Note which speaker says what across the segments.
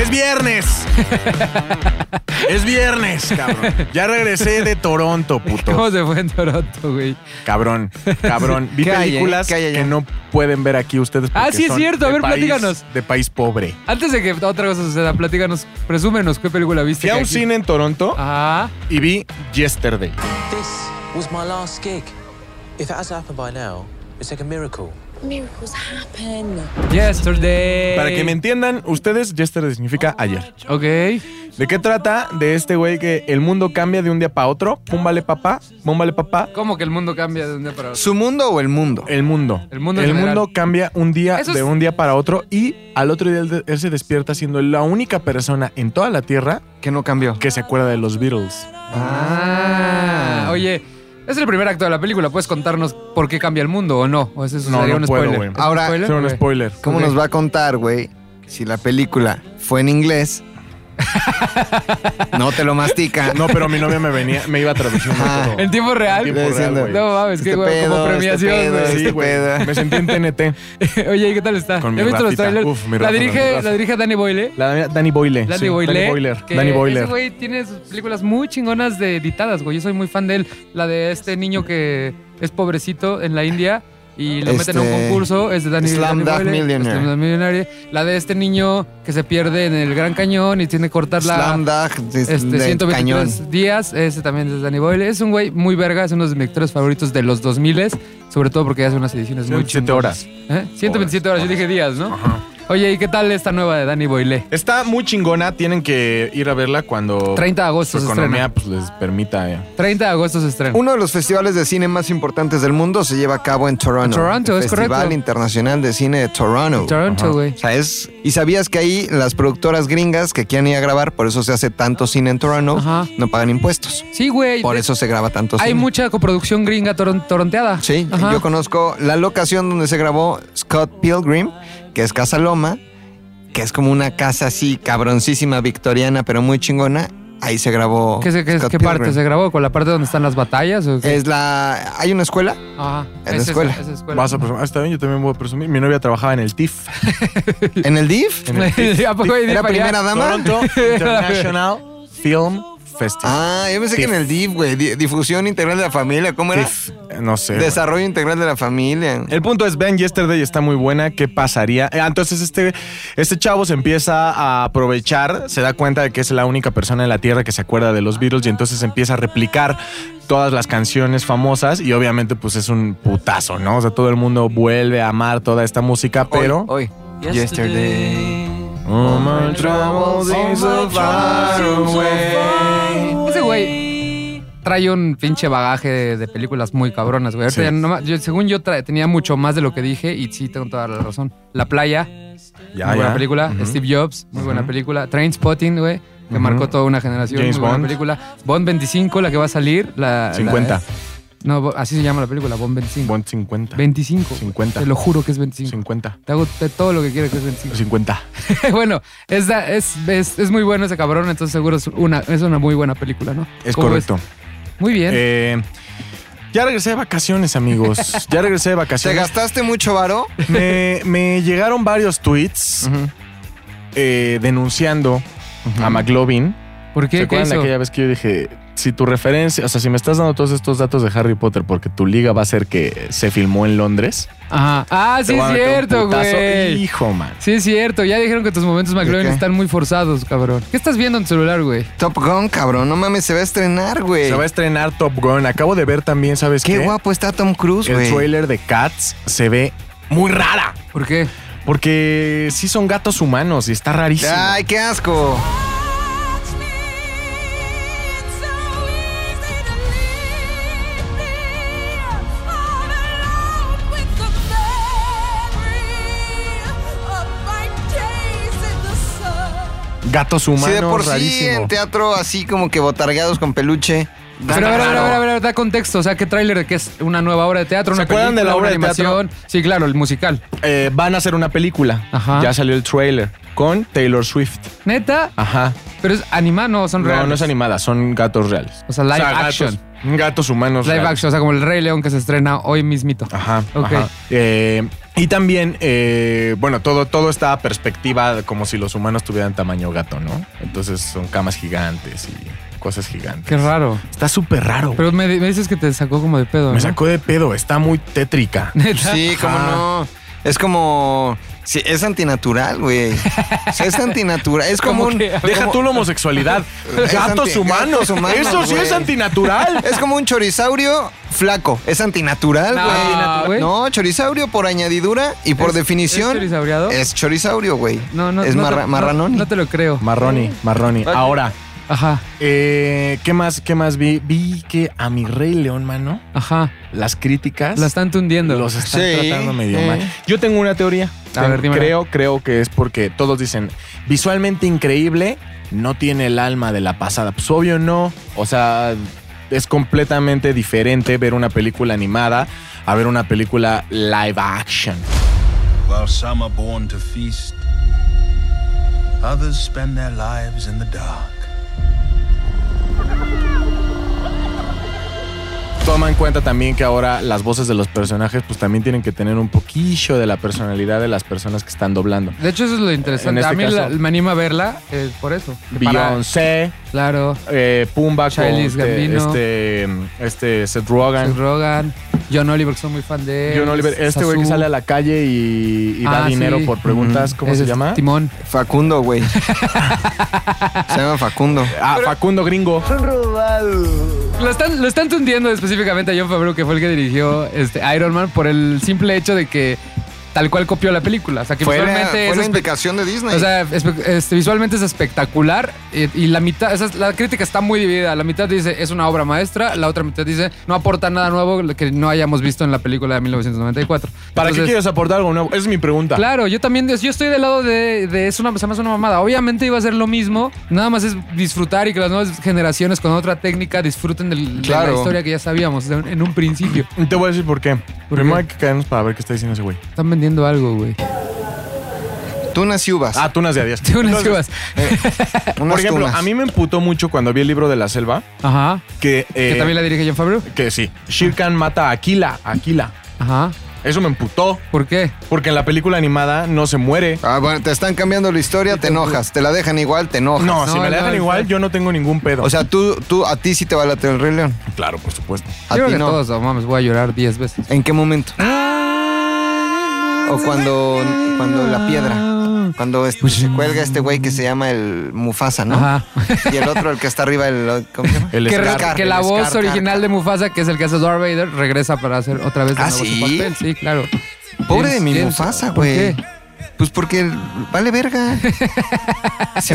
Speaker 1: Es viernes. es viernes, cabrón. Ya regresé de Toronto, puto.
Speaker 2: ¿Cómo se fue en Toronto, güey?
Speaker 1: Cabrón, cabrón. Vi
Speaker 3: ¿Qué hay, eh?
Speaker 1: películas
Speaker 3: ¿Qué hay allá?
Speaker 1: que no pueden ver aquí ustedes.
Speaker 2: Ah,
Speaker 1: porque
Speaker 2: sí, es
Speaker 1: son
Speaker 2: cierto. A
Speaker 1: de
Speaker 2: ver,
Speaker 1: país-
Speaker 2: platícanos.
Speaker 1: De país pobre.
Speaker 2: Antes de que otra cosa suceda, platícanos, presúmenos qué película viste.
Speaker 1: Fui a
Speaker 2: que
Speaker 1: un
Speaker 2: aquí-
Speaker 1: cine en Toronto
Speaker 2: Ah,
Speaker 1: y vi Yesterday.
Speaker 4: This was my last gig. If it has happened by now, it's like a miracle.
Speaker 5: Miracles happen.
Speaker 2: yesterday.
Speaker 1: Para que me entiendan, ustedes, Yesterday significa ayer.
Speaker 2: Ok.
Speaker 1: ¿De qué trata? De este güey que el mundo cambia de un día para otro. Pum, vale, papá. Pum, vale, papá.
Speaker 2: ¿Cómo que el mundo cambia de un día para otro?
Speaker 3: ¿Su mundo o el mundo?
Speaker 1: El mundo.
Speaker 2: El mundo en general.
Speaker 1: mundo cambia un día
Speaker 2: Eso
Speaker 1: de
Speaker 2: es-
Speaker 1: un día para otro y al otro día él, de- él se despierta siendo la única persona en toda la Tierra
Speaker 3: Que no cambió.
Speaker 1: que se acuerda de los Beatles.
Speaker 2: Ah, oye, es el primer acto de la película. ¿Puedes contarnos por qué cambia el mundo o no? ¿O ese
Speaker 1: No,
Speaker 2: sería
Speaker 1: no
Speaker 2: un
Speaker 1: puedo, güey.
Speaker 2: spoiler? ¿Es un
Speaker 3: Ahora,
Speaker 2: spoiler?
Speaker 1: Fue un
Speaker 2: Ok.
Speaker 1: spoiler.
Speaker 3: ¿Cómo
Speaker 2: Ok.
Speaker 3: nos va a contar, güey, si la película fue en inglés? no te lo mastica.
Speaker 1: No, pero mi novia me venía, me iba a traducir.
Speaker 3: Ah.
Speaker 2: En tiempo real.
Speaker 1: Tiempo
Speaker 3: Le
Speaker 1: real,
Speaker 3: diciendo,
Speaker 1: güey.
Speaker 2: No mames, qué
Speaker 3: Este
Speaker 2: güey, como
Speaker 3: pedo,
Speaker 2: premiación,
Speaker 3: este pedo,
Speaker 2: güey.
Speaker 1: Sí,
Speaker 3: este
Speaker 1: güey.
Speaker 3: pedo.
Speaker 1: Me sentí en TNT.
Speaker 2: Oye, ¿qué tal está?
Speaker 1: Con
Speaker 2: ¿Ya
Speaker 1: mi
Speaker 2: viste los
Speaker 1: Rafita.
Speaker 2: trailers?
Speaker 1: Uf, mi
Speaker 2: la,
Speaker 1: Rafa, mi
Speaker 2: dirige,
Speaker 1: Rafa.
Speaker 2: la dirige Danny Boyle.
Speaker 1: La, Danny Boyle.
Speaker 2: Danny
Speaker 1: sí,
Speaker 2: Boyle.
Speaker 1: Danny Boyler.
Speaker 2: que
Speaker 1: Danny
Speaker 2: Ese
Speaker 1: Boyler.
Speaker 2: güey tiene sus películas muy chingonas de editadas, güey. Yo soy muy fan de él. La de este niño que es pobrecito en la India y lo meten a un
Speaker 3: Este,
Speaker 2: concurso. Es de Danny, Danny
Speaker 3: Slam Dunk
Speaker 2: Boyle.
Speaker 3: Millionaire.
Speaker 2: Slam Dunk Millionaire. La de este niño que se pierde en el Gran Cañón y tiene que cortar la...
Speaker 3: Slam Dunk de,
Speaker 2: Este,
Speaker 3: del
Speaker 2: 123
Speaker 3: cañón.
Speaker 2: días, ese también es Danny Boyle. Es un güey muy verga, es uno de mis lectores favoritos de los 2000 sobre todo porque hace unas ediciones muy
Speaker 1: 7
Speaker 2: chingonas.
Speaker 1: horas.
Speaker 2: ¿Eh? 127 horas, yo dije días, ¿no? Oye, ¿y qué tal esta nueva de Danny Boyle?
Speaker 1: Está muy chingona. Tienen que ir a verla cuando
Speaker 2: 30 de
Speaker 1: su
Speaker 2: agosto se
Speaker 1: economía
Speaker 2: estrena.
Speaker 1: pues, les permita. eh.
Speaker 2: 30 de agosto se estrena.
Speaker 3: Uno de los festivales de cine más importantes del mundo se lleva a cabo en Toronto.
Speaker 2: En Toronto,
Speaker 3: el
Speaker 2: es
Speaker 3: Festival
Speaker 2: correcto.
Speaker 3: Internacional de Cine de Toronto.
Speaker 2: Toronto, güey.
Speaker 3: O sea, es. Y sabías que ahí las productoras gringas que quieren ir a grabar, por eso se hace tanto cine en Toronto,
Speaker 2: Ajá.
Speaker 3: no pagan impuestos.
Speaker 2: Sí, güey.
Speaker 3: Por eso se graba tanto
Speaker 2: Hay
Speaker 3: cine.
Speaker 2: mucha coproducción gringa toron- toronteada.
Speaker 3: Sí,
Speaker 2: Ajá.
Speaker 3: yo conozco la locación donde se grabó Scott Pilgrim, que es Casa Loma, que es como una casa así cabroncísima victoriana, pero muy chingona. Ahí se grabó.
Speaker 2: ¿Qué, se- qué-
Speaker 3: Scott
Speaker 2: qué
Speaker 3: Pilgrim.
Speaker 2: parte se grabó? ¿Con la parte donde están las batallas? o qué?
Speaker 3: Es la. Hay una escuela.
Speaker 2: Ajá.
Speaker 3: la
Speaker 2: Es esa-
Speaker 3: escuela.
Speaker 2: esa escuela.
Speaker 1: Vas a presumir. Ah, está bien, yo también voy a presumir. Mi novia trabajaba en el TIF.
Speaker 3: En el DIF.
Speaker 1: En el TIF.
Speaker 2: ¿A poco hay
Speaker 3: Era
Speaker 2: para allá?
Speaker 3: primera dama.
Speaker 1: Toronto International Film Festival.
Speaker 3: Ah, yo pensé que en el DIF, güey. Di- difusión integral de la familia.
Speaker 2: Ah,
Speaker 3: ¿Cómo era?
Speaker 1: Tif, No sé. güey.
Speaker 3: Desarrollo integral de la familia.
Speaker 1: El punto es, Ben Yesterday está muy buena, ¿qué pasaría? Eh, Entonces este, este chavo se empieza a aprovechar, se da cuenta de que es la única persona en la Tierra que se acuerda de los Beatles y entonces empieza a replicar todas las canciones famosas y obviamente pues es un putazo, ¿no? O sea, todo el mundo vuelve a amar toda esta música, pero...
Speaker 3: Hoy. Yesterday.
Speaker 1: All my
Speaker 2: Oh
Speaker 1: troubles seem so far away.
Speaker 2: Ese güey trae un pinche bagaje de, de películas muy cabronas, güey. Ahorita
Speaker 1: Sí.
Speaker 2: ya no ma- yo- según yo trae- tenía mucho más de lo que dije y sí, tengo toda la razón. La playa,
Speaker 1: Ya, ya.
Speaker 2: muy buena película.
Speaker 1: Ujú.
Speaker 2: Steve Jobs, muy buena
Speaker 1: Ujú.
Speaker 2: película. Trainspotting, güey, que
Speaker 1: Ujú.
Speaker 2: marcó toda una generación.
Speaker 1: James
Speaker 2: muy buena
Speaker 1: Bond.
Speaker 2: película. Bond 25, la que va a salir. La, la-
Speaker 1: 50.
Speaker 2: no, bo- así se llama la película, Bond 25.
Speaker 1: Buen 50.
Speaker 2: 25.
Speaker 1: 50.
Speaker 2: Te lo juro que es 25.
Speaker 1: 50.
Speaker 2: Te hago te- todo lo que quieras que es 25.
Speaker 1: 50.
Speaker 2: bueno, es, da- es, es, es muy bueno ese cabrón, entonces seguro es una, es una muy buena película, ¿no?
Speaker 1: Es
Speaker 2: ¿Cómo
Speaker 1: correcto.
Speaker 2: ves? Muy bien.
Speaker 1: Eh, ya regresé de vacaciones, amigos. Ya regresé de
Speaker 3: ¿Te
Speaker 1: vacaciones.
Speaker 3: gastaste mucho varo?
Speaker 1: Me, me llegaron varios tweets eh, denunciando a McLovin.
Speaker 2: ¿Por
Speaker 1: ¿Se
Speaker 2: qué? ¿Qué
Speaker 1: acuerdan de
Speaker 2: hizo?
Speaker 1: aquella vez que yo dije, si tu referencia, o sea, si me estás dando todos estos datos de Harry Potter porque tu liga va a ser que se filmó en Londres?
Speaker 2: Ajá. Ah,
Speaker 1: te
Speaker 2: sí
Speaker 1: voy a
Speaker 2: es
Speaker 1: meter un
Speaker 2: cierto,
Speaker 1: putazo.
Speaker 2: güey.
Speaker 1: Hijo, man.
Speaker 2: Sí es cierto, ya dijeron que tus momentos McLovin
Speaker 3: qué?
Speaker 2: están muy forzados, cabrón. ¿Qué estás viendo en tu celular, güey?
Speaker 3: Top Gun, cabrón. No mames, se va a estrenar, güey.
Speaker 1: Se va a estrenar Top Gun. Acabo de ver también, ¿sabes qué?
Speaker 3: Qué guapo está Tom Cruise,
Speaker 1: El
Speaker 3: güey.
Speaker 1: trailer de Cats se ve muy rara.
Speaker 2: ¿Por qué?
Speaker 1: Porque sí son gatos humanos y está rarísimo.
Speaker 3: Ay, qué asco.
Speaker 1: Gatos humanos,
Speaker 3: Si de por sí
Speaker 1: rarísimo.
Speaker 3: en teatro así como que botargados con peluche. da
Speaker 2: Pero, a ver, a ver,
Speaker 3: raro.
Speaker 2: a ver, a ver, da contexto. O sea, ¿qué tráiler de qué es una nueva obra de teatro?
Speaker 1: ¿Se
Speaker 2: ¿Una
Speaker 1: acuerdan de la
Speaker 2: película,
Speaker 1: obra
Speaker 2: una
Speaker 1: de teatro?
Speaker 2: animación? Sí, claro, el musical.
Speaker 1: Eh, van a hacer una película.
Speaker 2: Ajá.
Speaker 1: Ya salió el trailer con Taylor Swift.
Speaker 2: ¿Neta?
Speaker 1: Ajá.
Speaker 2: Pero es animado, no, son
Speaker 1: Ah. No,
Speaker 2: reales.
Speaker 1: no es animada, son gatos reales.
Speaker 2: O sea, live action.
Speaker 1: gatos- Gatos, humanos.
Speaker 2: Live
Speaker 1: reales.
Speaker 2: action, o sea, como el Rey León que se estrena hoy mismito.
Speaker 1: Ajá.
Speaker 2: Ok.
Speaker 1: ajá. Eh, Y también, eh, bueno, todo, todo está a perspectiva de como si los humanos tuvieran tamaño gato, ¿no? Entonces son camas gigantes y cosas gigantes.
Speaker 2: Qué raro.
Speaker 1: Está súper raro. güey.
Speaker 2: Pero me, me dices que te sacó como de pedo,
Speaker 1: Me
Speaker 2: ¿no?
Speaker 1: sacó de pedo, está muy tétrica.
Speaker 2: Neta.
Speaker 3: Sí, cómo
Speaker 1: Ajá.
Speaker 3: no. Es como. sí, es antinatural, güey. O sea, es antinatural. Es
Speaker 2: Como
Speaker 3: como un.
Speaker 2: que-
Speaker 1: Deja tú la homosexualidad.
Speaker 3: Es
Speaker 1: Gatos
Speaker 3: anti-
Speaker 1: humanos.
Speaker 3: gatos humanos,
Speaker 1: Eso sí
Speaker 3: güey.
Speaker 1: es antinatural.
Speaker 3: Es como un chorisaurio flaco. Es antinatural,
Speaker 2: No, antinatural,
Speaker 3: güey.
Speaker 2: güey.
Speaker 3: No, chorisaurio por añadidura y por
Speaker 2: ¿Es-
Speaker 3: definición.
Speaker 2: es chorizabriado?
Speaker 3: Es chorisaurio, güey.
Speaker 2: No, no,
Speaker 3: Es
Speaker 2: no
Speaker 3: marra-
Speaker 2: te,
Speaker 3: marranón.
Speaker 2: No, no te lo creo.
Speaker 1: Marroni, Marroni. Ahora,
Speaker 2: Ajá,
Speaker 1: eh, ¿qué más? ¿Qué más vi? Vi que a mi rey León, mano,
Speaker 2: ajá.
Speaker 1: las críticas
Speaker 2: La están tundiendo.
Speaker 1: los están
Speaker 3: Sí,
Speaker 1: tratando medio
Speaker 3: sí.
Speaker 1: mal. Yo tengo una teoría.
Speaker 2: A
Speaker 1: Ten-
Speaker 2: ver, dímela.
Speaker 1: creo, creo que es porque todos dicen visualmente increíble, no tiene el alma de la pasada. Pues obvio no. O sea, es completamente diferente ver una película animada a ver una película live action.
Speaker 6: While some are born to feast, others spend their lives in the dark.
Speaker 1: Toma en cuenta también que ahora las voces de los personajes pues también tienen que tener un poquillo de la personalidad de las personas que están doblando.
Speaker 2: De hecho, eso es lo interesante.
Speaker 1: este
Speaker 2: a mí la-
Speaker 1: caso-
Speaker 2: me anima a verla eh, por eso. Que para-
Speaker 1: Beyoncé,
Speaker 2: claro.
Speaker 1: eh, Pumba, con
Speaker 2: Childish
Speaker 1: este,
Speaker 2: Gambino.
Speaker 1: este, este Seth Rogen.
Speaker 2: Seth Rogan, John Oliver, que son muy fan de él.
Speaker 1: John Oliver, este güey
Speaker 2: Sasu.
Speaker 1: que sale a la calle y, y da
Speaker 2: Ah,
Speaker 1: dinero
Speaker 2: sí.
Speaker 1: por preguntas,
Speaker 3: Ujú.
Speaker 1: ¿cómo
Speaker 2: Ese
Speaker 1: se
Speaker 2: es
Speaker 1: llama?
Speaker 2: Timón.
Speaker 3: Facundo, güey. Se llama Facundo.
Speaker 1: Ah, Facundo Gringo.
Speaker 2: Lo están, lo están tundiendo específicamente a John Favreau, que fue el que dirigió este, Iron Man, por el simple hecho de que tal cual copió la película. O sea, que
Speaker 3: Fue la,
Speaker 2: visualmente
Speaker 3: fue
Speaker 2: es
Speaker 3: la
Speaker 2: espe-
Speaker 3: indicación de Disney.
Speaker 2: O sea, espe- este, visualmente es espectacular eh, y, la mitad, esa es- la crítica está muy dividida. La mitad dice es una obra maestra, la otra mitad dice no aporta nada nuevo que no hayamos visto en la película de 1994.
Speaker 1: ¿Para qué
Speaker 2: Entonces,
Speaker 1: quieres aportar algo nuevo? Esa es mi
Speaker 3: Ah.
Speaker 1: pregunta.
Speaker 2: Claro, yo también, yo estoy del lado de, de es una, se me hace una mamada. Obviamente iba a ser lo mismo, nada más es disfrutar y que las nuevas generaciones con otra técnica disfruten del- de
Speaker 3: Claro.
Speaker 2: la historia que ya sabíamos de un- en un principio.
Speaker 1: Y Te voy a decir por qué.
Speaker 2: ¿Por
Speaker 1: Primero
Speaker 2: qué?
Speaker 1: hay que caernos para ver qué está diciendo ese güey.
Speaker 2: Están vendiendo algo, güey.
Speaker 3: tunas y uvas.
Speaker 1: Ah, tunas de adiós.
Speaker 2: Tengo unas
Speaker 1: Entonces,
Speaker 2: chivas.
Speaker 3: Unas
Speaker 1: Por ejemplo,
Speaker 3: tunas.
Speaker 1: a mí me emputó mucho cuando vi el libro de la selva
Speaker 2: Ajá.
Speaker 1: que... eh,
Speaker 2: que también la dirige John Favreau.
Speaker 1: que sí. Shere Khan mata a Aquila. Aquila.
Speaker 2: Ajá.
Speaker 1: Eso me emputó.
Speaker 2: ¿Por qué?
Speaker 1: Porque en la película animada no se muere.
Speaker 3: Ah, bueno, te están cambiando la historia, te enojas. Te la dejan igual, te enojas.
Speaker 1: No,
Speaker 2: No,
Speaker 1: si me la
Speaker 2: no,
Speaker 1: dejan
Speaker 2: no.
Speaker 1: igual, yo no tengo ningún pedo.
Speaker 3: O sea, tú, tú, a ti sí te va a latir el Rey León.
Speaker 1: claro, por supuesto.
Speaker 3: A
Speaker 2: Yo creo
Speaker 3: ti
Speaker 2: que
Speaker 3: no.
Speaker 2: todos, no mames, voy a llorar 10 veces.
Speaker 3: ¿En qué momento?
Speaker 2: Ah,
Speaker 3: O cuando, cuando la piedra. Cuando este, se cuelga este güey que se llama el Mufasa, ¿no?
Speaker 2: Ajá.
Speaker 3: Y el otro, el que está arriba, el. ¿Cómo se llama?
Speaker 1: El
Speaker 2: que, re-
Speaker 1: Scar.
Speaker 2: que la
Speaker 3: el
Speaker 2: voz
Speaker 3: Scar,
Speaker 2: original
Speaker 3: Scar.
Speaker 2: de Mufasa, que es el que hace Darth Vader, regresa para hacer otra vez de
Speaker 3: ¿Ah,
Speaker 2: nuevo
Speaker 3: sí?
Speaker 2: su papel. Sí, claro.
Speaker 3: Pobre
Speaker 2: James-
Speaker 3: de mi
Speaker 2: James-
Speaker 3: Mufasa,
Speaker 2: ¿Por
Speaker 3: güey.
Speaker 2: qué?
Speaker 3: Pues porque el- vale verga. Se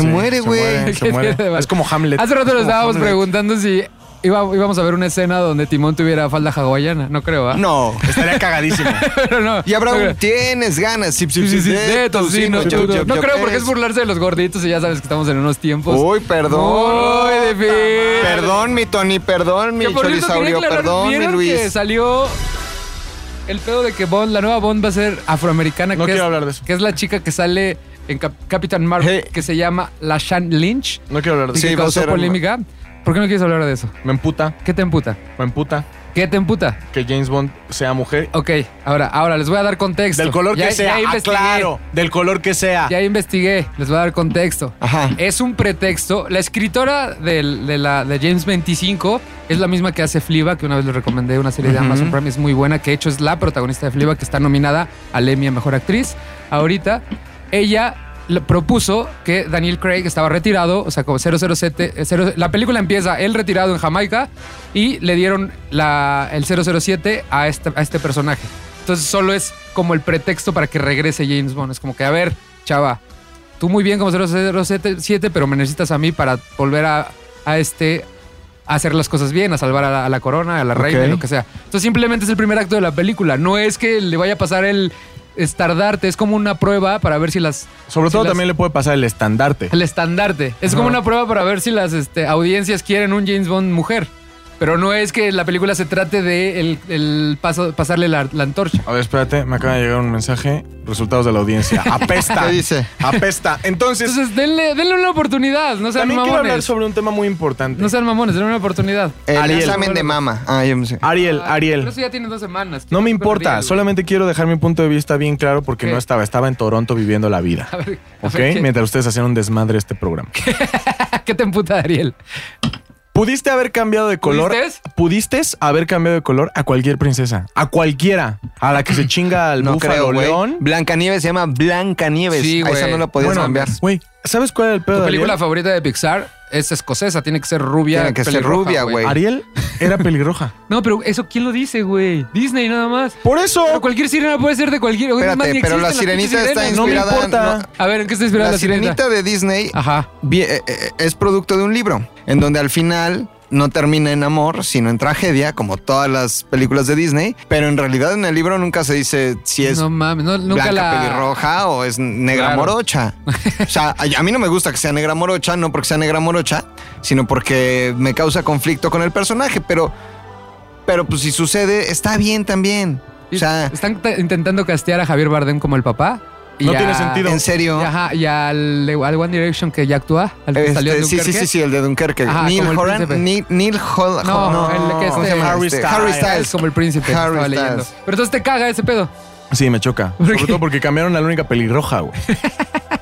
Speaker 1: Sí,
Speaker 3: muere, güey.
Speaker 1: muere, se muere.
Speaker 2: Qué mierda.
Speaker 1: Es como Hamlet.
Speaker 2: Hace rato nos estábamos
Speaker 3: Hamlet.
Speaker 2: preguntando si iba- íbamos a ver una escena donde Timón tuviera falda hawaiana. No creo, ¿ah?
Speaker 3: No.
Speaker 1: Estaría cagadísimo.
Speaker 2: Pero no.
Speaker 3: Y habrá
Speaker 2: No
Speaker 3: un
Speaker 2: creo.
Speaker 3: tienes ganas. Sip, sip,
Speaker 2: Sí, sí, sí,
Speaker 3: sip, de
Speaker 2: de tocino,
Speaker 3: tocino,
Speaker 2: chup,
Speaker 3: chup,
Speaker 2: chup.
Speaker 3: chup,
Speaker 2: No
Speaker 3: chup,
Speaker 2: creo porque
Speaker 3: eres.
Speaker 2: es burlarse de los gorditos y ya sabes que estamos en unos tiempos.
Speaker 3: Uy, perdón.
Speaker 2: Uy, Pues, de fin.
Speaker 3: Perdón, mi Tony, perdón, mi
Speaker 2: Que por cierto, quería
Speaker 3: chorisaurio,
Speaker 2: aclarar,
Speaker 3: perdón, mi
Speaker 2: ¿vieron que
Speaker 3: Luis.
Speaker 2: salió el pedo de que Bond, la nueva Bond va a ser afroamericana.
Speaker 1: No
Speaker 2: que
Speaker 1: quiero
Speaker 2: es,
Speaker 1: hablar de eso.
Speaker 2: Que es la chica que sale en Cap- Capitán Marvel,
Speaker 3: Hey.
Speaker 2: que se llama Lashan Lynch.
Speaker 1: No quiero hablar de
Speaker 2: Y
Speaker 1: eso.
Speaker 3: Sí,
Speaker 2: que
Speaker 3: va a
Speaker 2: causó
Speaker 3: ser-
Speaker 2: polémica. ¿Por qué no quieres hablar de eso?
Speaker 1: Me emputa,
Speaker 2: ¿Qué te emputa?
Speaker 1: me emputa
Speaker 2: ¿Qué te emputa?
Speaker 1: que James Bond sea mujer.
Speaker 2: Ok, ahora, ahora les voy a dar contexto.
Speaker 1: Del color
Speaker 2: Ya-
Speaker 1: que sea,
Speaker 2: ya
Speaker 1: ah,
Speaker 2: investigué,
Speaker 1: claro. Del color que sea.
Speaker 2: Ya investigué, les voy a dar contexto.
Speaker 3: Ajá.
Speaker 2: Es un pretexto. La escritora del- de, la, de James 25 es la misma que hace Fliba, que una vez les recomendé una serie de Amazon Prime, es muy buena, que de hecho es la protagonista de Fliba, que está nominada al Emmy a Mejor Actriz. Ahorita, ella le propuso que Daniel Craig estaba retirado, o sea, como 007. eh, cero- la película empieza él retirado en Jamaica y le dieron la- el 007 a este, a este personaje. Entonces solo es como el pretexto para que regrese James Bond. Es como que, a ver, chava, tú muy bien como 007, pero me necesitas a mí para volver a, a este a hacer las cosas bien, a salvar a la, a la corona, a la reina,
Speaker 3: Ok.
Speaker 2: lo que sea. Entonces simplemente es el primer acto de la película. No es que le vaya a pasar el estardarte, es como una prueba para ver si las...
Speaker 1: Sobre
Speaker 2: si
Speaker 1: todo
Speaker 2: las-
Speaker 1: también le puede pasar el estandarte.
Speaker 2: El estandarte. Es como una prueba para ver si las este, audiencias quieren un James Bond mujer. Pero no es que la película se trate de el, el paso- pasarle la, la antorcha.
Speaker 1: A ver, espérate, me acaba de llegar un mensaje. Resultados de la audiencia. Apesta.
Speaker 3: ¿Qué dice?
Speaker 1: Apesta. Entonces,
Speaker 2: Entonces, denle, denle una oportunidad. No sean
Speaker 1: también quiero hablar
Speaker 2: mamones.
Speaker 1: sobre un tema muy importante.
Speaker 2: No sean mamones, denle una oportunidad.
Speaker 3: El
Speaker 1: Ariel.
Speaker 3: examen de mama. Ah, yo me sé.
Speaker 1: Ariel, Ariel.
Speaker 2: Pero eso ya tiene dos semanas.
Speaker 1: No me
Speaker 2: Qué
Speaker 1: importa,
Speaker 2: perdida, güey.
Speaker 1: solamente quiero dejar mi punto de vista bien claro porque
Speaker 2: ¿Qué?
Speaker 1: no estaba, estaba en Toronto viviendo la vida.
Speaker 2: A ver, a
Speaker 1: ¿Ok?
Speaker 2: ver, ¿qué-
Speaker 1: Mientras ustedes hacían un desmadre este programa.
Speaker 2: ¿Qué te emputa, Ariel?
Speaker 1: Pudiste haber cambiado de color.
Speaker 2: ¿Pudistes?
Speaker 1: ¿Pudiste haber cambiado de color a cualquier princesa. A cualquiera. A la que se chinga al
Speaker 3: No
Speaker 1: búfalo
Speaker 3: creo,
Speaker 1: león.
Speaker 3: güey. Blancanieves se llama Blancanieves.
Speaker 2: Sí,
Speaker 3: A
Speaker 2: güey.
Speaker 3: Esa
Speaker 2: pues,
Speaker 3: no la podías
Speaker 1: Bueno,
Speaker 3: cambiar.
Speaker 1: Güey, ¿sabes cuál era el pedo
Speaker 2: Tu
Speaker 1: de
Speaker 2: película
Speaker 1: Ariel?
Speaker 2: favorita de Pixar es escocesa, tiene que ser rubia.
Speaker 3: Tiene que ser
Speaker 2: pelirroja,
Speaker 3: rubia, güey.
Speaker 1: Ariel era pelirroja.
Speaker 2: No, pero eso ¿quién lo dice, güey? Disney nada más.
Speaker 1: Por eso.
Speaker 2: Pero cualquier sirena puede ser de cualquier. güey, es más,
Speaker 3: Espérate,
Speaker 2: ni
Speaker 3: pero la
Speaker 2: existen las
Speaker 3: sirenita
Speaker 2: pinches
Speaker 3: está
Speaker 2: sirenas.
Speaker 1: No me
Speaker 3: inspirada.
Speaker 1: importa.
Speaker 3: no,
Speaker 2: A ver, ¿en qué está inspirada
Speaker 3: la,
Speaker 2: la,
Speaker 3: sirenita de Disney
Speaker 2: Ajá.
Speaker 3: vi- eh, eh, es producto de un libro, en donde al final no termina en amor, sino en tragedia, como todas las películas de Disney. Pero en realidad en el libro nunca se dice si es
Speaker 2: no mames, no- nunca
Speaker 3: blanca
Speaker 2: la.
Speaker 3: pelirroja o es negra
Speaker 2: Claro.
Speaker 3: morocha. O sea, a, a mí no me gusta que sea negra morocha, no porque sea negra morocha, sino porque me causa conflicto con el personaje, pero pero pues si sucede está bien también. O sea,
Speaker 2: Están t- intentando castear a Javier Bardem como el papá. y
Speaker 1: No
Speaker 2: a-
Speaker 1: tiene sentido.
Speaker 3: en serio.
Speaker 2: y ajá, y al, al One Direction que ya actúa, al que
Speaker 3: Este,
Speaker 2: salió de
Speaker 3: sí, sí, sí, sí, el de Dunkerque.
Speaker 2: Ajá,
Speaker 3: Neil
Speaker 2: como el
Speaker 3: Horan,
Speaker 2: príncipe.
Speaker 3: Neil, Neil Hol-
Speaker 2: No,
Speaker 3: Hol-
Speaker 2: el que
Speaker 3: ¿cómo
Speaker 2: este-
Speaker 3: se llama
Speaker 1: Harry
Speaker 3: este?
Speaker 1: Styles.
Speaker 3: Harry
Speaker 2: Es
Speaker 3: Styles.
Speaker 2: como el príncipe.
Speaker 3: Harry
Speaker 2: estaba
Speaker 3: Styles.
Speaker 2: leyendo. Pero entonces te caga ese pedo.
Speaker 1: Sí, me choca.
Speaker 2: ¿Por
Speaker 1: Sobre
Speaker 2: qué?
Speaker 1: todo porque cambiaron a la única pelirroja, güey.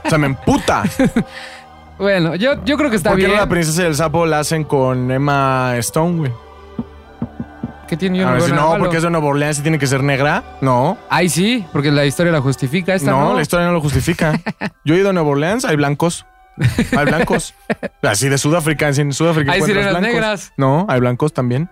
Speaker 1: O sea, me emputa.
Speaker 2: Bueno, yo, yo creo que está
Speaker 1: ¿Por qué
Speaker 2: bien.
Speaker 1: no la princesa del sapo la hacen con Emma Stone, güey?
Speaker 2: que tiene
Speaker 1: A
Speaker 2: una
Speaker 1: ver, si
Speaker 2: buena
Speaker 1: no,
Speaker 2: malo.
Speaker 1: porque es de Nueva Orleans y tiene que ser negra. No,
Speaker 2: Ay, sí, porque la historia la justifica. Esta
Speaker 1: no,
Speaker 2: no.
Speaker 1: la historia no lo justifica. Yo he ido a Nueva Orleans, hay blancos. Hay blancos. Así de Sudáfrica, en Sudáfrica.
Speaker 2: Hay
Speaker 1: encuentras
Speaker 2: sirenas
Speaker 1: blancos.
Speaker 2: negras.
Speaker 1: No, hay blancos también.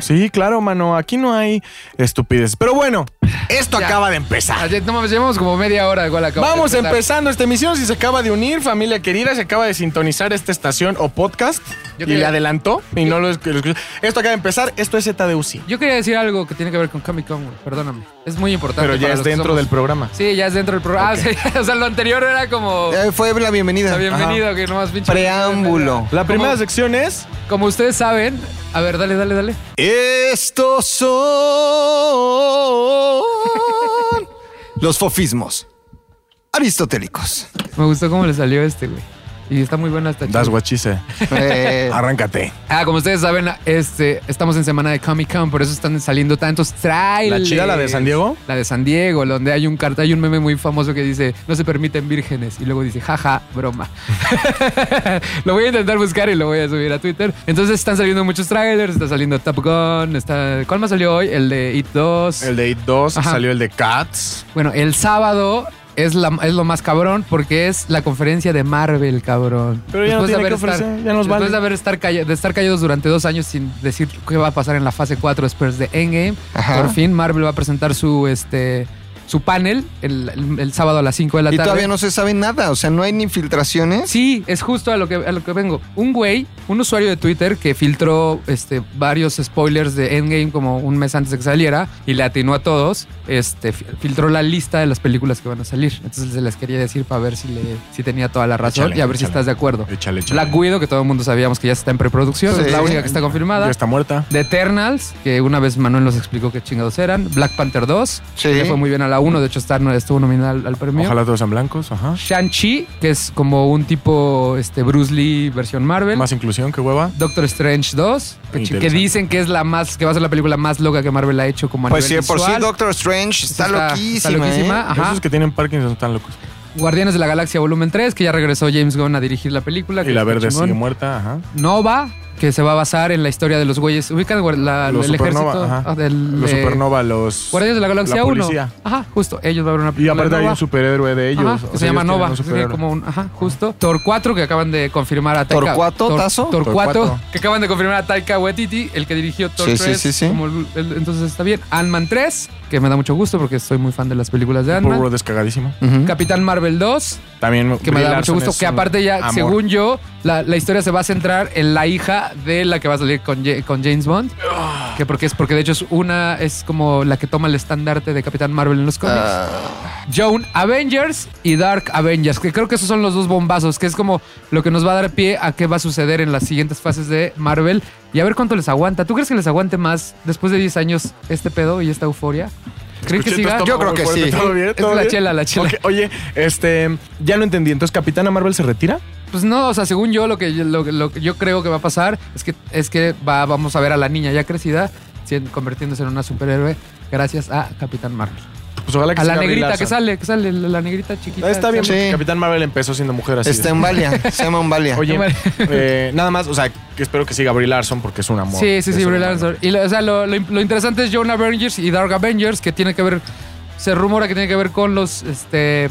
Speaker 1: Sí, claro, mano. Aquí no hay estupidez. Pero bueno, esto
Speaker 2: Ah, Ya.
Speaker 1: acaba de empezar.
Speaker 2: Ayer, no mames, llevamos como media hora igual acabo de
Speaker 1: Vamos
Speaker 2: empezar.
Speaker 1: empezando esta emisión. Si se acaba de unir, familia querida, se acaba de sintonizar esta estación o podcast
Speaker 2: Yo
Speaker 1: y
Speaker 2: quería-
Speaker 1: le adelantó y no lo esc- lo escuchó. Esto acaba de empezar. Esto es ZDUCI,
Speaker 2: Yo quería decir algo que tiene que ver con Comic Con, güey, Perdóname. Es muy importante.
Speaker 1: pero ya
Speaker 2: para
Speaker 1: es
Speaker 2: lo que
Speaker 1: dentro
Speaker 2: somos.
Speaker 1: del programa.
Speaker 2: Sí, ya es dentro del programa. Ah, sí. O sea, lo anterior era como.
Speaker 3: Eh, fue la bienvenida.
Speaker 2: la bienvenido, que nomás pinche.
Speaker 3: Preámbulo.
Speaker 1: La primera
Speaker 2: ¿Cómo?
Speaker 1: sección es
Speaker 2: Como ustedes saben. A ver, dale, dale, dale.
Speaker 3: Estos son los fofismos aristotélicos.
Speaker 2: Me gustó cómo le salió este, güey. Y está muy buena esta
Speaker 1: Das guachise.
Speaker 3: Eh,
Speaker 1: Arráncate.
Speaker 2: Ah, como ustedes saben, este, estamos en semana de Comic Con, por eso están saliendo tantos trailers.
Speaker 1: ¿La chida, la de San Diego?
Speaker 2: La de San Diego, donde hay un carta, hay un meme muy famoso que dice, no se permiten vírgenes. Y luego dice, jaja, broma. lo voy a intentar buscar y lo voy a subir a Twitter. Entonces están saliendo muchos trailers, está saliendo Top Gun, está... ¿Cuál más salió hoy? El de It 2.
Speaker 1: El de It 2,
Speaker 2: Ajá.
Speaker 1: salió el de Cats.
Speaker 2: Bueno, el sábado... Es, la- es lo más cabrón porque es la conferencia de Marvel, cabrón.
Speaker 1: Pero ya no tiene
Speaker 2: haber
Speaker 1: que ofrecer, ya nos
Speaker 2: Después
Speaker 1: vale.
Speaker 2: de haber estar calla- de estar callados durante dos años sin decir qué va a pasar en la fase 4 después de Endgame,
Speaker 3: Ajá.
Speaker 2: por fin Marvel va a presentar su este su panel el, el- el sábado a las 5 de la
Speaker 3: y
Speaker 2: tarde.
Speaker 3: todavía no se sabe nada, o sea, no hay ni filtraciones.
Speaker 2: Sí, es justo a lo que, a lo que vengo. Un güey, un usuario de Twitter que filtró este, varios spoilers de Endgame como un mes antes de que saliera y le atinó a todos, este, fi- filtró la lista de las películas que van a salir. Entonces se las quería decir para ver si, le, si tenía toda la razón
Speaker 1: Échale,
Speaker 2: y a ver si
Speaker 1: échale.
Speaker 2: estás de acuerdo.
Speaker 1: Échale, échale.
Speaker 2: Black Widow, que todo el mundo sabíamos que ya está en preproducción,
Speaker 3: Sí.
Speaker 2: es la única que está confirmada.
Speaker 1: Ya está muerta.
Speaker 2: The Eternals, que una vez Manuel nos explicó qué chingados eran. Black Panther 2,
Speaker 3: Sí.
Speaker 2: que le fue muy bien a la 1, de hecho está, estuvo nominada al, al premio.
Speaker 1: Ojalá todos sean blancos. Ajá.
Speaker 2: Shang-Chi, que es como un tipo este, Bruce Lee versión Marvel.
Speaker 1: Más inclusión que hueva.
Speaker 2: Doctor Strange 2, que,
Speaker 1: Interesante.
Speaker 2: que dicen que es la más, que va a ser la película más loca que Marvel ha hecho como a
Speaker 3: Pues sí,
Speaker 2: nivel
Speaker 3: por sí,
Speaker 2: visual.
Speaker 3: Doctor Strange está, loquísima.
Speaker 2: está loquísima,
Speaker 3: ¿eh?
Speaker 2: ajá.
Speaker 1: Esos que tienen Parkinson están locos.
Speaker 2: Guardianes de la Galaxia Volumen 3, que ya regresó James Gunn a dirigir la película. que
Speaker 1: Y la
Speaker 2: está
Speaker 1: verde
Speaker 2: chingón.
Speaker 1: sigue muerta. Ajá.
Speaker 2: Nova, que se va a basar en la historia de los güeyes. Ubican guar- la-
Speaker 1: Los
Speaker 2: el ejército
Speaker 1: supernova.
Speaker 2: ah,
Speaker 1: Ajá.
Speaker 2: del,
Speaker 1: Los
Speaker 2: de
Speaker 1: supernova, los.
Speaker 2: Guardianes de la Galaxia
Speaker 1: la
Speaker 2: 1.
Speaker 1: policía.
Speaker 2: Ajá, justo. Ellos van a ver una
Speaker 1: Y
Speaker 2: película.
Speaker 1: aparte hay
Speaker 2: Nova.
Speaker 1: un superhéroe de ellos.
Speaker 2: Ajá,
Speaker 1: O sea,
Speaker 2: que se llama
Speaker 1: ellos tienen
Speaker 2: Nova.
Speaker 1: un
Speaker 2: sí,
Speaker 1: superhéroe.
Speaker 2: como un, ajá, justo. Thor 4, que acaban de confirmar a Taika.
Speaker 3: ¿Torcuato,
Speaker 2: Tor-
Speaker 3: Tazo?
Speaker 2: Torcuato,
Speaker 1: Torcuato.
Speaker 2: que acaban de confirmar a Taika Waititi, el que dirigió Thor
Speaker 3: Sí, sí,
Speaker 2: 3.
Speaker 3: sí, sí.
Speaker 2: como el- el- entonces está bien. Ant-Man 3, que me da mucho gusto porque soy muy fan de las películas de
Speaker 1: Paul
Speaker 2: Ant-Man.
Speaker 1: Rudd es cagadísimo.
Speaker 3: ¿eh? Ujú.
Speaker 2: Capitán Marvel 2,
Speaker 1: También.
Speaker 2: que me
Speaker 1: Brie
Speaker 2: da mucho
Speaker 1: Larson
Speaker 2: gusto.
Speaker 1: es
Speaker 2: Que
Speaker 1: un
Speaker 2: aparte ya,
Speaker 1: amor.
Speaker 2: según yo, la, la historia se va a centrar en la hija de la que va a salir con, Ja- con James Bond. Que porque es porque de hecho es una, es como la que toma el estandarte de Capitán Marvel en los cómics. Joan Avengers y Dark Avengers, que creo que esos son los dos bombazos, que es como lo que nos va a dar pie a qué va a suceder en las siguientes fases de Marvel, y a ver cuánto les aguanta. ¿Tú crees que les aguante más después de 10 años este pedo y esta euforia? ¿Creen
Speaker 1: Escuché
Speaker 2: que
Speaker 1: tu
Speaker 2: siga?
Speaker 1: estómago
Speaker 3: Yo creo
Speaker 1: muy
Speaker 3: que
Speaker 1: fuerte.
Speaker 3: sí.
Speaker 1: ¿Todo bien?
Speaker 2: Es
Speaker 1: ¿Todo
Speaker 2: la
Speaker 1: bien?
Speaker 2: chela, la chela.
Speaker 1: Ok, Oye, este, ya lo entendí. Entonces, ¿Capitana Marvel se retira?
Speaker 2: Pues no, o sea, según yo, lo que yo, lo, lo que yo creo que va a pasar es que, es que va, vamos a ver a la niña ya crecida sien- convirtiéndose en una superhéroe gracias a Capitán Marvel.
Speaker 1: Pues ojalá que
Speaker 2: A la
Speaker 1: sea Brie
Speaker 2: negrita que
Speaker 1: Larson.
Speaker 2: sale, que sale, la negrita chiquita.
Speaker 1: Ah, Está bien,
Speaker 3: Sí. Este,
Speaker 1: porque Capitán Marvel empezó siendo mujer así.
Speaker 3: Está en Valia, se llama Valia.
Speaker 1: Oye, eh, nada más, o sea, que espero que siga Brie Larson porque es un amor.
Speaker 2: Sí, sí,
Speaker 1: Es
Speaker 2: sí,
Speaker 1: un
Speaker 2: Brie
Speaker 1: amor.
Speaker 2: Larson. Y lo, o sea, lo, lo- lo interesante es John Avengers y Dark Avengers, que tiene que ver. Se rumora que tiene que ver con los este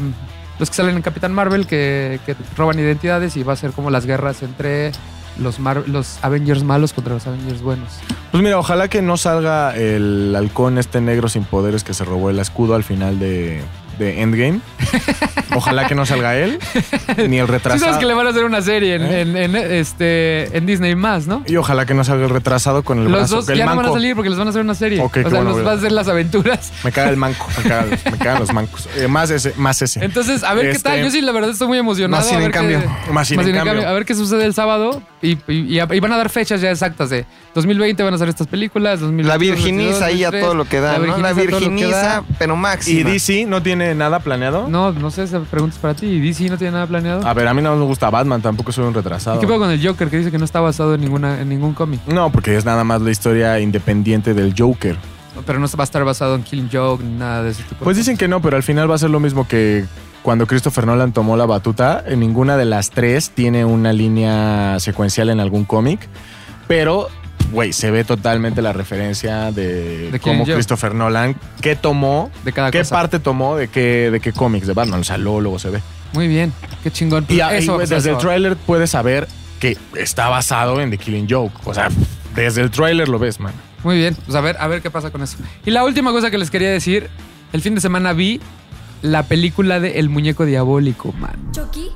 Speaker 2: los que salen en Capitán Marvel, que, que roban identidades y va a ser como las guerras entre los, Mar- los Avengers malos contra los Avengers buenos.
Speaker 1: Pues mira, ojalá que no salga el halcón este negro sin poderes que se robó el escudo al final de, de Endgame. Ojalá que no salga él, ni el
Speaker 2: Sí,
Speaker 1: retrasado.
Speaker 2: sabes que le van a hacer una serie en,
Speaker 1: ¿Eh?
Speaker 2: en- en, este, en Disney más, ¿no?
Speaker 1: Y ojalá que no salga el retrasado con el
Speaker 2: Los
Speaker 1: brazo.
Speaker 2: dos
Speaker 1: el
Speaker 2: ya no
Speaker 1: manco.
Speaker 2: van a salir porque les van a hacer una serie.
Speaker 1: Ok, qué
Speaker 2: o sea,
Speaker 1: bueno,
Speaker 2: nos
Speaker 1: ¿verdad?
Speaker 2: va a hacer las aventuras.
Speaker 1: Me caga el manco, me cagan los, me cagan los mancos. Eh, más ese, más ese.
Speaker 2: Entonces, a ver qué
Speaker 1: Este-
Speaker 2: tal. Yo sí, la verdad, estoy muy emocionado.
Speaker 3: Más sin
Speaker 2: a ver
Speaker 3: en cambio.
Speaker 2: qué-
Speaker 1: Más sin
Speaker 2: Más
Speaker 1: en
Speaker 2: bien, en
Speaker 1: cambio.
Speaker 2: cambio, a ver qué sucede el sábado y, y- y- y van a dar fechas ya exactas de 2020 van a ser estas películas, 2021,
Speaker 3: La virginiza
Speaker 2: 2022,
Speaker 3: ahí a
Speaker 2: 2023,
Speaker 3: todo lo que da, ¿no? La
Speaker 2: a todo lo que
Speaker 3: virginiza,
Speaker 2: da.
Speaker 3: pero
Speaker 1: ¿Y
Speaker 3: máxima.
Speaker 1: DC no tiene nada planeado?
Speaker 2: No, no sé, esas preguntas para ti. ¿Y DC no tiene nada planeado?
Speaker 3: Ah,
Speaker 1: A ver, a mí no me gusta Batman, tampoco soy un retrasado.
Speaker 2: ¿Y qué pasa con el Joker que dice que no está basado en, ninguna, en ningún cómic?
Speaker 1: No, porque es nada más la historia independiente del Joker.
Speaker 2: Pero no va a estar basado en Killing Joke ni nada de ese tipo. de
Speaker 1: Pues
Speaker 2: cosas.
Speaker 1: dicen que no, pero al final va a ser lo mismo que cuando Christopher Nolan tomó la batuta. En ninguna de las tres tiene una línea secuencial en algún cómic, pero, güey, se ve totalmente la referencia de,
Speaker 2: ¿De quién,
Speaker 1: cómo
Speaker 2: yo?
Speaker 1: Christopher Nolan, qué tomó,
Speaker 2: de cada
Speaker 1: qué
Speaker 2: cosa.
Speaker 1: parte tomó de qué, de qué cómics de Batman. O sea, luego, luego se ve.
Speaker 2: Muy bien, qué chingón.
Speaker 1: Y,
Speaker 2: Pues
Speaker 1: ahí,
Speaker 2: eso,
Speaker 1: güey,
Speaker 2: pues
Speaker 1: desde
Speaker 2: eso.
Speaker 1: el tráiler puedes saber que está basado en The Killing Joke. O sea, desde el tráiler lo ves, man.
Speaker 2: Muy bien, pues a ver, a ver qué pasa con eso. Y la última cosa que les quería decir, el fin de semana vi la película de El Muñeco Diabólico, man.
Speaker 7: Chucky,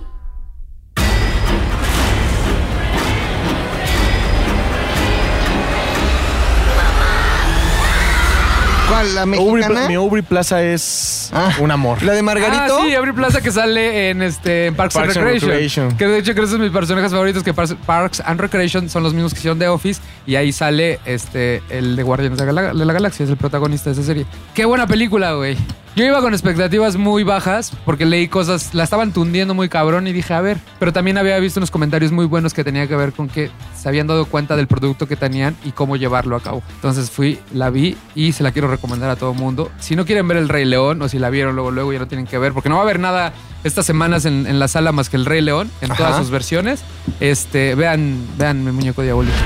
Speaker 3: ¿Cuál? ¿La
Speaker 1: Aubrey Pla-
Speaker 3: mexicana?
Speaker 1: mi Aubrey Plaza es
Speaker 3: Ah.
Speaker 1: un amor.
Speaker 3: ¿La de Margarito?
Speaker 2: Ah, sí, Aubrey Plaza que sale en este en Parks,
Speaker 1: Parks
Speaker 2: and
Speaker 1: and
Speaker 2: Recreation.
Speaker 1: Recreation.
Speaker 2: Que de hecho creo que esos son mis personajes favoritos, que Parks, Parks and Recreation son los mismos que hicieron The Office y ahí sale este el de Guardianes de la, Gala- de la Galaxia, es el protagonista de esa serie. Qué buena película, güey. Yo iba con expectativas muy bajas porque leí cosas, la estaban tundiendo muy cabrón y dije, a ver, pero también había visto unos comentarios muy buenos que tenía que ver con que se habían dado cuenta del producto que tenían y cómo llevarlo a cabo. Entonces fui, la vi y se la quiero recomendar a todo mundo. Si no quieren ver El Rey León o si la vieron luego, luego ya no tienen que ver, porque no va a haber nada estas semanas en, en la sala más que El Rey León, en todas
Speaker 3: Ajá.
Speaker 2: sus versiones. Este, vean, vean mi muñeco diabólico.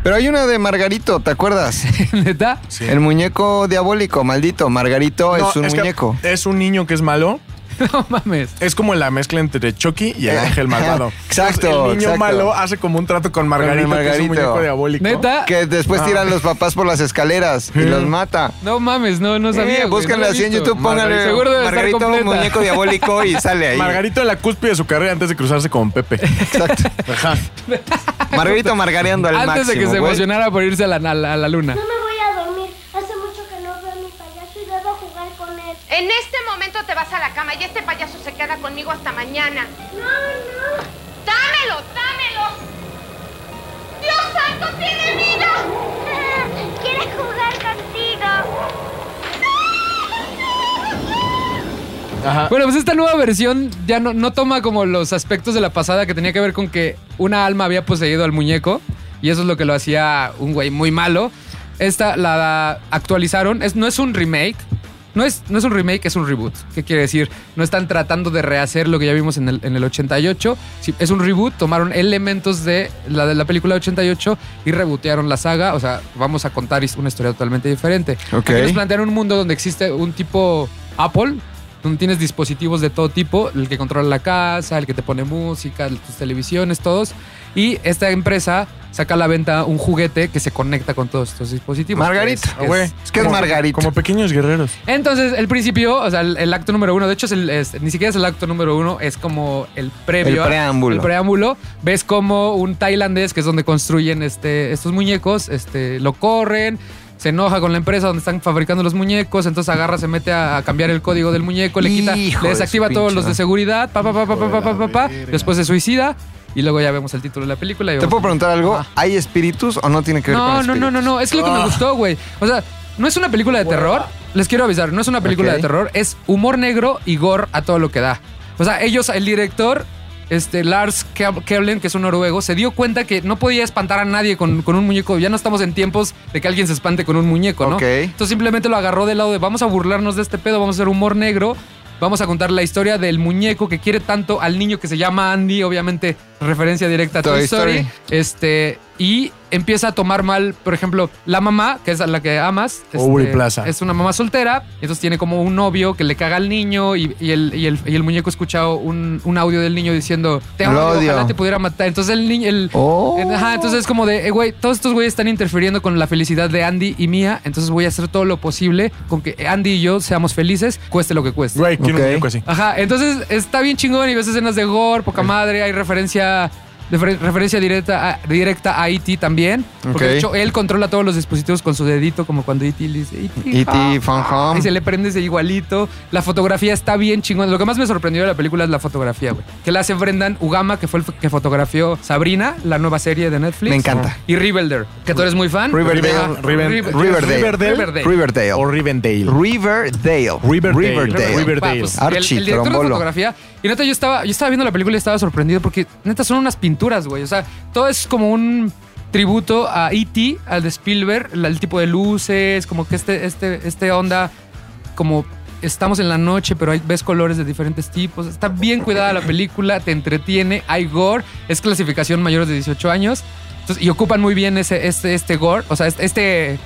Speaker 3: Pero hay una de Margarito, ¿te acuerdas?
Speaker 2: ¿Neta?
Speaker 3: El muñeco diabólico, maldito. Margarito
Speaker 1: No,
Speaker 3: es un
Speaker 1: que
Speaker 3: muñeco.
Speaker 1: Es un niño que es malo.
Speaker 2: No mames.
Speaker 1: Es como la mezcla entre Chucky y el
Speaker 3: Ah,
Speaker 1: ángel malvado.
Speaker 3: exacto,
Speaker 1: Entonces, El niño
Speaker 3: exacto.
Speaker 1: malo hace como un trato con Margarito,
Speaker 3: Con el
Speaker 1: que es un
Speaker 3: Margarito.
Speaker 1: muñeco diabólico.
Speaker 2: ¿Neta?
Speaker 3: Que
Speaker 2: Ah.
Speaker 3: después tiran los papás por las escaleras y los mata.
Speaker 2: No mames, no, no sabía.
Speaker 3: Eh,
Speaker 2: güey, no
Speaker 3: búsquenla
Speaker 2: la he
Speaker 3: así en
Speaker 2: visto.
Speaker 3: YouTube, póngale
Speaker 2: Seguro debe estar
Speaker 3: Margarito
Speaker 2: completa.
Speaker 3: muñeco diabólico y sale ahí.
Speaker 1: Margarito en la cúspide de su carrera antes de cruzarse con Pepe.
Speaker 3: Exacto.
Speaker 1: Ajá.
Speaker 3: Margarito margareando al
Speaker 2: Antes
Speaker 3: máximo.
Speaker 2: de que se
Speaker 3: güey.
Speaker 2: emocionara por irse a la, a la- a la luna.
Speaker 8: No me voy a dormir. Hace mucho que no veo a mi payaso y debo jugar con él.
Speaker 9: En este momento te vas a la cama y este payaso se queda conmigo hasta mañana.
Speaker 8: No, no.
Speaker 9: ¡Dámelo! ¡Dámelo! ¡Dios santo, tiene vida!
Speaker 8: Quiere jugar contigo.
Speaker 1: Ajá.
Speaker 2: Bueno, pues esta nueva versión ya no, no toma como los aspectos de la pasada que tenía que ver con que una alma había poseído al muñeco y eso es lo que lo hacía un güey muy malo. Esta la actualizaron, es, no es un remake. No es, no es un remake, es un reboot. ¿Qué quiere decir? No están tratando de rehacer lo que ya vimos en el, en el 88. Sí, es un reboot, tomaron elementos de la, de la película 88 y rebotearon la saga. O sea, vamos a contar his- una historia totalmente diferente.
Speaker 3: Ok.
Speaker 2: Aquí nos plantean un mundo donde existe un tipo Apple, donde tienes dispositivos de todo tipo, el que controla la casa, el que te pone música, tus televisiones, todos. Y esta empresa saca a la venta un juguete que se conecta con todos estos dispositivos.
Speaker 3: Margarito,
Speaker 2: Que es- que
Speaker 3: güey.
Speaker 2: es-
Speaker 3: Es que es Margarito.
Speaker 1: Como pequeños guerreros.
Speaker 2: entonces, el principio, o sea, el, el acto número uno, de hecho, es el- es- ni siquiera es el acto número uno, es como el previo.
Speaker 3: El preámbulo.
Speaker 2: El preámbulo. Ves como un tailandés, que es donde construyen este, estos muñecos, este, lo corren, se enoja con la empresa donde están fabricando los muñecos, entonces agarra, se mete a, a cambiar el código del muñeco, le quita,
Speaker 3: Hijo
Speaker 2: le
Speaker 3: de su
Speaker 2: desactiva
Speaker 3: pinche
Speaker 2: todos los de
Speaker 3: madre.
Speaker 2: seguridad, pa, pa, pa, pa, pa, pa, pa, pa, pa, después se suicida. y luego ya vemos el título de la película. y
Speaker 3: ¿Te
Speaker 2: vamos
Speaker 3: puedo
Speaker 2: a-
Speaker 3: preguntar algo?
Speaker 2: Ah.
Speaker 3: ¿Hay espíritus o no tiene que ver con
Speaker 2: No, no,
Speaker 3: espíritus?
Speaker 2: no, no, no. Es lo que me
Speaker 3: Ah.
Speaker 2: gustó, güey. O sea, no es una película de terror. Les quiero avisar, no es una película
Speaker 3: Ok.
Speaker 2: de terror. Es humor negro y gore a todo lo que da. O sea, ellos, el director, este, Lars Ke- Kevlen, que es un noruego, se dio cuenta que no podía espantar a nadie con, con un muñeco. Ya no estamos en tiempos de que alguien se espante con un muñeco, ¿no?
Speaker 3: Ok.
Speaker 2: Entonces simplemente lo agarró del lado de vamos a burlarnos de este pedo, vamos a hacer humor negro. Vamos a contar la historia del muñeco que quiere tanto al niño que se llama Andy, obviamente referencia directa a Toy,
Speaker 3: Toy
Speaker 2: Story.
Speaker 3: Story.
Speaker 2: Este, y empieza a tomar mal, por ejemplo, la mamá, que es a la que amas. este,
Speaker 1: Aubrey Plaza.
Speaker 2: Es una mamá soltera, entonces tiene como un novio que le caga al niño y, y el, y el- y el muñeco escuchaba un, un audio del niño diciendo, te
Speaker 3: Lo
Speaker 2: odio, ojalá
Speaker 3: odio.
Speaker 2: te pudiera matar. Entonces el niño, el,
Speaker 3: Oh.
Speaker 2: Ajá, entonces es como de, eh, güey, todos estos güeyes están interfiriendo con la felicidad de Andy y mía, entonces voy a hacer todo lo posible con que Andy y yo seamos felices, cueste lo que cueste.
Speaker 1: Güey, quiero
Speaker 3: Ok.
Speaker 1: un muñeco así.
Speaker 2: Ajá, entonces está bien chingón y ves escenas de gore, poca madre, hay referencia de fer- referencia directa a, directa a E.T. también. Porque
Speaker 3: Ok.
Speaker 2: de hecho él controla todos los dispositivos con su dedito, como cuando E.T. le dice
Speaker 3: E
Speaker 2: E.T.
Speaker 3: E.T. Fun Home.
Speaker 2: Y se le prende ese igualito. La fotografía está bien chingona. Lo que más me sorprendió de la película es la fotografía, güey. Que la hace Brendan Ugama, que fue el fo- que fotografió Sabrina, la nueva serie de Netflix.
Speaker 3: Me encanta.
Speaker 2: Y Riverdale, que tú eres muy fan.
Speaker 3: Riverdale.
Speaker 2: Ajá.
Speaker 1: Riven-
Speaker 2: River-
Speaker 3: Riverdale.
Speaker 2: Riverdale.
Speaker 3: Riverdale.
Speaker 1: O Rivendale.
Speaker 3: Riverdale.
Speaker 1: Riverdale. Riverdale.
Speaker 2: Pa, pues, el,
Speaker 3: Archie,
Speaker 2: el director de
Speaker 3: Trombolo.
Speaker 2: fotografía. Y neta, yo estaba, yo estaba viendo la película y estaba sorprendido porque neta son unas pinturas, güey. O sea, todo es como un tributo a E.T., al de Spielberg, la- el tipo de luces, como que este, este, este onda, como estamos en la noche, pero hay, ves colores de diferentes tipos. Está bien cuidada la película, te entretiene, hay gore, es clasificación mayores de 18 años. Entonces, y ocupan muy bien ese, este, este gore, o sea, este- este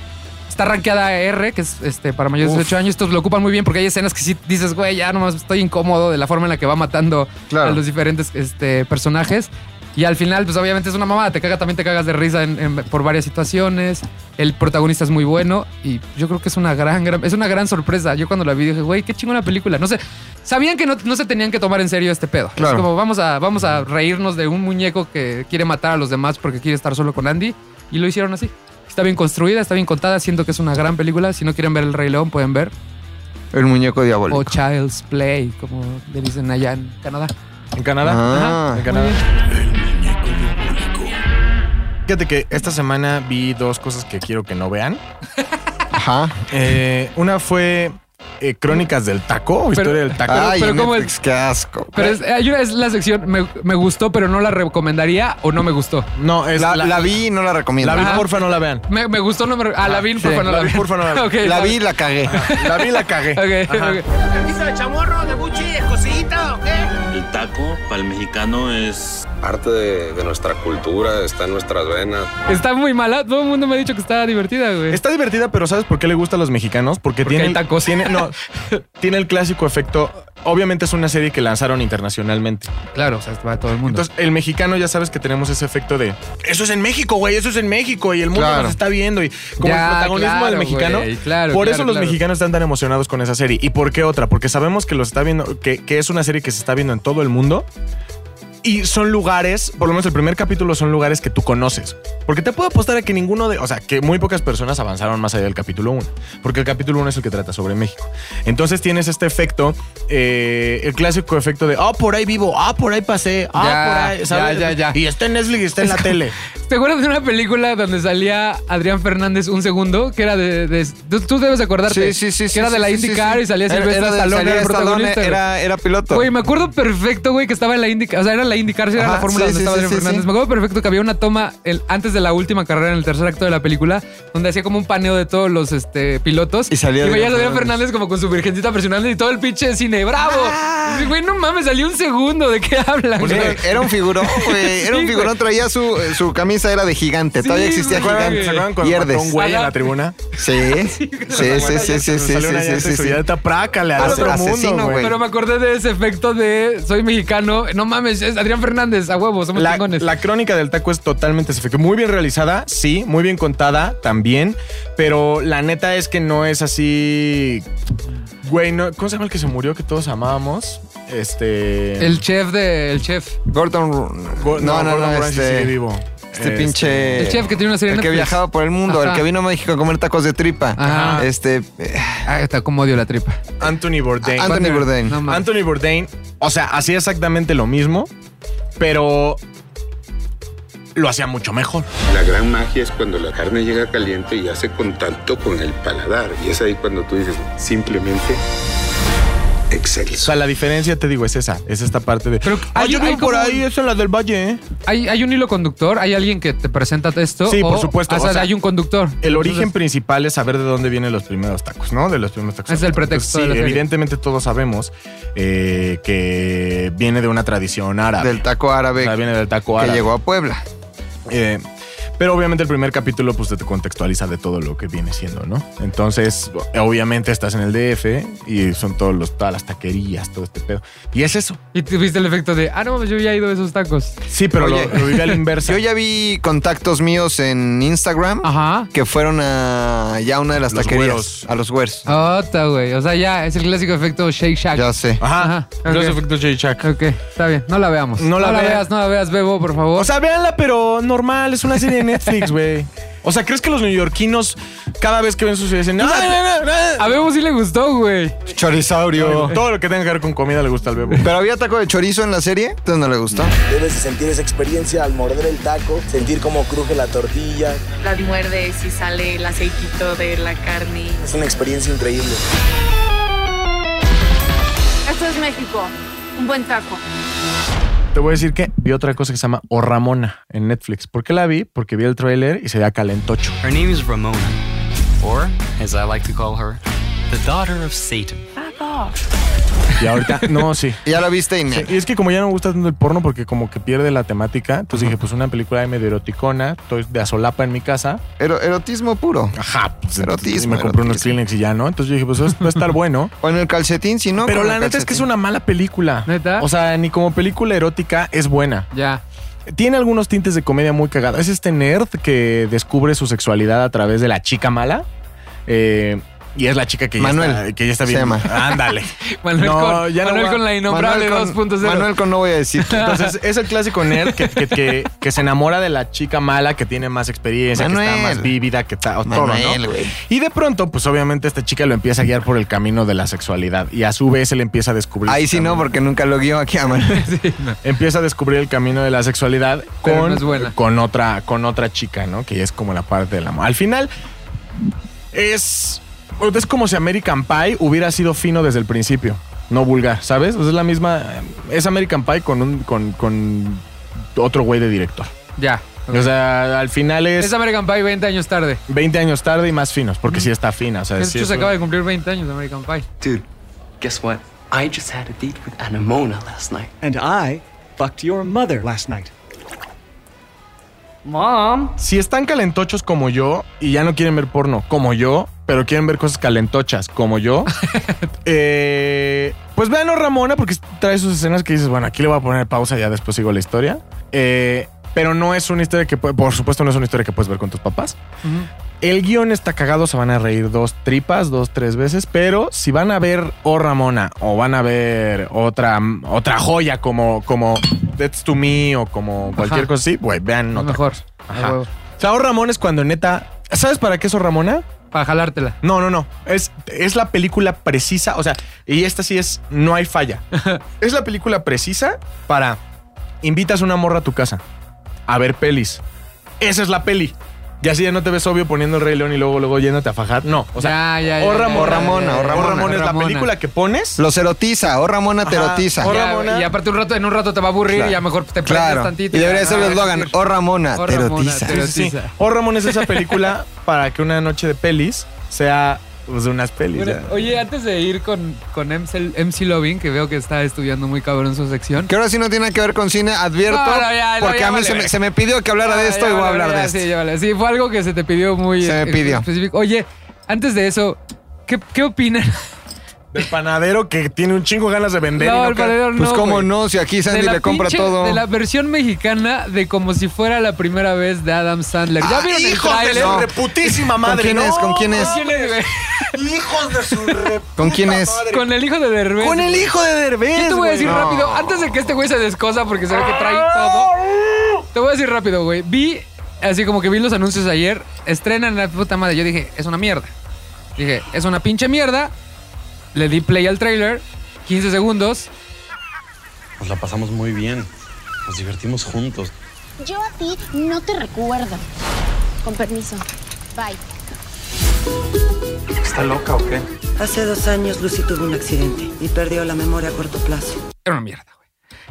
Speaker 2: Está rankeada R, que es este, para mayores de 18 años. Estos lo ocupan muy bien porque hay escenas que sí dices, güey, ya nomás estoy incómodo de la forma en la que va matando
Speaker 3: Claro.
Speaker 2: a los diferentes este, personajes. Y al final, pues obviamente es una mamada. Te caga, también te cagas de risa en- en- por varias situaciones. El protagonista es muy bueno y yo creo que es una gran, gran- es una gran sorpresa. Yo cuando la vi dije, güey, qué chingona película. No sé, sabían que no, no se tenían que tomar en serio este pedo.
Speaker 3: Claro.
Speaker 2: Es como vamos a, vamos a reírnos de un muñeco que quiere matar a los demás porque quiere estar solo con Andy. Y lo hicieron así. Está bien construida, está bien contada. Siento que es una gran película. Si no quieren ver El Rey León, pueden ver.
Speaker 3: El muñeco
Speaker 2: O
Speaker 3: diabólico.
Speaker 2: Child's Play, como le dicen allá en Canadá.
Speaker 1: ¿En Canadá?
Speaker 3: Ah.
Speaker 1: En Canadá. Fíjate que esta semana vi dos cosas que quiero que no vean.
Speaker 3: Ajá.
Speaker 1: Eh, una fue eh, Crónicas del Taco, o
Speaker 2: Pero-
Speaker 1: Historia del Taco.
Speaker 3: Ay,
Speaker 2: pero ¿cómo
Speaker 3: Netflix, qué asco.
Speaker 2: Pero es, hay una, es la sección, me, me gustó, pero no la recomendaría o no me gustó.
Speaker 1: No, es
Speaker 3: la,
Speaker 1: la,
Speaker 3: la vi y no la recomiendo.
Speaker 1: la vi,
Speaker 2: Ajá.
Speaker 1: porfa, no la vean. Ah,
Speaker 2: Me, me gustó, no me. A Ah. la vi,
Speaker 1: sí,
Speaker 2: porfa, no
Speaker 1: la
Speaker 2: la
Speaker 1: vi,
Speaker 2: vi.
Speaker 1: porfa, no la vi.
Speaker 2: Ok,
Speaker 3: La vi y la cagué.
Speaker 1: La vi y la cagué.
Speaker 2: Ok,
Speaker 1: Ajá.
Speaker 2: ok.
Speaker 7: El taco para el mexicano es
Speaker 10: Parte de, de nuestra cultura está en nuestras venas.
Speaker 2: Está muy mala. Todo el mundo me ha dicho que está divertida, güey.
Speaker 1: Está divertida, pero ¿sabes por qué le gusta a los mexicanos? Porque,
Speaker 2: Porque
Speaker 1: tiene,
Speaker 2: hay tacos.
Speaker 1: tiene- no, tiene el clásico efecto. Obviamente es una serie que lanzaron internacionalmente.
Speaker 2: Claro, o sea, va todo el mundo.
Speaker 1: Entonces, el mexicano ya sabes que tenemos ese efecto de eso es en México, güey, eso es en México y el mundo
Speaker 3: Claro.
Speaker 1: nos está viendo. Y como
Speaker 2: Ya,
Speaker 1: el protagonismo
Speaker 2: claro,
Speaker 1: del mexicano,
Speaker 2: güey, claro,
Speaker 1: por
Speaker 2: claro,
Speaker 1: eso los
Speaker 2: claro.
Speaker 1: mexicanos están tan emocionados con esa serie. ¿Y por qué otra? Porque sabemos que lo está viendo, que, que es una serie que se está viendo en todo el mundo. Y son lugares, por lo menos el primer capítulo son lugares que tú conoces. Porque te puedo apostar a que ninguno de, o sea, que muy pocas personas avanzaron más allá del capítulo 1. Porque el capítulo 1 es el que trata sobre México. Entonces tienes este efecto, eh, el clásico efecto de, ah, por ahí vivo, ah, por ahí pasé, ah,
Speaker 2: Ya,
Speaker 1: por ahí, ¿sabes?
Speaker 2: ya, ya, ya.
Speaker 1: Y está en Netflix, y está en la tele.
Speaker 2: ¿Te acuerdas de una película donde salía Adrián Fernández un segundo? Que era de. de- tú, tú debes acordarte.
Speaker 3: Sí, sí, sí.
Speaker 2: Que
Speaker 3: sí,
Speaker 2: era de
Speaker 3: sí,
Speaker 2: la
Speaker 3: sí,
Speaker 2: IndyCar
Speaker 3: sí, sí.
Speaker 2: y salía
Speaker 3: Era-
Speaker 2: Silvestre
Speaker 3: era de-
Speaker 2: Stallone,
Speaker 3: salía
Speaker 2: era el protagonista. güey.
Speaker 3: Era, era piloto.
Speaker 2: Güey, me acuerdo perfecto, güey, que estaba en la IndyCar. O sea, era la IndyCar, sí, era
Speaker 3: Ajá,
Speaker 2: la fórmula
Speaker 3: sí,
Speaker 2: donde
Speaker 3: sí,
Speaker 2: estaba
Speaker 3: sí,
Speaker 2: Adrián
Speaker 3: sí,
Speaker 2: Fernández.
Speaker 3: sí.
Speaker 2: Me acuerdo perfecto que había una toma el- antes de la última carrera, en el tercer acto de la película, donde hacía como un paneo de todos los este, pilotos.
Speaker 3: Y salía
Speaker 2: Y
Speaker 3: Adrián
Speaker 2: veías a Adrián
Speaker 3: Fernández.
Speaker 2: Fernández como con su virgencita presionando y todo el pinche cine. ¡Bravo!
Speaker 3: Ah.
Speaker 2: Y dices, Güey, no mames, salió un segundo. ¿De qué hablan,
Speaker 3: Pues
Speaker 2: güey?
Speaker 3: era, era un figurón, güey. Era
Speaker 2: Sí,
Speaker 3: un figurón. Traía su, eh, su camisa, era de gigante.
Speaker 2: Sí,
Speaker 3: Todavía existía
Speaker 2: güey.
Speaker 1: ¿Se
Speaker 3: gigante.
Speaker 1: acuerdan cuando mató a un
Speaker 3: Hierdes.
Speaker 1: güey en
Speaker 2: Ajá.
Speaker 1: la tribuna?
Speaker 3: Sí, sí,
Speaker 1: Ah,
Speaker 3: sí, sí, sí, sí, sí,
Speaker 1: Salió una
Speaker 3: sí,
Speaker 1: llanta
Speaker 3: sí,
Speaker 1: y su
Speaker 3: sí.
Speaker 1: llanta, prácale, al
Speaker 3: Ase-
Speaker 1: otro mundo,
Speaker 3: asesino, Ah, güey.
Speaker 2: Pero me acordé de ese efecto de soy mexicano. No mames, es Adrián Fernández, a huevo, somos
Speaker 1: La,
Speaker 2: chingones.
Speaker 1: la crónica del taco es totalmente ese efecto. Muy bien realizada, sí, muy bien contada también, pero la neta es que no es así. Güey, no, ¿cómo se llama el que se murió que todos amábamos? Este.
Speaker 2: El chef de. El chef.
Speaker 3: Gordon.
Speaker 1: Go-
Speaker 3: no, no, no,
Speaker 1: Gordon Ramsay sigue
Speaker 3: este,
Speaker 1: vivo.
Speaker 3: este pinche.
Speaker 2: El chef que tiene una serie en
Speaker 3: El que
Speaker 2: Netflix.
Speaker 3: viajaba por el mundo,
Speaker 2: Ajá.
Speaker 3: el que vino a México a comer tacos de tripa.
Speaker 2: Ajá.
Speaker 3: Este. eh,
Speaker 2: Ah, está como odio la tripa.
Speaker 1: Este, Anthony Bourdain.
Speaker 3: Anthony Bourdain.
Speaker 2: No mames.
Speaker 1: Anthony Bourdain, o sea, hacía exactamente lo mismo, pero lo hacía mucho mejor.
Speaker 10: La gran magia es cuando la carne llega caliente y hace contacto con el paladar. Y es ahí cuando tú dices, simplemente,
Speaker 1: O
Speaker 10: excelso.
Speaker 1: sea, la diferencia, te digo, es esa. Es esta parte de.
Speaker 2: Pero
Speaker 1: Ah,
Speaker 2: hay-
Speaker 1: yo creo
Speaker 2: hay
Speaker 1: que por
Speaker 2: como-
Speaker 1: ahí es en la del Valle, ¿eh?
Speaker 2: ¿Hay, hay un hilo conductor, hay alguien que te presenta esto.
Speaker 1: Sí, por
Speaker 2: O-
Speaker 1: supuesto,
Speaker 2: O sea,
Speaker 1: o sea,
Speaker 2: hay un conductor.
Speaker 1: El origen
Speaker 2: Entonces,
Speaker 1: principal es saber de dónde vienen los primeros tacos, ¿no? De los primeros tacos.
Speaker 2: Es el pretexto de la
Speaker 1: sí,
Speaker 2: serie.
Speaker 1: evidentemente todos sabemos eh, que viene de una tradición árabe.
Speaker 3: Del taco
Speaker 1: O
Speaker 3: árabe
Speaker 1: sea, viene del taco
Speaker 3: que
Speaker 1: árabe.
Speaker 3: llegó a Puebla.
Speaker 1: Eh, pero obviamente el primer capítulo pues te contextualiza de todo lo que viene siendo, ¿no? Entonces, obviamente estás en el DF y son todos los, todas las taquerías, todo este pedo. Y es eso.
Speaker 2: Y tuviste el efecto de, ah, no mames, yo ya he ido a esos tacos.
Speaker 1: Sí, pero
Speaker 3: Oye.
Speaker 1: lo, lo viví al inverso.
Speaker 3: Yo ya vi contactos míos en Instagram
Speaker 2: Ajá.
Speaker 3: que fueron a ya una de las
Speaker 1: Los
Speaker 3: taquerías,
Speaker 1: güeros.
Speaker 3: a los güeros.
Speaker 2: Ota, güey. O sea, ya es el clásico efecto Shake Shack.
Speaker 3: Ya sé.
Speaker 1: Ajá.
Speaker 2: Ajá,
Speaker 1: Los
Speaker 2: ok.
Speaker 1: efectos Shake Shack.
Speaker 2: Ok, está bien. No la veamos.
Speaker 1: No la vea-
Speaker 2: veas, no la veas, Bebo, por favor.
Speaker 1: O sea, véanla, pero normal, es una serie de Netflix, güey. O sea, ¿crees que los neoyorquinos cada vez que ven su serie dicen, "No, no, no, no"?
Speaker 2: a Bebo sí le gustó, güey.
Speaker 3: Chorizaurio.
Speaker 1: Todo lo que tenga que ver con comida le gusta al bebé.
Speaker 3: Pero había taco de chorizo en la serie, entonces no le gustó.
Speaker 11: Debes de sentir esa experiencia al morder el taco, sentir cómo cruje la tortilla.
Speaker 5: Las muerdes y sale el aceitito de la carne.
Speaker 11: Es una experiencia increíble.
Speaker 9: Esto es México. Un buen taco.
Speaker 1: Te voy a decir que vi otra cosa que se llama O Ramona en Netflix. ¿Por qué la vi? Porque vi el tráiler y se veía calentocho.
Speaker 11: Her name is Ramona, or as I like to call her, the daughter of Satan.
Speaker 1: Y ahorita, no, sí.
Speaker 3: Ya la viste y
Speaker 1: Sí, Y es que como ya no me gusta tanto el porno porque como que pierde la temática, entonces dije, pues una película de medio eroticona, estoy de azolapa en mi casa.
Speaker 3: Ero- erotismo puro.
Speaker 1: Ajá, pues entonces, y
Speaker 3: Erotismo,
Speaker 1: me compré unos
Speaker 3: erotismo.
Speaker 1: Kleenex y ya, ¿no? Entonces yo dije, pues eso va a estar bueno.
Speaker 3: O en el calcetín, si no.
Speaker 1: Pero
Speaker 3: con
Speaker 1: la
Speaker 3: el
Speaker 1: neta es que es
Speaker 3: calcetín.
Speaker 1: una mala película.
Speaker 2: ¿Neta?
Speaker 1: O sea, ni como película erótica es buena.
Speaker 2: Ya.
Speaker 1: Tiene algunos tintes de comedia muy cagados. Es este nerd que descubre su sexualidad a través de la chica mala. Eh, y es la chica que ya
Speaker 3: Manuel,
Speaker 1: está, que ya está
Speaker 3: se
Speaker 1: bien.
Speaker 3: llama.
Speaker 1: Ándale.
Speaker 2: Manuel,
Speaker 1: No,
Speaker 2: con,
Speaker 1: ya no
Speaker 2: Manuel
Speaker 1: va-
Speaker 2: con la innombrable
Speaker 3: Manuel con-
Speaker 2: 2.0.
Speaker 3: Manuel con no voy a decir.
Speaker 1: Entonces, es el clásico nerd que, que- que- que se enamora de la chica mala que tiene más experiencia, que está
Speaker 3: Manuel.
Speaker 1: más vívida, que está o todo,
Speaker 3: Manuel,
Speaker 1: ¿no?
Speaker 3: güey.
Speaker 1: Y de pronto, pues obviamente esta chica lo empieza a guiar por el camino de la sexualidad y a su vez él empieza a descubrir.
Speaker 3: Ahí
Speaker 1: su
Speaker 3: sí no,
Speaker 1: camino.
Speaker 3: porque nunca lo guió aquí a Manuel.
Speaker 1: Empieza a descubrir el camino de la sexualidad
Speaker 2: Pero
Speaker 1: con,
Speaker 2: no es buena.
Speaker 1: con otra con otra chica, ¿no? Que ya es como la parte del amor. Al final es es como si American Pie hubiera sido fino desde el principio, no vulgar, ¿sabes? O sea, es la misma es American Pie con un con, con otro güey de director.
Speaker 2: Ya.
Speaker 1: O sea, al final es,
Speaker 2: Es American Pie 20 años tarde.
Speaker 1: 20 años tarde y más finos, porque sí está fina, o sea,
Speaker 2: De
Speaker 1: sí
Speaker 2: hecho,
Speaker 1: es
Speaker 2: se acaba de cumplir 20 años de American Pie.
Speaker 11: Dude, guess what? I just had a date with Anamona last night.
Speaker 4: And I fucked your mother last night.
Speaker 1: Si están calentochos como yo y ya no quieren ver porno como yo, pero quieren ver cosas calentochas como yo, eh, pues vean a Ramona porque trae sus escenas que dices, bueno, aquí le voy a poner pausa y ya después sigo la historia. Eh, pero no es una historia que, pu- por supuesto, no es una historia que puedes ver con tus papás. El guión está cagado, se van a reír dos tripas, dos, tres veces, pero si van a ver O Ramona o van a ver otra, otra joya como, como That's to Me o como cualquier
Speaker 2: Ajá.
Speaker 1: cosa así, güey, vean
Speaker 2: No,
Speaker 1: otra
Speaker 2: mejor.
Speaker 1: Ajá.
Speaker 2: A huevo.
Speaker 1: o sea, O Ramón es cuando neta. ¿Sabes para qué es O Ramona?
Speaker 2: Para jalártela.
Speaker 1: No, no, no. Es, es la película precisa. O sea, y esta sí es No hay falla. es la película precisa para. Invitas una morra a tu casa a ver pelis. Esa es la peli. Y así ya no te ves obvio poniendo el Rey León y luego, luego yéndote a fajar. No. O sea,
Speaker 2: ya, ya, ya,
Speaker 1: O
Speaker 2: ya,
Speaker 1: Ramón,
Speaker 2: ya,
Speaker 1: O
Speaker 2: ya,
Speaker 3: Ramona,
Speaker 2: ya,
Speaker 3: O
Speaker 2: ya,
Speaker 1: Ramona,
Speaker 2: ya,
Speaker 1: es la
Speaker 2: Ramona.
Speaker 1: película que pones.
Speaker 3: Los erotiza, o Ramona te
Speaker 1: Ajá.
Speaker 3: erotiza.
Speaker 1: O
Speaker 2: Ya,
Speaker 1: Ramona.
Speaker 2: Y aparte un rato, en un rato te va a aburrir y a lo mejor te prendes
Speaker 3: Claro. Y
Speaker 2: tantito.
Speaker 3: debería
Speaker 2: ya,
Speaker 3: ser
Speaker 2: no,
Speaker 3: el
Speaker 2: no,
Speaker 3: eslogan,
Speaker 2: no, no.
Speaker 3: o Ramona
Speaker 2: O
Speaker 3: te
Speaker 2: Ramona,
Speaker 3: erotiza.
Speaker 1: Sí,
Speaker 2: te-
Speaker 1: sí, sí.
Speaker 2: Erotiza.
Speaker 1: O Ramón es esa película para que una noche de pelis sea pues, de unas pelis.
Speaker 2: Bueno,
Speaker 1: ya.
Speaker 2: oye, antes de ir con, con MC, MC Loving, que veo que está estudiando muy cabrón su sección.
Speaker 3: Que ahora sí no tiene que ver con cine, advierto,
Speaker 2: No, no, ya, no,
Speaker 3: porque
Speaker 2: ya
Speaker 3: a mí
Speaker 2: vale
Speaker 3: se,
Speaker 2: verga.
Speaker 3: me, se me pidió que hablara de
Speaker 2: Ah,
Speaker 3: esto
Speaker 2: ya
Speaker 3: y voy a
Speaker 2: vale,
Speaker 3: hablar de
Speaker 2: ya,
Speaker 3: esto.
Speaker 2: Sí, ya vale. Sí, fue algo que se te pidió muy
Speaker 3: Se me
Speaker 2: eh,
Speaker 3: pidió.
Speaker 2: específico. Oye, antes de eso, ¿qué, qué opinan?
Speaker 1: Del panadero que tiene un chingo ganas de vender. y
Speaker 2: No,
Speaker 1: no
Speaker 2: el
Speaker 1: cae.
Speaker 2: panadero
Speaker 3: Pues
Speaker 2: no,
Speaker 3: cómo
Speaker 2: güey.
Speaker 3: no, si aquí
Speaker 2: De
Speaker 3: Sandy
Speaker 2: la
Speaker 3: le compra
Speaker 2: pinche-
Speaker 3: todo.
Speaker 2: De la versión mexicana de como si fuera la primera vez de Adam Sandler. ¿Ya
Speaker 1: Ah,
Speaker 2: vieron el
Speaker 1: hijos de
Speaker 2: tráiler?
Speaker 1: su
Speaker 3: No.
Speaker 1: reputísima
Speaker 3: ¿Con
Speaker 1: madre.
Speaker 3: quién
Speaker 1: no,
Speaker 3: es? ¿Con quién es?
Speaker 2: ¿Quién es, güey?
Speaker 1: Hijos de su reputa
Speaker 3: ¿Con quién es?
Speaker 1: madre.
Speaker 2: Con el hijo de Derbez.
Speaker 1: Con el hijo de Derbez.
Speaker 2: Yo te voy a
Speaker 1: güey.
Speaker 2: decir
Speaker 1: No.
Speaker 2: rápido, antes de que este güey se descosa porque se ve que trae todo. Te voy a decir rápido, güey. Vi, así como que vi los anuncios ayer, estrenan la puta madre. Yo dije, es una mierda. Dije, es una pinche mierda. Le di play al trailer, 15 segundos.
Speaker 7: Nos la pasamos muy bien. Nos divertimos juntos.
Speaker 12: Yo a ti no te recuerdo. Con permiso. Bye.
Speaker 13: ¿Está loca o qué? Hace dos años Lucy tuvo un accidente y perdió la memoria a corto plazo.
Speaker 2: Era una mierda, güey.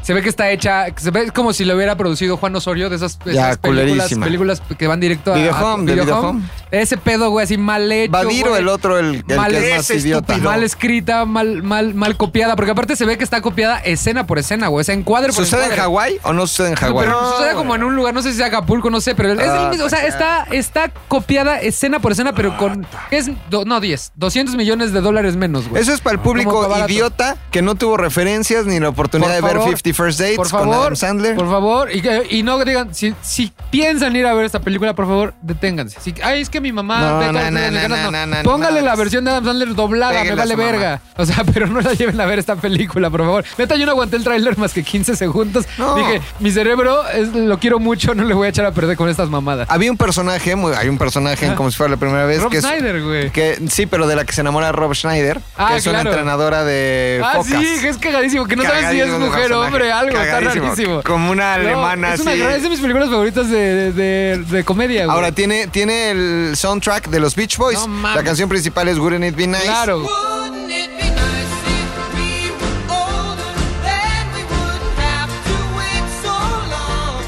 Speaker 2: Se ve que está hecha, se ve como si lo hubiera producido Juan Osorio de esas,
Speaker 3: Ya,
Speaker 2: esas películas,
Speaker 3: culerísima.
Speaker 2: películas que van directo a.
Speaker 3: Videohome,
Speaker 2: a-
Speaker 3: de
Speaker 2: Videohome.
Speaker 3: Videohome.
Speaker 2: Ese pedo, güey, así mal hecho.
Speaker 3: Vadiro,
Speaker 2: güey.
Speaker 3: el otro, el, el
Speaker 2: mal,
Speaker 3: que es más
Speaker 2: Ese
Speaker 3: idiota.
Speaker 2: estúpido. mal escrita, mal, mal, mal copiada. Porque aparte se ve que está copiada escena por escena, güey. O sea, encuadre por
Speaker 3: ¿Sucede en
Speaker 2: encuadre.
Speaker 3: Hawái o no sucede en Hawái?
Speaker 2: Pero sucede como en un lugar, no sé si sea Acapulco, no sé, pero es el
Speaker 3: Ah,
Speaker 2: mismo, o sea, está, está copiada escena por escena, pero con, es, do- no, 10, 200 millones de dólares menos, güey.
Speaker 3: Eso es para el público
Speaker 2: Como que barato.
Speaker 3: idiota que no tuvo referencias ni la oportunidad
Speaker 2: Por
Speaker 3: de
Speaker 2: favor,
Speaker 3: ver 50 First Dates
Speaker 2: por
Speaker 3: con
Speaker 2: favor,
Speaker 3: Adam Sandler.
Speaker 2: Por favor, y, que- y no digan, si, si piensan ir a ver esta película, por favor, deténganse. Si, ay, es que mi mamá...
Speaker 3: No,
Speaker 2: ve
Speaker 3: no,
Speaker 2: todas las
Speaker 3: no,
Speaker 2: películas
Speaker 3: no,
Speaker 2: mexicanas",
Speaker 3: no, no, no,
Speaker 2: Póngale
Speaker 3: no.
Speaker 2: la versión de Adam Sandler doblada, me
Speaker 3: Péguenle a
Speaker 2: vale
Speaker 3: su mamá.
Speaker 2: verga. O sea, pero no la lleven a ver esta película, por favor. Neta, yo no aguanté el tráiler más que 15 segundos.
Speaker 3: No.
Speaker 2: Dije, mi cerebro es- lo quiero mucho, no le voy a echar a perder con estas mamadas.
Speaker 3: Había un personaje, muy- hay un personaje en como si fuera la primera vez
Speaker 2: Rob
Speaker 3: que Ah, es-
Speaker 2: Snyder, güey.
Speaker 3: que sí, pero de la que se enamora Rob Schneider,
Speaker 2: Ah,
Speaker 3: que es una
Speaker 2: claro.
Speaker 3: entrenadora de
Speaker 2: Ah,
Speaker 3: focas.
Speaker 2: sí, que es cagadísimo, que no sabes si es
Speaker 3: Cagadísimo de
Speaker 2: mujer o
Speaker 3: personaje.
Speaker 2: hombre, algo,
Speaker 3: Cagadísimo.
Speaker 2: está rarísimo.
Speaker 3: Como una
Speaker 2: No,
Speaker 3: alemana,
Speaker 2: es, una,
Speaker 3: así.
Speaker 2: gran- es de mis películas favoritas de, de- de comedia, güey.
Speaker 3: Ahora tiene, tiene el soundtrack de los Beach Boys.
Speaker 2: No mames.
Speaker 3: la canción principal es Wouldn't It Be Nice.
Speaker 2: Claro.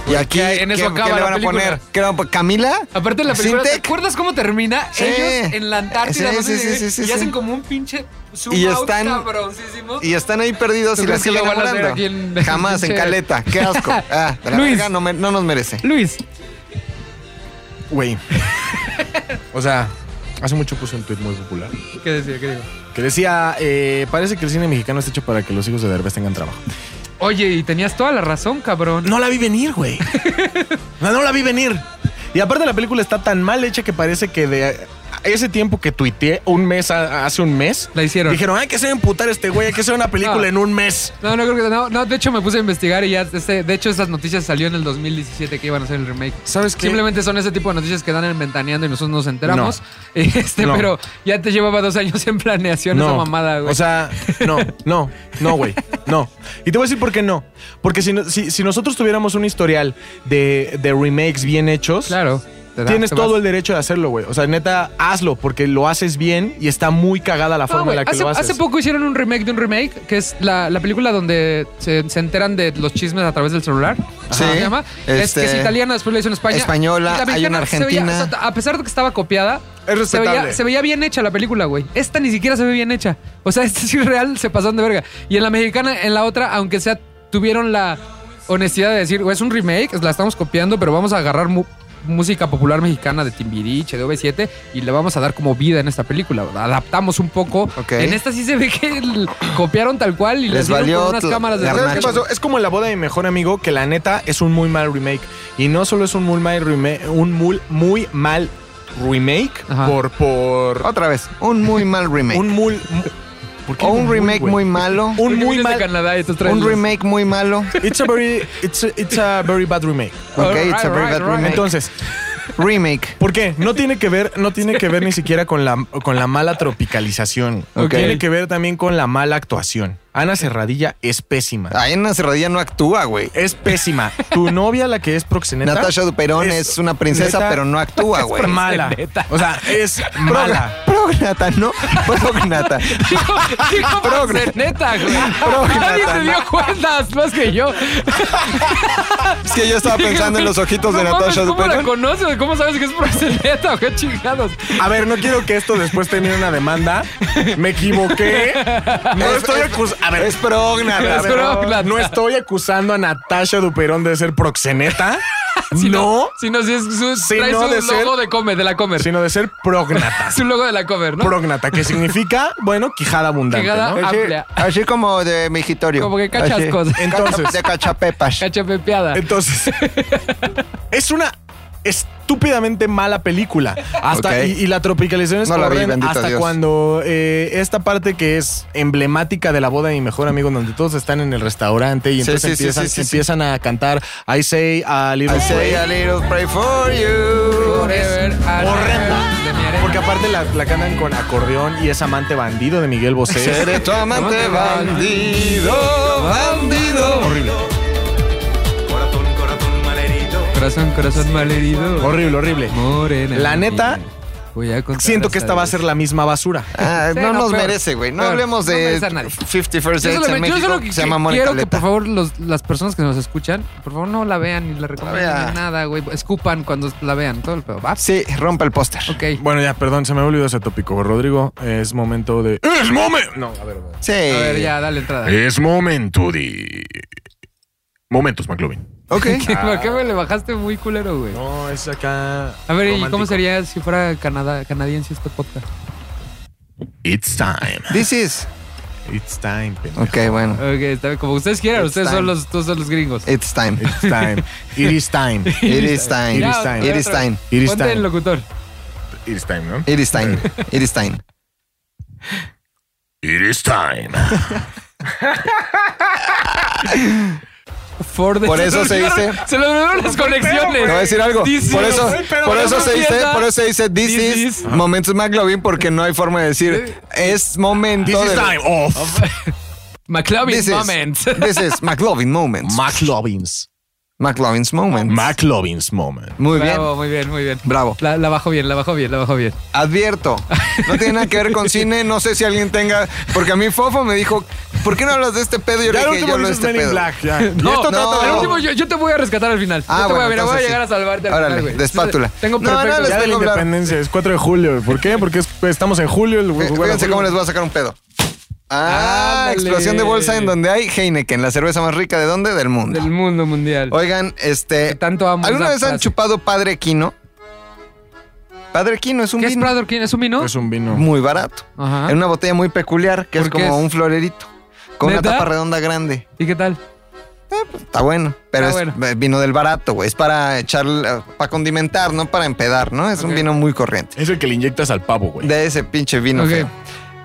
Speaker 3: Y aquí,
Speaker 2: en eso
Speaker 3: ¿qué,
Speaker 2: acaba
Speaker 3: qué le
Speaker 2: la
Speaker 3: van a
Speaker 2: película.
Speaker 3: poner? ¿Qué le van a poner? ¿Camila?
Speaker 2: Aparte la película, ¿te
Speaker 3: ¿Sintec?
Speaker 2: acuerdas cómo termina?
Speaker 3: Sí.
Speaker 2: Ellos en la Antártida,
Speaker 3: Sí,
Speaker 2: no sé
Speaker 3: sí,
Speaker 2: si-
Speaker 3: sí, sí,
Speaker 2: y
Speaker 3: sí,
Speaker 2: hacen
Speaker 3: sí.
Speaker 2: como un pinche zoom
Speaker 3: Y
Speaker 2: out
Speaker 3: están-
Speaker 2: cabroncísimo.
Speaker 3: Y están ahí perdidos
Speaker 2: ¿Tú
Speaker 3: y la
Speaker 2: crees que
Speaker 3: siguen
Speaker 2: lo van a hacer
Speaker 3: enamorando.
Speaker 2: aquí en-
Speaker 3: Jamás, en
Speaker 2: Che.
Speaker 3: caleta. Qué asco. Ah, de la
Speaker 2: Luis.
Speaker 3: verga no, me- no nos merece.
Speaker 2: Luis,
Speaker 1: Güey. O sea, hace mucho puse un tweet muy popular
Speaker 2: ¿qué decía? ¿Qué digo?
Speaker 1: que decía: eh, Parece que el cine mexicano está hecho para que los hijos de Derbez tengan trabajo.
Speaker 2: Oye, y tenías toda la razón, cabrón.
Speaker 1: No la vi venir, güey. No, no la vi venir. Y aparte la película está tan mal hecha que parece que de ese tiempo que tuiteé, un mes, a- hace un mes,
Speaker 2: La hicieron.
Speaker 1: dijeron, hay que hacer emputar a este güey, hay que hacer una película
Speaker 2: No.
Speaker 1: en un mes.
Speaker 2: No, no creo que no, no, de hecho me puse a investigar y ya este, de hecho esas noticias salió en el 2017 que iban a hacer el remake.
Speaker 1: ¿Sabes qué?
Speaker 2: Simplemente son ese tipo de noticias que dan en ventaneando y nosotros nos enteramos. Este,
Speaker 1: No.
Speaker 2: pero ya te llevaba dos años en planeación esa mamada, güey.
Speaker 1: O sea, no, no, no, güey. No. Y te voy a decir por qué no. Porque si, no- si, si nosotros tuviéramos un historial de, de remakes bien hechos,
Speaker 2: claro. te da-
Speaker 1: tienes
Speaker 2: te
Speaker 1: todo
Speaker 2: vas.
Speaker 1: el derecho de hacerlo, güey. O sea, neta, hazlo porque lo haces bien y está muy cagada la
Speaker 2: No,
Speaker 1: forma
Speaker 2: Ah, güey,
Speaker 1: en la que
Speaker 2: hace,
Speaker 1: lo haces.
Speaker 2: hace poco hicieron un remake de un remake, que es la, la película donde se, se enteran de los chismes a través del celular. Ajá,
Speaker 3: Sí,
Speaker 2: ¿se llama? Es que es
Speaker 3: este,
Speaker 2: italiana, después la hizo en España.
Speaker 3: española,
Speaker 2: Y la
Speaker 3: hay
Speaker 2: mexicana
Speaker 3: una
Speaker 2: se veía-
Speaker 3: argentina.
Speaker 2: o sea, a pesar de que estaba copiada,
Speaker 1: Es
Speaker 2: se veía,
Speaker 1: respetable.
Speaker 2: se veía bien hecha la película, güey. Esta ni siquiera se ve bien hecha. O sea, esta sí real se pasaron de verga. Y en la mexicana, en la otra, aunque sea, tuvieron la honestidad de decir, güey, es un remake, la estamos copiando, pero vamos a agarrar mu- música popular mexicana de Timbiriche, de V7, y le vamos a dar como vida en esta película. Adaptamos un poco.
Speaker 3: Ok.
Speaker 2: En esta sí se ve que l- copiaron tal cual y les,
Speaker 3: Les
Speaker 2: dieron
Speaker 3: valió
Speaker 2: con unas
Speaker 3: tu-
Speaker 2: cámaras de
Speaker 3: la
Speaker 1: ¿Sabes qué
Speaker 3: Nacho.
Speaker 1: pasó? Es como la boda de mi mejor amigo, que la neta es un muy mal remake. Y no solo es un muy mal remake, un muy, muy mal remake
Speaker 2: Ajá.
Speaker 1: por, por
Speaker 3: Otra vez, un muy mal remake.
Speaker 1: un mul- mu- ¿Por qué
Speaker 3: o
Speaker 1: digo
Speaker 3: un
Speaker 1: mul,
Speaker 3: remake
Speaker 1: güey?
Speaker 3: muy malo.
Speaker 1: un muy
Speaker 2: de
Speaker 1: mal
Speaker 2: Canadá y tú traes
Speaker 3: Un
Speaker 2: los-
Speaker 3: remake muy malo.
Speaker 1: it's a very it's a, it's a very bad remake.
Speaker 3: Ok, it's a very
Speaker 2: Alright,
Speaker 3: bad
Speaker 2: alright,
Speaker 3: remake.
Speaker 1: Entonces,
Speaker 3: remake.
Speaker 1: ¿por qué? No tiene que ver, no tiene que ver ni siquiera con la con la mala tropicalización.
Speaker 3: Ok.
Speaker 1: Tiene que ver también con la mala actuación. Ana Serradilla es pésima.
Speaker 3: Ahí en la cerradilla no actúa, güey.
Speaker 1: Es pésima. Tu novia, la que es proxeneta.
Speaker 3: Natasha Duperón es, una princesa,
Speaker 1: neta,
Speaker 3: pero no actúa, güey.
Speaker 1: Es mala.
Speaker 2: Proxeneta.
Speaker 1: O sea, es mala.
Speaker 3: Prognata, ¿no? Prognata.
Speaker 2: Dijo, dijo Proxeneta, güey. Nadie se
Speaker 3: Nathan.
Speaker 2: dio cuenta más que yo.
Speaker 3: Es que yo estaba pensando en los ojitos de
Speaker 2: No mames,
Speaker 3: Natasha
Speaker 2: ¿Cómo la
Speaker 3: Duperón.
Speaker 2: conoces? ¿Cómo sabes que es proxeneta o qué chingados?
Speaker 1: A ver, no quiero que esto después termine una demanda. Me equivoqué. No
Speaker 3: Es-
Speaker 1: estoy
Speaker 3: es-
Speaker 1: acusando. A ver,
Speaker 3: es prognata.
Speaker 1: a ver,
Speaker 2: Es prognata.
Speaker 1: No estoy acusando a Natasha Duperón de ser proxeneta.
Speaker 2: Si
Speaker 1: no.
Speaker 2: Si no, si es su,
Speaker 1: Si
Speaker 2: trae
Speaker 1: no
Speaker 2: su
Speaker 1: de ser-
Speaker 2: logo de comer, de la comer.
Speaker 1: Sino de ser prognata.
Speaker 2: Su logo de la comer, ¿no?
Speaker 1: Prognata, que significa, bueno, quijada abundante.
Speaker 2: Quijada
Speaker 1: ¿no?
Speaker 3: Así,
Speaker 2: amplia.
Speaker 3: así como de migitorio.
Speaker 2: Como que cachas
Speaker 3: Así.
Speaker 2: cosas.
Speaker 1: Entonces.
Speaker 3: De cachapepas.
Speaker 2: Cachapepeada.
Speaker 1: Entonces, es una estúpidamente mala película. Hasta,
Speaker 3: Ok.
Speaker 1: y, y la tropicalización es
Speaker 3: No la vi,
Speaker 1: horrenda
Speaker 3: bendito
Speaker 1: hasta
Speaker 3: Dios.
Speaker 1: cuando eh, esta parte que es emblemática de la boda de mi mejor amigo, donde todos están en el restaurante y
Speaker 3: Sí,
Speaker 1: entonces
Speaker 3: sí, sí,
Speaker 1: empiezan,
Speaker 3: sí, sí, sí.
Speaker 1: empiezan a cantar I say a little
Speaker 3: I say
Speaker 1: prayer".
Speaker 3: a little pray for you.
Speaker 2: Forever,
Speaker 1: horrenda.
Speaker 2: de mi arena.
Speaker 1: Porque aparte la, la cantan con acordeón y es amante bandido de Miguel Bosé.
Speaker 3: Seré tu amante bandido, bandido.
Speaker 1: Horrible.
Speaker 6: Corazón, corazón malerito.
Speaker 2: Corazón, corazón malherido.
Speaker 1: Horrible, horrible.
Speaker 2: Morena.
Speaker 1: La neta,
Speaker 2: Voy a contar
Speaker 1: siento que
Speaker 2: hasta
Speaker 1: esta va a
Speaker 2: diez.
Speaker 1: ser la misma basura.
Speaker 3: Ah,
Speaker 2: Sí,
Speaker 3: no,
Speaker 2: no,
Speaker 3: nos
Speaker 2: peor,
Speaker 3: merece, güey. No
Speaker 2: peor.
Speaker 3: hablemos
Speaker 2: No
Speaker 3: de
Speaker 2: merece a nadie.
Speaker 3: 50 First
Speaker 2: Yo
Speaker 3: Dates
Speaker 2: solo,
Speaker 3: en México.
Speaker 2: yo solo que,
Speaker 3: se llama Mónica
Speaker 2: quiero que
Speaker 3: Leta.
Speaker 2: por favor los- las personas que nos escuchan, por favor no la vean ni la recomienden
Speaker 3: vea.
Speaker 2: ni nada, güey. Escupan cuando la vean, todo el pedo. ¿va?
Speaker 3: Sí, rompa el póster.
Speaker 2: ¿Ah? Ok.
Speaker 1: Bueno, ya, perdón, se me ha olvidado ese tópico. Rodrigo, es momento de. ¡Es momento! No, a ver. güey.
Speaker 3: Sí.
Speaker 2: A ver, ya, dale entrada.
Speaker 1: Es momento de. Momentos, McLovin.
Speaker 3: Ok.
Speaker 2: ¿Qué- ¿Por qué me le bajaste muy culero, güey?
Speaker 1: No, es acá.
Speaker 2: A ver, ¿y cómo
Speaker 1: romántico.
Speaker 2: sería si fuera Canadá, canadiense este podcast?
Speaker 1: It's time.
Speaker 3: This is.
Speaker 1: It's time, pendejo.
Speaker 3: Ok, bueno.
Speaker 2: Ok, está bien. Como ustedes quieran,
Speaker 3: It's
Speaker 2: ustedes
Speaker 3: time.
Speaker 2: son los, todos son los gringos.
Speaker 3: It's time.
Speaker 1: It's time. It is time.
Speaker 3: It is time.
Speaker 1: It
Speaker 2: Ya,
Speaker 1: is time.
Speaker 2: otra
Speaker 3: It is
Speaker 2: vez.
Speaker 3: time.
Speaker 1: It is
Speaker 2: Ponte
Speaker 1: time.
Speaker 2: el locutor.
Speaker 1: It is time, ¿no?
Speaker 3: It is time. It is time.
Speaker 1: It is time.
Speaker 2: Ford.
Speaker 3: Por eso se
Speaker 2: olvidaron-
Speaker 3: dice-
Speaker 2: Se lo olvidaron las conexiones.
Speaker 3: Te voy a decir algo.
Speaker 2: This
Speaker 3: por
Speaker 2: is-
Speaker 3: eso,
Speaker 2: Ay, pero
Speaker 3: por
Speaker 2: no
Speaker 3: eso se dice,
Speaker 2: empieza.
Speaker 3: por eso se dice this,
Speaker 2: This
Speaker 3: is,
Speaker 2: is-
Speaker 3: momentos McLovin porque no hay forma de decir es momento
Speaker 1: This is
Speaker 3: de
Speaker 1: time. Off.
Speaker 2: McLovin
Speaker 3: This is-
Speaker 2: Moment.
Speaker 3: This is McLovin moments.
Speaker 1: McLovin's.
Speaker 3: McLovin's moments.
Speaker 1: McLovin's moment.
Speaker 3: Muy bien.
Speaker 2: Bravo, muy bien, muy bien.
Speaker 3: Bravo.
Speaker 2: La, la bajó bien, la bajó bien, la bajó bien.
Speaker 3: Advierto. No tiene nada que ver con cine. No sé si alguien tenga. Porque a mí Fofo me dijo, ¿por qué no hablas de este pedo? Yo
Speaker 1: Ya
Speaker 3: le
Speaker 1: el
Speaker 3: dije,
Speaker 1: último
Speaker 3: yo hablo de
Speaker 1: dices
Speaker 3: este
Speaker 1: Men in
Speaker 3: pedo.
Speaker 1: Black. Ya.
Speaker 2: No,
Speaker 1: Y esto
Speaker 3: no,
Speaker 1: trata de-
Speaker 2: Al
Speaker 3: no.
Speaker 2: último, yo, yo te voy a rescatar al final.
Speaker 3: Ah,
Speaker 2: yo te voy a,
Speaker 3: bueno,
Speaker 2: mira, voy a
Speaker 3: entonces
Speaker 2: llegar a
Speaker 3: sí.
Speaker 2: salvarte al
Speaker 3: Órale,
Speaker 2: final, güey.
Speaker 3: de espátula.
Speaker 2: Tengo
Speaker 3: No, no,
Speaker 2: perfecto.
Speaker 3: les
Speaker 1: Ya de la
Speaker 3: vengo a hablar.
Speaker 1: independencia. Es 4 de julio. ¿Por qué? Porque es- estamos en julio. El,
Speaker 3: Fí- Fíjense cómo les voy a sacar un pedo. Ah,
Speaker 2: Ándale.
Speaker 3: explosión de bolsa en donde hay Heineken, la cerveza más rica de dónde? Del mundo.
Speaker 2: Del mundo mundial.
Speaker 3: Oigan,
Speaker 2: Que
Speaker 3: este.
Speaker 2: tanto amo
Speaker 3: ¿Alguna
Speaker 2: esa
Speaker 3: vez han
Speaker 2: frase.
Speaker 3: chupado Padre Quino? Padre Quino es un
Speaker 2: ¿Qué es
Speaker 3: vino Pues
Speaker 2: Brother King? ¿Es un vino?
Speaker 1: Es un vino.
Speaker 3: muy barato.
Speaker 2: Ajá.
Speaker 3: En una botella muy peculiar, que es
Speaker 2: ¿Por qué
Speaker 3: como
Speaker 2: es?
Speaker 3: un florerito. Con
Speaker 2: ¿Neta?
Speaker 3: una tapa redonda grande.
Speaker 2: ¿Y qué tal?
Speaker 3: Está bueno. Pero
Speaker 2: Está
Speaker 3: es
Speaker 2: Ah, bueno.
Speaker 3: eh, vino del barato, güey. Es para echar, eh, para condimentar, no para empedar, ¿no? Es un
Speaker 2: Ok.
Speaker 3: vino muy corriente.
Speaker 1: Es el que le inyectas al pavo, güey.
Speaker 3: De ese pinche vino
Speaker 2: Ok.
Speaker 3: feo.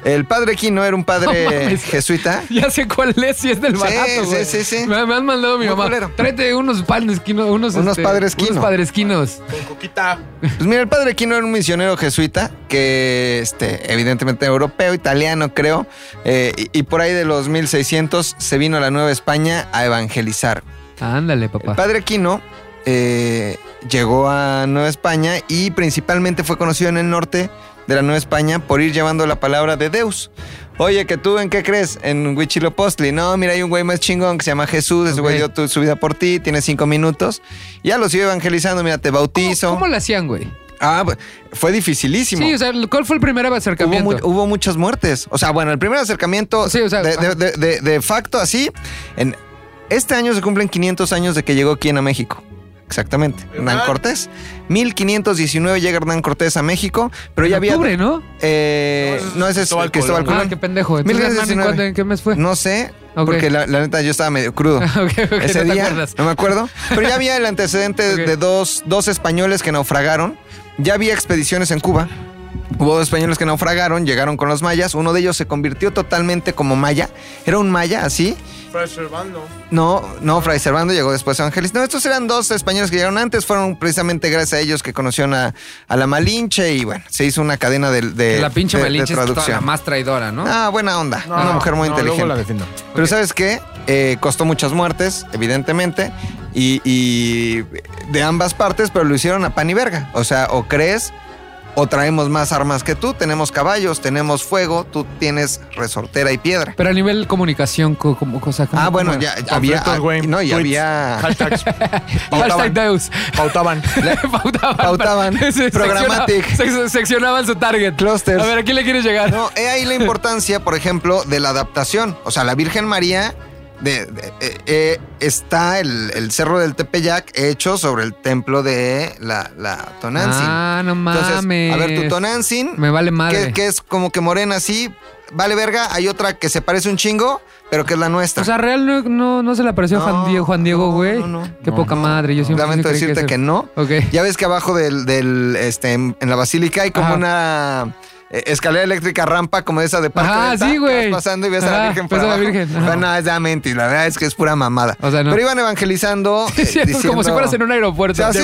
Speaker 3: El padre Quino era un
Speaker 2: No
Speaker 3: padre
Speaker 2: mames.
Speaker 3: jesuita.
Speaker 2: Ya sé cuál es, si es del
Speaker 3: Sí,
Speaker 2: barato,
Speaker 3: sí,
Speaker 2: güey.
Speaker 3: sí, sí.
Speaker 2: Me, me han mandado mi
Speaker 3: Muy
Speaker 2: mamá.
Speaker 3: culero.
Speaker 2: Tráete unos panes quino, unos, este,
Speaker 3: Unos padres quino.
Speaker 2: Unos padresquinos.
Speaker 1: Coquita.
Speaker 3: Pues mira, el padre Quino era un misionero jesuita que, este, evidentemente europeo, italiano, creo, eh, y, y por ahí de los 1600 se vino a la Nueva España a evangelizar.
Speaker 2: Ándale,
Speaker 3: El
Speaker 2: papá.
Speaker 3: padre Quino eh, llegó a Nueva España y principalmente fue conocido en el norte de la Nueva España por ir llevando la palabra de Deus. Oye, que tú en qué crees? En Huichilopostli. No, mira, hay un güey más chingón que se llama Jesús. Ese güey
Speaker 2: Ok.
Speaker 3: dio tu- su vida por ti, tiene cinco minutos. Ya lo sigue evangelizando. Mira, te bautizo.
Speaker 2: ¿Cómo, ¿Cómo lo hacían, güey?
Speaker 3: Ah, bu- fue dificilísimo.
Speaker 2: Sí, o sea, ¿cuál fue el primer
Speaker 3: hubo,
Speaker 2: acercamiento?
Speaker 3: mu- hubo muchas muertes. O sea, bueno, el primer acercamiento
Speaker 2: Sí, o sea,
Speaker 3: de, de-
Speaker 2: ajá.
Speaker 3: de- de- de facto así. En, este año se cumplen 500 años de que llegó quien a México. Exactamente, Hernán Cortés. 1519 llega Hernán Cortés a México, pero
Speaker 2: En
Speaker 3: ya había...
Speaker 2: octubre, ¿no?
Speaker 3: eh, no, ese es
Speaker 1: Cristóbal
Speaker 3: Cristóbal
Speaker 1: Colón.
Speaker 2: Ah,
Speaker 3: Colón.
Speaker 2: qué pendejo. Entonces, Hernán, ¿en,
Speaker 3: 1919.
Speaker 2: cuándo- en qué mes fue?
Speaker 3: No sé,
Speaker 2: Ok.
Speaker 3: porque la, la neta yo estaba medio crudo.
Speaker 2: Ok, ok,
Speaker 3: Ese
Speaker 2: no te
Speaker 3: día,
Speaker 2: acuerdas.
Speaker 3: no me acuerdo. Pero ya había el antecedente
Speaker 2: Ok.
Speaker 3: de dos, dos españoles que naufragaron. Ya había expediciones en Cuba. Hubo dos españoles que naufragaron, llegaron con los mayas. Uno de ellos se convirtió totalmente como maya. Era un maya, así. No, no, Fray Servando llegó después a Evangelis. No, estos eran dos españoles que llegaron antes. Fueron precisamente gracias a ellos que conocieron a, a la Malinche y bueno, se hizo una cadena de, de-
Speaker 2: la pinche
Speaker 3: eh, de- de
Speaker 2: Malinche es toda la
Speaker 3: traducción.
Speaker 2: más traidora, ¿no?
Speaker 3: Ah, buena onda. una mujer muy inteligente.
Speaker 1: Luego la defiendo.
Speaker 3: Pero ¿sabes qué? Eh, costó muchas muertes, evidentemente, y, y de ambas partes, pero lo hicieron a pan y verga. O sea, o crees o traemos más armas que tú, tenemos caballos, tenemos fuego, tú tienes resortera y piedra.
Speaker 2: Pero a nivel comunicación, co- como cosa como.
Speaker 3: Ah, bueno,
Speaker 2: como-
Speaker 3: ya había...
Speaker 1: Panfletos, güey,
Speaker 3: No, y
Speaker 1: tweets,
Speaker 3: había...
Speaker 1: Hashtags.
Speaker 2: Hashtag Deus.
Speaker 1: Pautaban.
Speaker 2: Pautaban.
Speaker 3: Pautaban. Programmatic.
Speaker 2: seccionaban- sec- seccionaban su target.
Speaker 3: Clusters.
Speaker 2: A ver, ¿a quién le quieres llegar?
Speaker 3: No, he ahí la importancia, por ejemplo, de la adaptación. O sea, la Virgen María de- de- eh, eh, está el, el cerro del Tepeyac hecho sobre el templo de la, la Tonantzin.
Speaker 2: Ah, no mames.
Speaker 3: Entonces, a ver, tu Tonantzin,
Speaker 2: Me vale madre.
Speaker 3: que, que es como que morena así, vale verga. Hay otra que se parece un chingo, pero que es la nuestra.
Speaker 2: O sea, real no, no, no se le apareció
Speaker 3: No,
Speaker 2: Juan Diego, Juan Diego,
Speaker 3: no,
Speaker 2: güey.
Speaker 3: no, no.
Speaker 2: Qué
Speaker 1: No,
Speaker 2: poca
Speaker 1: no.
Speaker 2: madre. Yo siempre
Speaker 3: Lamento
Speaker 2: creí
Speaker 3: decirte que,
Speaker 2: eso-
Speaker 3: no.
Speaker 2: Ok.
Speaker 3: Ya ves que abajo del, del, este, en en la basílica hay como
Speaker 2: Ajá.
Speaker 3: una eh, escalera eléctrica, rampa como esa de parque.
Speaker 2: Ajá,
Speaker 3: del
Speaker 2: sí,
Speaker 3: Ta-
Speaker 2: güey.
Speaker 3: que vas pasando y ves a
Speaker 2: Ajá,
Speaker 3: la Virgen.
Speaker 2: ves
Speaker 3: por
Speaker 2: a la
Speaker 3: abajo.
Speaker 2: Virgen, ajá.
Speaker 3: Pero no, es da mentis. La verdad es que es pura mamada. Pero iban evangelizando. eh,
Speaker 2: Sí, es como
Speaker 3: diciendo-
Speaker 2: si fueras en un aeropuerto.
Speaker 3: ¿Ah, sí?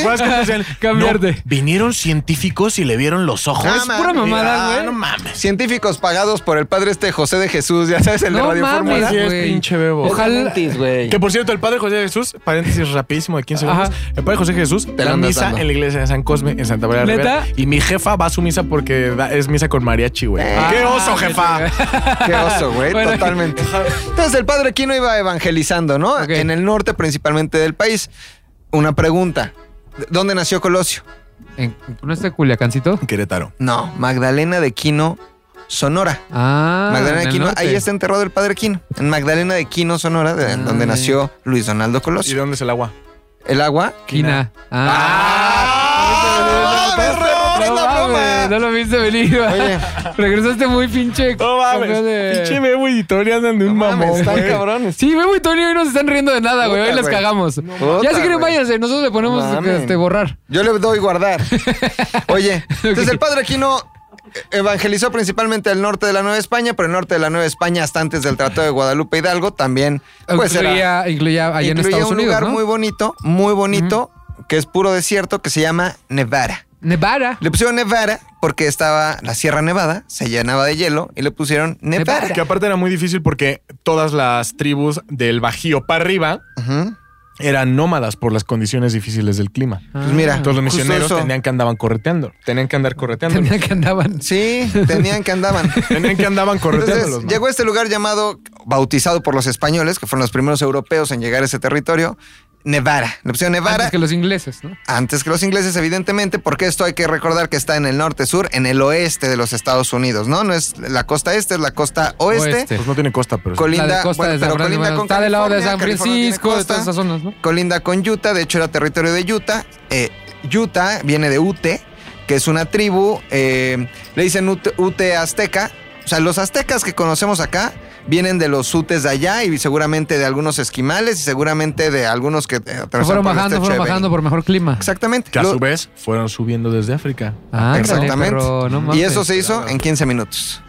Speaker 2: Cambiarte.
Speaker 1: No, vinieron científicos y le vieron los ojos.
Speaker 3: Ah, mames, mira,
Speaker 1: Ah, No mames.
Speaker 3: Científicos pagados por el padre este José de Jesús, ya sabes, el de
Speaker 2: No
Speaker 3: Radio
Speaker 2: mames,
Speaker 3: Fórmula.
Speaker 1: Así es,
Speaker 2: güey.
Speaker 1: pinche bebo.
Speaker 2: Ojalá-
Speaker 1: Que por cierto, el padre José Jesús, paréntesis rapidísimo de 15 segundos.
Speaker 2: Ajá.
Speaker 1: El padre José Jesús
Speaker 3: lo
Speaker 1: da
Speaker 3: andas
Speaker 1: misa
Speaker 3: dando.
Speaker 1: en la iglesia de San Cosme, en Santa María de
Speaker 2: ¿Neta?
Speaker 1: Rivera. Y mi jefa va a su misa porque da- es misa con mariachi, güey.
Speaker 3: Eh.
Speaker 1: ¡Qué oso, jefa!
Speaker 3: Qué oso, güey,
Speaker 2: Bueno.
Speaker 3: totalmente. Entonces, el padre Aquino iba evangelizando, ¿no? En el norte, principalmente del país. Una pregunta: ¿dónde nació Colosio?
Speaker 2: En- ¿No está Culiacancito?
Speaker 1: Querétaro.
Speaker 3: No, Magdalena de Quino, Sonora.
Speaker 2: Ah,
Speaker 3: Magdalena
Speaker 2: en
Speaker 3: de
Speaker 2: el
Speaker 3: Quino,
Speaker 2: norte.
Speaker 3: ahí está enterrado el padre Quino, en Magdalena de Quino, Sonora, de- en donde
Speaker 2: Ah.
Speaker 3: nació Luis Donaldo
Speaker 1: ¿Y
Speaker 3: Colosio.
Speaker 1: de dónde es el agua?
Speaker 3: El agua.
Speaker 2: Quina.
Speaker 3: ¡Ah! ¡Mames, error! ¡Es la
Speaker 2: No,
Speaker 3: broma!
Speaker 2: mames, no lo viste venir. güey.
Speaker 3: Oye.
Speaker 2: Regresaste muy pinche.
Speaker 1: No mames.
Speaker 2: campeón de-
Speaker 1: Pinche bebo y Tony andan de un
Speaker 3: Mames,
Speaker 1: mamón.
Speaker 3: están
Speaker 1: güey.
Speaker 3: cabrones.
Speaker 2: Sí, Bebo y Tony hoy no se están riendo de nada, güey. Hoy
Speaker 3: Puta,
Speaker 2: les
Speaker 3: güey.
Speaker 2: cagamos.
Speaker 3: Puta,
Speaker 2: ya si quieren,
Speaker 3: güey.
Speaker 2: váyanse. Nosotros le ponemos
Speaker 3: Mamen.
Speaker 2: este, borrar.
Speaker 3: Yo le doy guardar. Oye, entonces el padre Aquino eh, evangelizó principalmente el norte de la Nueva España, pero el norte de la Nueva España hasta antes del Tratado de Guadalupe Hidalgo también pues era-
Speaker 2: incluía, incluía allá en
Speaker 3: incluía
Speaker 2: Estados
Speaker 3: un
Speaker 2: Unidos.
Speaker 3: lugar
Speaker 2: ¿no?
Speaker 3: muy bonito, muy bonito, que es puro desierto, que se llama Nevada.
Speaker 2: Nevada.
Speaker 3: Le pusieron Nevada porque estaba la Sierra Nevada, se llenaba de hielo y le pusieron Nevada.
Speaker 1: Que aparte era muy difícil porque todas las tribus del Bajío para arriba
Speaker 3: Ujú.
Speaker 1: eran nómadas por las condiciones difíciles del clima.
Speaker 3: Pues
Speaker 2: Ah,
Speaker 3: mira,
Speaker 1: Todos los
Speaker 3: justo
Speaker 1: misioneros
Speaker 3: eso.
Speaker 1: tenían que andaban correteando. Tenían que andar correteando.
Speaker 2: Tenían que andaban.
Speaker 3: Sí, tenían que andaban.
Speaker 1: Tenían que andaban correteándolos.
Speaker 3: Entonces,
Speaker 1: man.
Speaker 3: llegó a este lugar llamado, bautizado por los españoles, que fueron los primeros europeos en llegar a ese territorio, Nevada. Le pusieron Nevada
Speaker 2: Antes que los ingleses, ¿no?
Speaker 3: antes que los ingleses, evidentemente, porque esto hay que recordar que está en el norte-sur, en el oeste de los Estados Unidos, ¿no? No es la costa este, es la costa oeste.
Speaker 2: Oeste.
Speaker 1: Pues no tiene costa, pero sí.
Speaker 3: Colinda,
Speaker 2: la de costa
Speaker 3: bueno,
Speaker 2: de San
Speaker 3: pero
Speaker 2: Francisco.
Speaker 3: colinda con
Speaker 2: está del lado de
Speaker 3: California,
Speaker 2: San
Speaker 3: California tiene
Speaker 2: Francisco, de
Speaker 3: costa.
Speaker 2: todas esas zonas, ¿no?
Speaker 3: colinda con Utah, de hecho era territorio de Utah. Eh, Utah viene de Ute, que es una tribu, eh, le dicen Ute, Ute azteca. O sea, los aztecas que conocemos acá vienen de los Utes de allá y seguramente de algunos esquimales y seguramente de algunos que eh,
Speaker 2: Se
Speaker 3: atravesaron
Speaker 2: fueron
Speaker 3: por el
Speaker 2: bajando,
Speaker 3: estrecho
Speaker 2: fueron
Speaker 3: de Bering.
Speaker 2: bajando por mejor clima.
Speaker 3: Exactamente.
Speaker 1: Que a
Speaker 3: Lo-
Speaker 1: su vez fueron subiendo desde África.
Speaker 2: Ah,
Speaker 3: Exactamente.
Speaker 2: pero no mames.
Speaker 3: y eso se hizo en 15 minutos.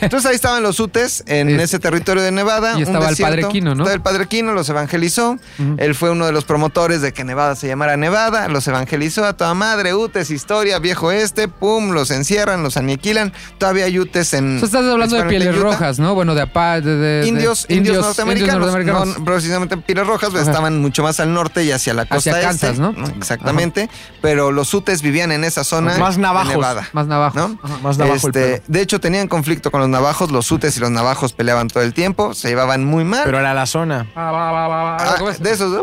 Speaker 3: Entonces ahí estaban los Utes en
Speaker 2: Es-
Speaker 3: ese territorio de Nevada.
Speaker 2: Y estaba el
Speaker 3: desierto.
Speaker 2: padre Quino, ¿no?
Speaker 3: Estaba el padre Quino, los evangelizó. Él fue uno de los promotores de que Nevada se llamara Nevada. Los evangelizó a toda madre. Utes, historia, viejo este. Pum, los encierran, los aniquilan. Todavía hay Utes en.
Speaker 2: O sea, estás hablando de
Speaker 3: principalmente
Speaker 2: pieles
Speaker 3: Utah.
Speaker 2: rojas, ¿no? Bueno, de apa, de, de- de-
Speaker 3: Indios, indios, norteamericanos,
Speaker 2: norteamericanos.
Speaker 3: no precisamente pieles rojas, pues,
Speaker 2: Ajá.
Speaker 3: estaban mucho más al norte y hacia la costa
Speaker 2: Hacia
Speaker 3: este,
Speaker 2: Kansas, ¿no?
Speaker 3: Exactamente, pero los Utes vivían en esa zona
Speaker 1: Más
Speaker 3: de
Speaker 1: navajos.
Speaker 3: Nevada.
Speaker 2: Más navajos.
Speaker 3: ¿no?
Speaker 2: Ajá.
Speaker 1: Más de abajo el
Speaker 3: Este,
Speaker 1: pelo.
Speaker 3: de hecho, tenían conflicto con los navajos. Los sutes y los navajos peleaban todo el tiempo. Se llevaban muy mal.
Speaker 1: Pero era la zona.
Speaker 2: Ah, va, va, va, va.
Speaker 3: Ah,
Speaker 2: ¿Cómo es?
Speaker 3: de esos.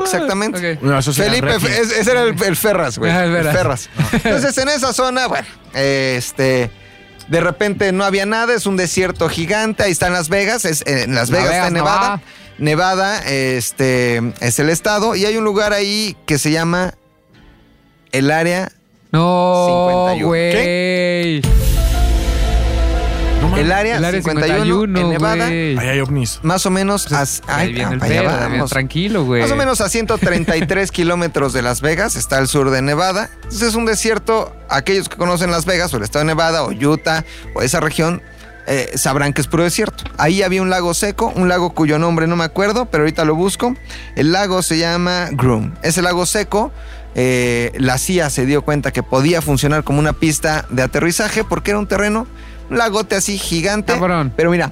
Speaker 3: Exactamente.
Speaker 2: Ok.
Speaker 1: No, eso sí era
Speaker 3: Felipe,
Speaker 1: regio.
Speaker 3: es- ese era el, el Ferras, güey.
Speaker 2: Ah, el
Speaker 3: El
Speaker 2: Ferras.
Speaker 3: Ferras. Entonces, en esa zona, bueno, este. De repente no había nada, es un desierto gigante. Ahí están Las Vegas, es, eh, en
Speaker 2: Las
Speaker 3: Las Vegas, está
Speaker 2: Vegas,
Speaker 3: Nevada. Nevada, este, es el estado. Y hay un lugar ahí que se llama el área,
Speaker 2: No,
Speaker 3: 51.
Speaker 2: güey.
Speaker 1: No mames.
Speaker 3: el área,
Speaker 2: El área
Speaker 3: 51,
Speaker 2: 51,
Speaker 3: en Nevada.
Speaker 2: güey. Pues,
Speaker 1: Ahí hay ovnis.
Speaker 3: Más o menos. a,
Speaker 2: Ahí
Speaker 3: ay,
Speaker 2: viene el
Speaker 3: para allá
Speaker 2: pedo, ahí viene-
Speaker 3: vamos.
Speaker 2: tranquilo, güey.
Speaker 3: Más o menos a 133 kilómetros de Las Vegas, está al sur de Nevada. Entonces es un desierto, aquellos que conocen Las Vegas o el estado de Nevada o Utah o esa región, eh, sabrán que es puro desierto. Ahí había un lago seco, un lago cuyo nombre no me acuerdo, pero ahorita lo busco. El lago se llama Groom. Ese lago seco, eh, la CIA se dio cuenta que podía funcionar como una pista de aterrizaje porque era un terreno, un lagote así gigante.
Speaker 2: Cabrón.
Speaker 3: Pero mira,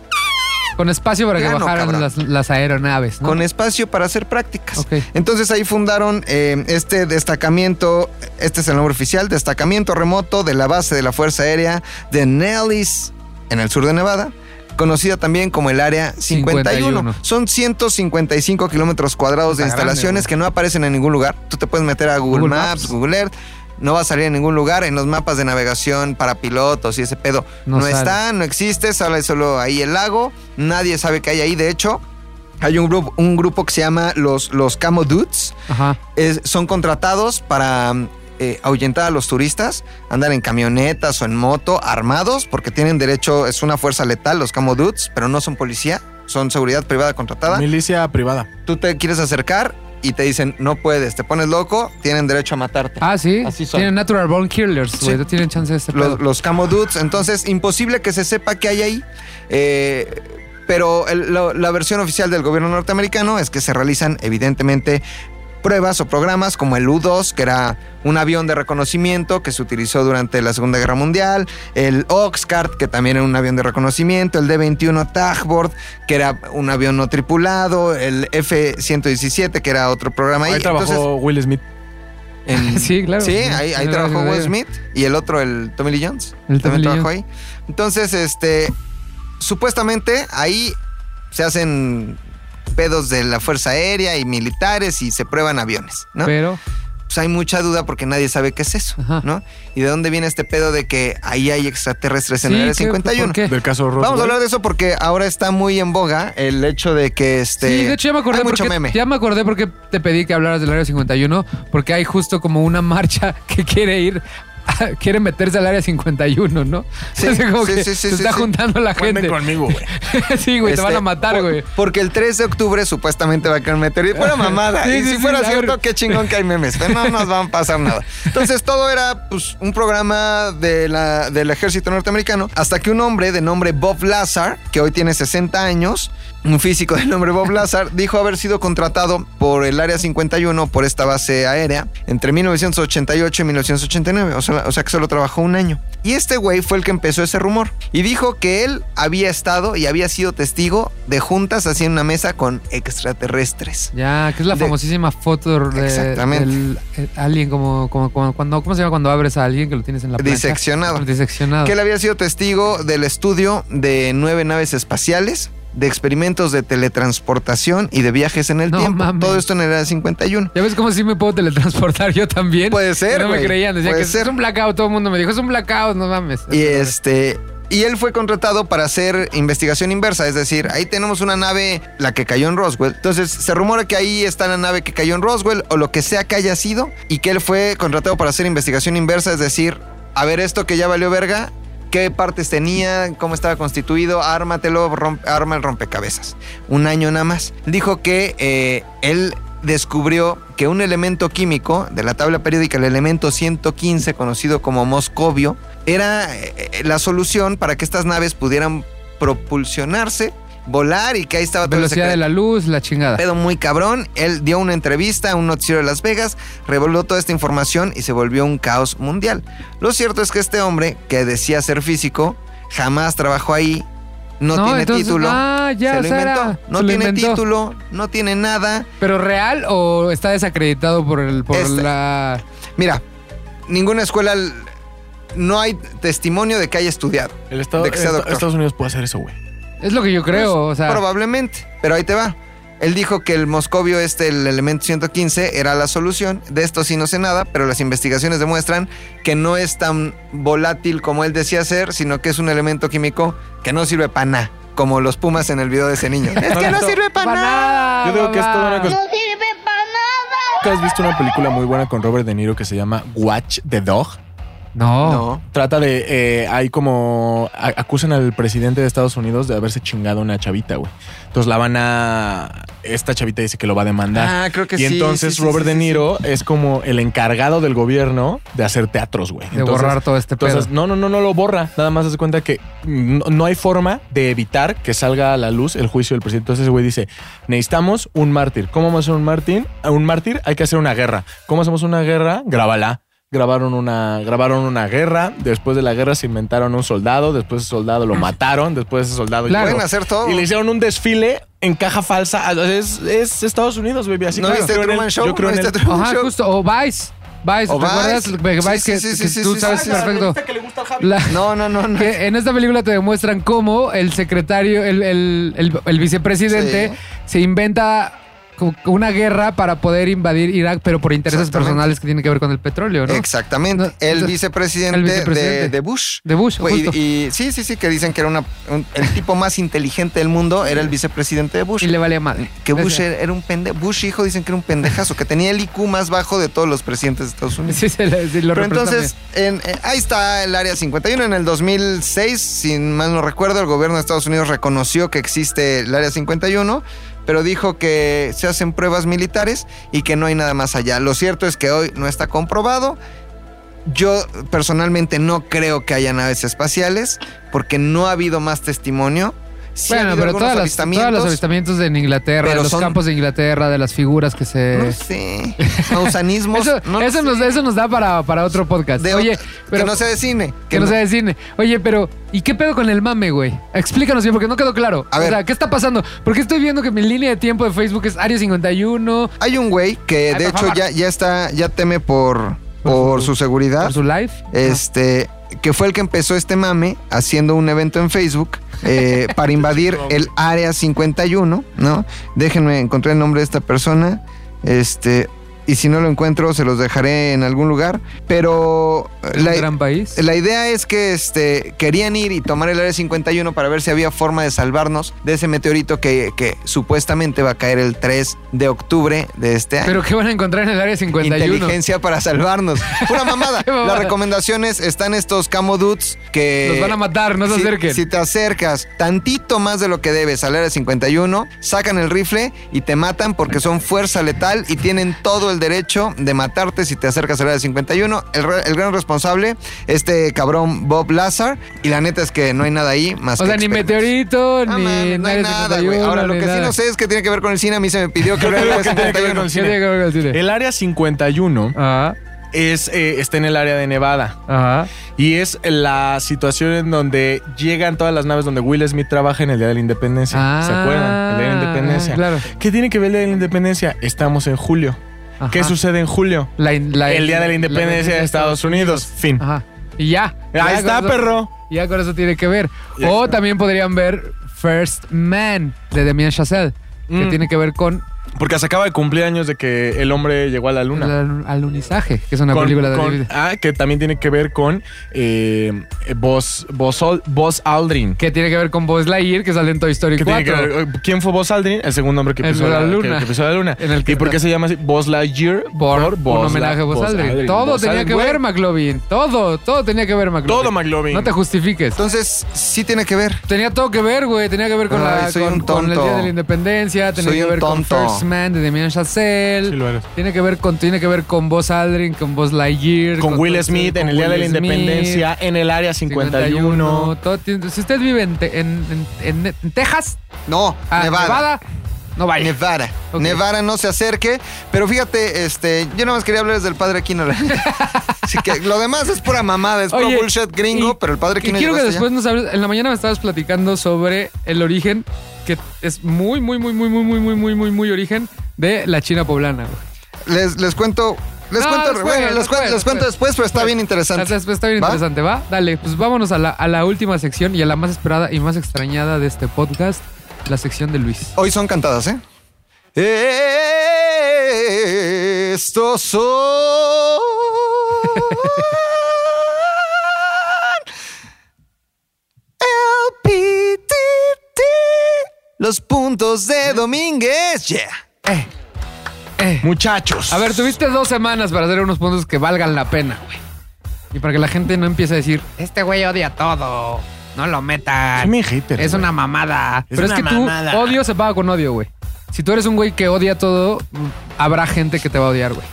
Speaker 2: Con espacio para que
Speaker 3: Plano,
Speaker 2: bajaran
Speaker 3: ¿eh? cabrón.
Speaker 2: las, las aeronaves, ¿no?
Speaker 3: con espacio para hacer prácticas.
Speaker 2: Ok.
Speaker 3: Entonces ahí fundaron eh, este destacamiento, este es el nombre oficial, destacamiento remoto de la base de la Fuerza Aérea de Nellis, en el sur de Nevada, conocida también como el Área 51.
Speaker 2: 51.
Speaker 3: Son 155 kilómetros cuadrados de
Speaker 2: Está grande,
Speaker 3: instalaciones
Speaker 2: güey.
Speaker 3: que no aparecen en ningún lugar. Tú te puedes meter a Google,
Speaker 2: Google
Speaker 3: Maps,
Speaker 2: Maps.
Speaker 3: Google Earth. No va a salir en ningún lugar en los mapas de navegación para pilotos y ese pedo.
Speaker 2: No
Speaker 3: No,
Speaker 2: sale.
Speaker 3: está, no existe, sale solo ahí el lago. Nadie sabe que hay ahí. De hecho, hay un grupo, un grupo que se llama los, los Camo Dudes.
Speaker 2: Ajá.
Speaker 3: Es- son contratados para mm, eh, ahuyentar a los turistas, andan en camionetas o en moto, armados, porque tienen derecho, es una fuerza letal, los Camo Dudes, pero no son policía, son seguridad privada contratada.
Speaker 1: Milicia privada.
Speaker 3: Tú te quieres acercar, y te dicen, no puedes, te pones loco, tienen derecho a matarte.
Speaker 2: Ah, sí.
Speaker 3: Así son.
Speaker 2: Tienen Natural Born Killers, güey.
Speaker 3: Sí.
Speaker 2: No tienen chance de ser
Speaker 3: los, los camo dudes. Entonces, imposible que se sepa qué hay ahí. Eh, pero el- lo- la versión oficial del gobierno norteamericano es que se realizan, evidentemente, pruebas o programas como el U-2, que era un avión de reconocimiento que se utilizó durante la Segunda Guerra Mundial, el Oxcart, que también era un avión de reconocimiento, el D-21 Tagbord, que era un avión no tripulado, el F-117, que era otro programa ahí.
Speaker 1: Ahí trabajó
Speaker 3: Entonces,
Speaker 1: Will Smith.
Speaker 3: en-
Speaker 2: Sí, claro.
Speaker 3: Sí, ahí, ahí
Speaker 2: Sí,
Speaker 3: trabajó
Speaker 2: claro.
Speaker 3: Will Smith y el otro, el Tommy Lee Jones.
Speaker 2: El Tommy
Speaker 3: también
Speaker 2: Lee
Speaker 3: trabajó
Speaker 2: Jones.
Speaker 3: ahí. Entonces, este, supuestamente ahí se hacen pedos de la Fuerza Aérea y militares y se prueban aviones, ¿no?
Speaker 2: Pero
Speaker 3: Pues hay mucha duda porque nadie sabe qué es eso, ¿no? Y de dónde viene este pedo de que ahí hay extraterrestres en
Speaker 2: Sí,
Speaker 3: el área
Speaker 2: ¿qué?
Speaker 3: 51.
Speaker 2: ¿Por qué?
Speaker 1: Del caso Roswell.
Speaker 3: Vamos a hablar de eso porque ahora está muy en boga el hecho de que este.
Speaker 2: Sí, de hecho ya me acordé
Speaker 3: hay mucho
Speaker 2: porque
Speaker 3: meme.
Speaker 2: ya me acordé porque te pedí que hablaras del área 51 porque hay justo como una marcha que quiere ir a- quiere meterse al área 51, ¿no?
Speaker 3: Sí,
Speaker 2: O sea, como
Speaker 3: sí,
Speaker 2: que
Speaker 3: sí, sí,
Speaker 2: se
Speaker 3: sí,
Speaker 2: está
Speaker 3: sí.
Speaker 2: juntando la gente.
Speaker 1: conmigo, güey.
Speaker 2: sí, güey, te
Speaker 3: Este,
Speaker 2: van a matar,
Speaker 3: por-
Speaker 2: güey.
Speaker 3: Porque el 3 de octubre supuestamente va a caer un meteorito. Fuera mamada.
Speaker 2: Sí,
Speaker 3: y
Speaker 2: sí,
Speaker 3: si
Speaker 2: sí,
Speaker 3: fuera
Speaker 2: a ver.
Speaker 3: cierto, qué chingón que hay memes. Pero no nos van a pasar nada. Entonces todo era pues, un programa de la- del ejército norteamericano. Hasta que un hombre de nombre Bob Lazar, que hoy tiene 60 años, un físico de nombre Bob Lazar, dijo haber sido contratado por el Área 51, por esta base aérea, entre 1988 y 1989. O sea, o sea que solo trabajó un año. Y este güey fue el que empezó ese rumor. Y dijo que él había estado y había sido testigo de juntas así en una mesa con extraterrestres.
Speaker 2: Ya, que es la
Speaker 3: de-
Speaker 2: famosísima foto de,
Speaker 3: Exactamente.
Speaker 2: del el alien como, como, como cuando ¿cómo se llama cuando abres a alguien que lo tienes en la plancha?
Speaker 3: Diseccionado.
Speaker 2: Diseccionado.
Speaker 3: Que él había sido testigo del estudio de nueve naves espaciales, de experimentos de teletransportación y de viajes en el
Speaker 2: No
Speaker 3: tiempo.
Speaker 2: mames.
Speaker 3: Todo esto en el área 51.
Speaker 2: Ya ves cómo sí me puedo teletransportar yo también.
Speaker 3: Puede ser,
Speaker 2: no me
Speaker 3: güey.
Speaker 2: creían, decía
Speaker 3: Puede
Speaker 2: que es un blackout, todo el mundo me dijo, es un blackout, no mames.
Speaker 3: Y este. Y él fue contratado para hacer investigación inversa, es decir, ahí tenemos una nave, la que cayó en Roswell. Entonces, se rumora que ahí está la nave que cayó en Roswell o lo que sea que haya sido, y que él fue contratado para hacer investigación inversa, es decir, a ver esto que ya valió verga, qué partes tenía, cómo estaba constituido, ármatelo, romp- arma el rompecabezas. Un año nada más. Dijo que eh, él descubrió que un elemento químico de la tabla periódica, el elemento 115, conocido como moscovio, era eh, eh, la solución para que estas naves pudieran propulsionarse, volar y que ahí estaba todo el
Speaker 2: Velocidad de la
Speaker 3: secreto.
Speaker 2: luz, la chingada.
Speaker 3: Pedo muy cabrón. Él dio una entrevista a un noticiero de Las Vegas, reveló toda esta información y se volvió un caos mundial. Lo cierto es que este hombre, que decía ser físico, jamás trabajó ahí, no, tiene
Speaker 2: entonces-
Speaker 3: título.
Speaker 2: Ah, ya,
Speaker 3: se lo
Speaker 2: o sea, era-
Speaker 3: inventó. No
Speaker 2: se lo
Speaker 3: tiene
Speaker 2: inventó.
Speaker 3: título, no tiene nada.
Speaker 2: ¿Pero real o está desacreditado por el por
Speaker 3: Este.
Speaker 2: la
Speaker 3: Mira, ninguna escuela l- no hay testimonio de que haya estudiado.
Speaker 1: El estado,
Speaker 3: De que sea
Speaker 1: esta-
Speaker 3: doctor.
Speaker 1: Estados Unidos puede hacer eso, güey.
Speaker 2: Es lo que yo creo, o sea,
Speaker 3: Pues, Probablemente, pero ahí te va. Él dijo que el moscovio, este, el elemento 115, era la solución. De esto sí no sé nada, pero las investigaciones demuestran que no es tan volátil como él decía ser, sino que es un elemento químico que no sirve para nada, como los pumas en el video de ese niño. es que no sirve para
Speaker 2: para
Speaker 3: nada.
Speaker 2: nada.
Speaker 1: Yo digo que es
Speaker 2: papá.
Speaker 1: toda una cosa. ¿Nunca has visto una película muy buena con Robert De Niro que se llama Watch the Dog?
Speaker 2: No.
Speaker 3: No.
Speaker 1: Trata de. eh, hay como. a- acusan al presidente de Estados Unidos de haberse chingado una chavita, güey. Entonces la van a. Esta chavita dice que lo va a demandar.
Speaker 3: Ah, creo que
Speaker 1: y
Speaker 3: sí,
Speaker 1: entonces
Speaker 3: sí, sí,
Speaker 1: Robert
Speaker 3: sí,
Speaker 1: De
Speaker 3: sí,
Speaker 1: Niro es como el encargado del gobierno de hacer teatros, güey.
Speaker 2: De
Speaker 1: Entonces-
Speaker 2: borrar todo este pedo.
Speaker 1: Entonces, no, no, no, no lo borra. Nada más hace cuenta que no, no hay forma de evitar que salga a la luz el juicio del presidente. Entonces, ese güey dice: Necesitamos un mártir. ¿Cómo vamos a hacer un mártir? A un mártir hay que hacer una guerra. ¿Cómo hacemos una guerra? Grábala. Grabaron una, grabaron una guerra. Después de la guerra se inventaron un soldado. Después ese soldado lo mataron. Después ese soldado
Speaker 2: Claro.
Speaker 1: llegó.
Speaker 3: Pueden hacer todo.
Speaker 1: Y le hicieron un desfile en caja falsa. Ah, Es, es Estados Unidos, baby. Así
Speaker 3: ¿No
Speaker 1: que yo
Speaker 3: viste
Speaker 1: creo en
Speaker 3: Truman
Speaker 1: él.
Speaker 3: Show?
Speaker 1: Yo creo
Speaker 3: ¿No
Speaker 1: en
Speaker 3: viste
Speaker 1: él.
Speaker 3: Truman
Speaker 2: Ajá,
Speaker 3: Show?
Speaker 2: justo o Vice. Vice,
Speaker 3: O
Speaker 2: ¿te
Speaker 3: Vice.
Speaker 2: acuerdas? Vice
Speaker 3: Sí,
Speaker 2: que,
Speaker 3: sí, sí,
Speaker 2: que
Speaker 3: sí,
Speaker 2: tú
Speaker 3: sí,
Speaker 2: sabes
Speaker 3: sí.
Speaker 2: perfecto. La-
Speaker 3: No, no, no, no.
Speaker 2: que en esta película te demuestran cómo el secretario, el, el- el- el vicepresidente,
Speaker 3: Sí.
Speaker 2: se inventa como que una guerra para poder invadir Irak, pero por intereses
Speaker 3: Exactamente.
Speaker 2: personales que tienen que ver con el petróleo, ¿no?
Speaker 3: Exactamente.
Speaker 2: No,
Speaker 3: el
Speaker 2: entonces,
Speaker 3: vicepresidente,
Speaker 2: el
Speaker 3: de-
Speaker 2: vicepresidente.
Speaker 3: De, Bush.
Speaker 2: De Bush,
Speaker 3: Güey,
Speaker 2: justo.
Speaker 3: y, y- sí, sí, sí, que dicen que era una, un- el tipo más inteligente del mundo, era el vicepresidente de Bush.
Speaker 2: Y le valía madre.
Speaker 3: que Bush
Speaker 2: Decía,
Speaker 3: era, era un pendejo. Bush, hijo, dicen que era un pendejazo, que tenía el IQ más bajo de todos los presidentes de Estados Unidos.
Speaker 2: Sí, se le- sí, lo
Speaker 3: Pero
Speaker 2: representa
Speaker 3: entonces, en- eh, ahí está el Área 51. En el 2006, sin mal no recuerdo, el gobierno de Estados Unidos reconoció que existe el Área 51, pero dijo que se hacen pruebas militares y que no hay nada más allá. Lo cierto es que hoy no está comprobado. Yo personalmente no creo que haya naves espaciales porque no ha habido más testimonio. Sí ha
Speaker 2: bueno,
Speaker 3: habido
Speaker 2: pero
Speaker 3: algunos
Speaker 2: todas las, todos los avistamientos de en Inglaterra,
Speaker 3: Pero
Speaker 2: de los
Speaker 3: son-
Speaker 2: campos de Inglaterra, de las figuras que se.
Speaker 3: No sé. Mausanismos.
Speaker 2: eh. eso, eso nos, eso nos da para, para otro podcast.
Speaker 3: De
Speaker 2: Oye,
Speaker 3: otro-
Speaker 2: pero.
Speaker 3: que no sea de cine.
Speaker 2: que no sea de cine. Oye, pero, ¿y qué pedo con el mame, güey? Explícanos bien, porque no quedó claro.
Speaker 3: A
Speaker 2: o
Speaker 3: ver.
Speaker 2: sea, ¿qué está pasando? Porque estoy viendo que mi línea de tiempo de Facebook es Área 51.
Speaker 3: Hay un güey que
Speaker 2: Ay, por
Speaker 3: de hecho
Speaker 2: favor.
Speaker 3: ya, ya está, ya teme por, por su seguridad.
Speaker 2: Por su live.
Speaker 3: Este, que fue el que empezó este mame haciendo un evento en Facebook eh, para invadir el Área 51, ¿no? Déjenme encontrar el nombre de esta persona. Este, y si no lo encuentro, se los dejaré en algún lugar. Pero eh, la,
Speaker 2: Ah, gran país.
Speaker 3: la idea es que este, querían ir y tomar el Área 51 para ver si había forma de salvarnos de ese meteorito que, que supuestamente va a caer el 3 de octubre de este año.
Speaker 2: Pero, ¿qué van a encontrar en el Área 51?
Speaker 3: Inteligencia para salvarnos. Pura mamada.
Speaker 2: Qué mamada.
Speaker 3: Las recomendaciones están estos camo dudes que.
Speaker 2: Los van a matar, no se
Speaker 3: si,
Speaker 2: acerquen.
Speaker 3: Si te acercas tantito más de lo que debes al área 51, sacan el rifle y te matan porque son fuerza letal y tienen todo el derecho de matarte si te acercas al área 51. El, re- el gran responsable, este cabrón Bob Lazar. Y la neta es que no hay nada ahí más
Speaker 2: O
Speaker 3: que.
Speaker 2: sea, ni
Speaker 3: experimentos.
Speaker 2: meteorito,
Speaker 3: Ah,
Speaker 2: ni
Speaker 3: mames, no hay
Speaker 2: Área
Speaker 3: nada, güey.
Speaker 2: 51,
Speaker 3: Ahora, lo
Speaker 2: ni
Speaker 3: que sí
Speaker 2: nada.
Speaker 3: no sé es que tiene que ver con el cine. A mí se me pidió que hablara del área
Speaker 1: ¿Qué tiene que ver con el
Speaker 3: 51.
Speaker 1: cine?
Speaker 2: ¿Qué tiene que ver con el cine? Ah,
Speaker 1: El área 51 es, eh, está en el área de Nevada.
Speaker 2: Ajá.
Speaker 1: Y es la situación en donde llegan todas las naves donde Will Smith trabaja en el Día de la Independencia. ¿Se
Speaker 2: Ah,
Speaker 1: acuerdan? El Día de la Independencia.
Speaker 2: Claro.
Speaker 1: ¿Qué tiene que ver el Día de la Independencia? Estamos en julio.
Speaker 2: Ajá.
Speaker 1: ¿Qué sucede en julio?
Speaker 2: La in- la-
Speaker 1: el Día de la Independencia de Estados Unidos. Fin.
Speaker 2: Ajá. Y ya. Ya
Speaker 1: Ahí está,
Speaker 2: con eso-
Speaker 1: perro.
Speaker 2: Ya con eso tiene que ver. O también podrían ver First Man de Damien Chazelle, que
Speaker 1: Mm.
Speaker 2: tiene que ver con
Speaker 1: Porque se acaba de cumplir años de que el hombre llegó a la luna.
Speaker 2: el al- alunizaje, que es una
Speaker 1: Con-
Speaker 2: película de
Speaker 1: con-
Speaker 2: David.
Speaker 1: Ah, que también tiene que ver con eh, Buzz, Buzz Al- Buzz Aldrin.
Speaker 2: Que tiene que ver con Buzz Lightyear, que sale en Toy Story
Speaker 1: Que
Speaker 2: 4.
Speaker 1: tiene que ver- eh, ¿Quién fue Buzz Aldrin? El segundo hombre que
Speaker 2: El
Speaker 1: pisó
Speaker 2: de
Speaker 1: la,
Speaker 2: la
Speaker 1: que-
Speaker 2: luna.
Speaker 1: que pisó la luna.
Speaker 2: En el que
Speaker 1: ¿Y por qué
Speaker 2: tra-
Speaker 1: se llama así? Buzz Lightyear por,
Speaker 2: un
Speaker 1: Buzz
Speaker 2: homenaje a
Speaker 1: La-
Speaker 2: Buzz Aldrin. Todo
Speaker 1: Buzz
Speaker 2: tenía
Speaker 1: Aldrin,
Speaker 2: que
Speaker 1: güey.
Speaker 2: ver, McLovin. Todo, todo tenía que ver, McLovin.
Speaker 1: Todo McLovin.
Speaker 2: No te justifiques.
Speaker 3: Entonces, sí tiene que ver.
Speaker 2: Tenía todo que ver, güey. Tenía que ver con,
Speaker 3: Ay,
Speaker 2: la,
Speaker 3: soy
Speaker 2: con-
Speaker 3: un
Speaker 2: con el
Speaker 3: tonto.
Speaker 2: Día de la Independencia. Tenía
Speaker 3: Soy
Speaker 2: que
Speaker 3: un
Speaker 2: ver con
Speaker 3: tonto.
Speaker 2: First Man de Damien Chazelle.
Speaker 1: Sí lo eres.
Speaker 2: Tiene que ver con tiene que ver con Buzz Aldrin, con Buzz Lightyear,
Speaker 1: Con Will Smith
Speaker 2: con
Speaker 1: en el Día de la
Speaker 2: Will Smith,
Speaker 1: Independencia, en el Área 51.
Speaker 2: todo tiene- si usted vive en, Te- en- en- en- en Texas,
Speaker 3: No,
Speaker 2: a
Speaker 3: Nevada.
Speaker 2: Ah, Nevada. no vaya.
Speaker 3: Nevada.
Speaker 2: Ok.
Speaker 3: Nevada no se acerque. Pero fíjate, este, yo nada más quería hablarles del padre Aquino. Así que lo demás es pura mamada, es
Speaker 2: Oye,
Speaker 3: pura bullshit gringo,
Speaker 2: y-
Speaker 3: pero el padre
Speaker 2: Que
Speaker 3: Aquino
Speaker 2: quiero
Speaker 3: llegó
Speaker 2: que
Speaker 3: hasta
Speaker 2: después
Speaker 3: allá.
Speaker 2: nos hables. En la mañana me estabas platicando sobre el origen, que es muy, muy, muy, muy, muy, muy, muy, muy, muy, muy origen de la China poblana. güey.
Speaker 3: Les, les cuento. Les
Speaker 2: No,
Speaker 3: cuento,
Speaker 2: después,
Speaker 3: bueno, les,
Speaker 2: después,
Speaker 3: cuen- les cuento después, pero está bien interesante.
Speaker 2: Está, está bien
Speaker 3: ¿Va?
Speaker 2: interesante, ¿va? Dale, pues vámonos a la, a la última sección y a la más esperada y más extrañada de este podcast, la sección de Luis.
Speaker 3: Hoy son cantadas, ¿eh? Estos ¿eh? son. LPTT. Los puntos de Domínguez. Yeah.
Speaker 1: Muchachos.
Speaker 2: A ver, tuviste dos semanas para hacer unos puntos que valgan la pena, güey. Y para que la gente no empiece a decir, este güey odia todo, no lo metan.
Speaker 1: Es mi hater,
Speaker 2: Es
Speaker 1: güey.
Speaker 2: una mamada.
Speaker 1: Es
Speaker 2: Pero es
Speaker 1: una
Speaker 2: que tú,
Speaker 1: mamada.
Speaker 2: odio se paga con odio, güey. Si tú eres un güey que odia todo, habrá gente que te va a odiar, güey.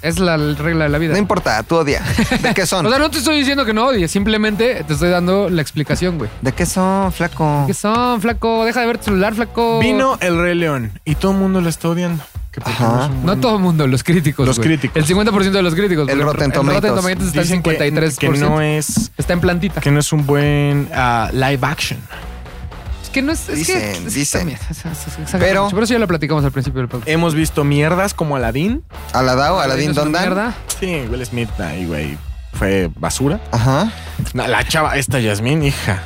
Speaker 2: Es la regla de la vida.
Speaker 3: No importa, tú odia. ¿De qué son?
Speaker 2: O sea, no te estoy diciendo que no odies, simplemente te estoy dando la explicación, güey.
Speaker 3: ¿De qué son, flaco?
Speaker 2: ¿Qué son, flaco? Deja de ver tu celular, flaco.
Speaker 1: Vino el Rey León y todo el mundo lo está odiando. Que porque
Speaker 3: Ajá.
Speaker 1: no es un
Speaker 2: No
Speaker 1: buen-
Speaker 2: todo el mundo, los críticos.
Speaker 1: Los
Speaker 2: güey.
Speaker 1: críticos.
Speaker 2: El 50% de los críticos.
Speaker 3: El
Speaker 2: porque
Speaker 3: Rotten
Speaker 2: El Rotten
Speaker 3: Tomatoes.
Speaker 2: Tomatoes está
Speaker 1: Dicen
Speaker 2: en 53%.
Speaker 1: que, que no es
Speaker 2: Está en plantita.
Speaker 1: que no es un buen ah, live action.
Speaker 2: Es que no es. es que-
Speaker 3: Dicen,
Speaker 2: es que
Speaker 3: dicen.
Speaker 2: también, es- es- es- es-
Speaker 3: Pero-
Speaker 2: Pero eso ya lo platicamos al principio del podcast.
Speaker 1: Hemos visto mierdas como Aladdin.
Speaker 3: Aladao, Aladín
Speaker 2: Es una
Speaker 3: Dondan.
Speaker 2: mierda.
Speaker 1: Sí, Will Smith ahí, güey. Fue basura.
Speaker 3: Ajá.
Speaker 1: No, la chava, esta Yasmín, hija.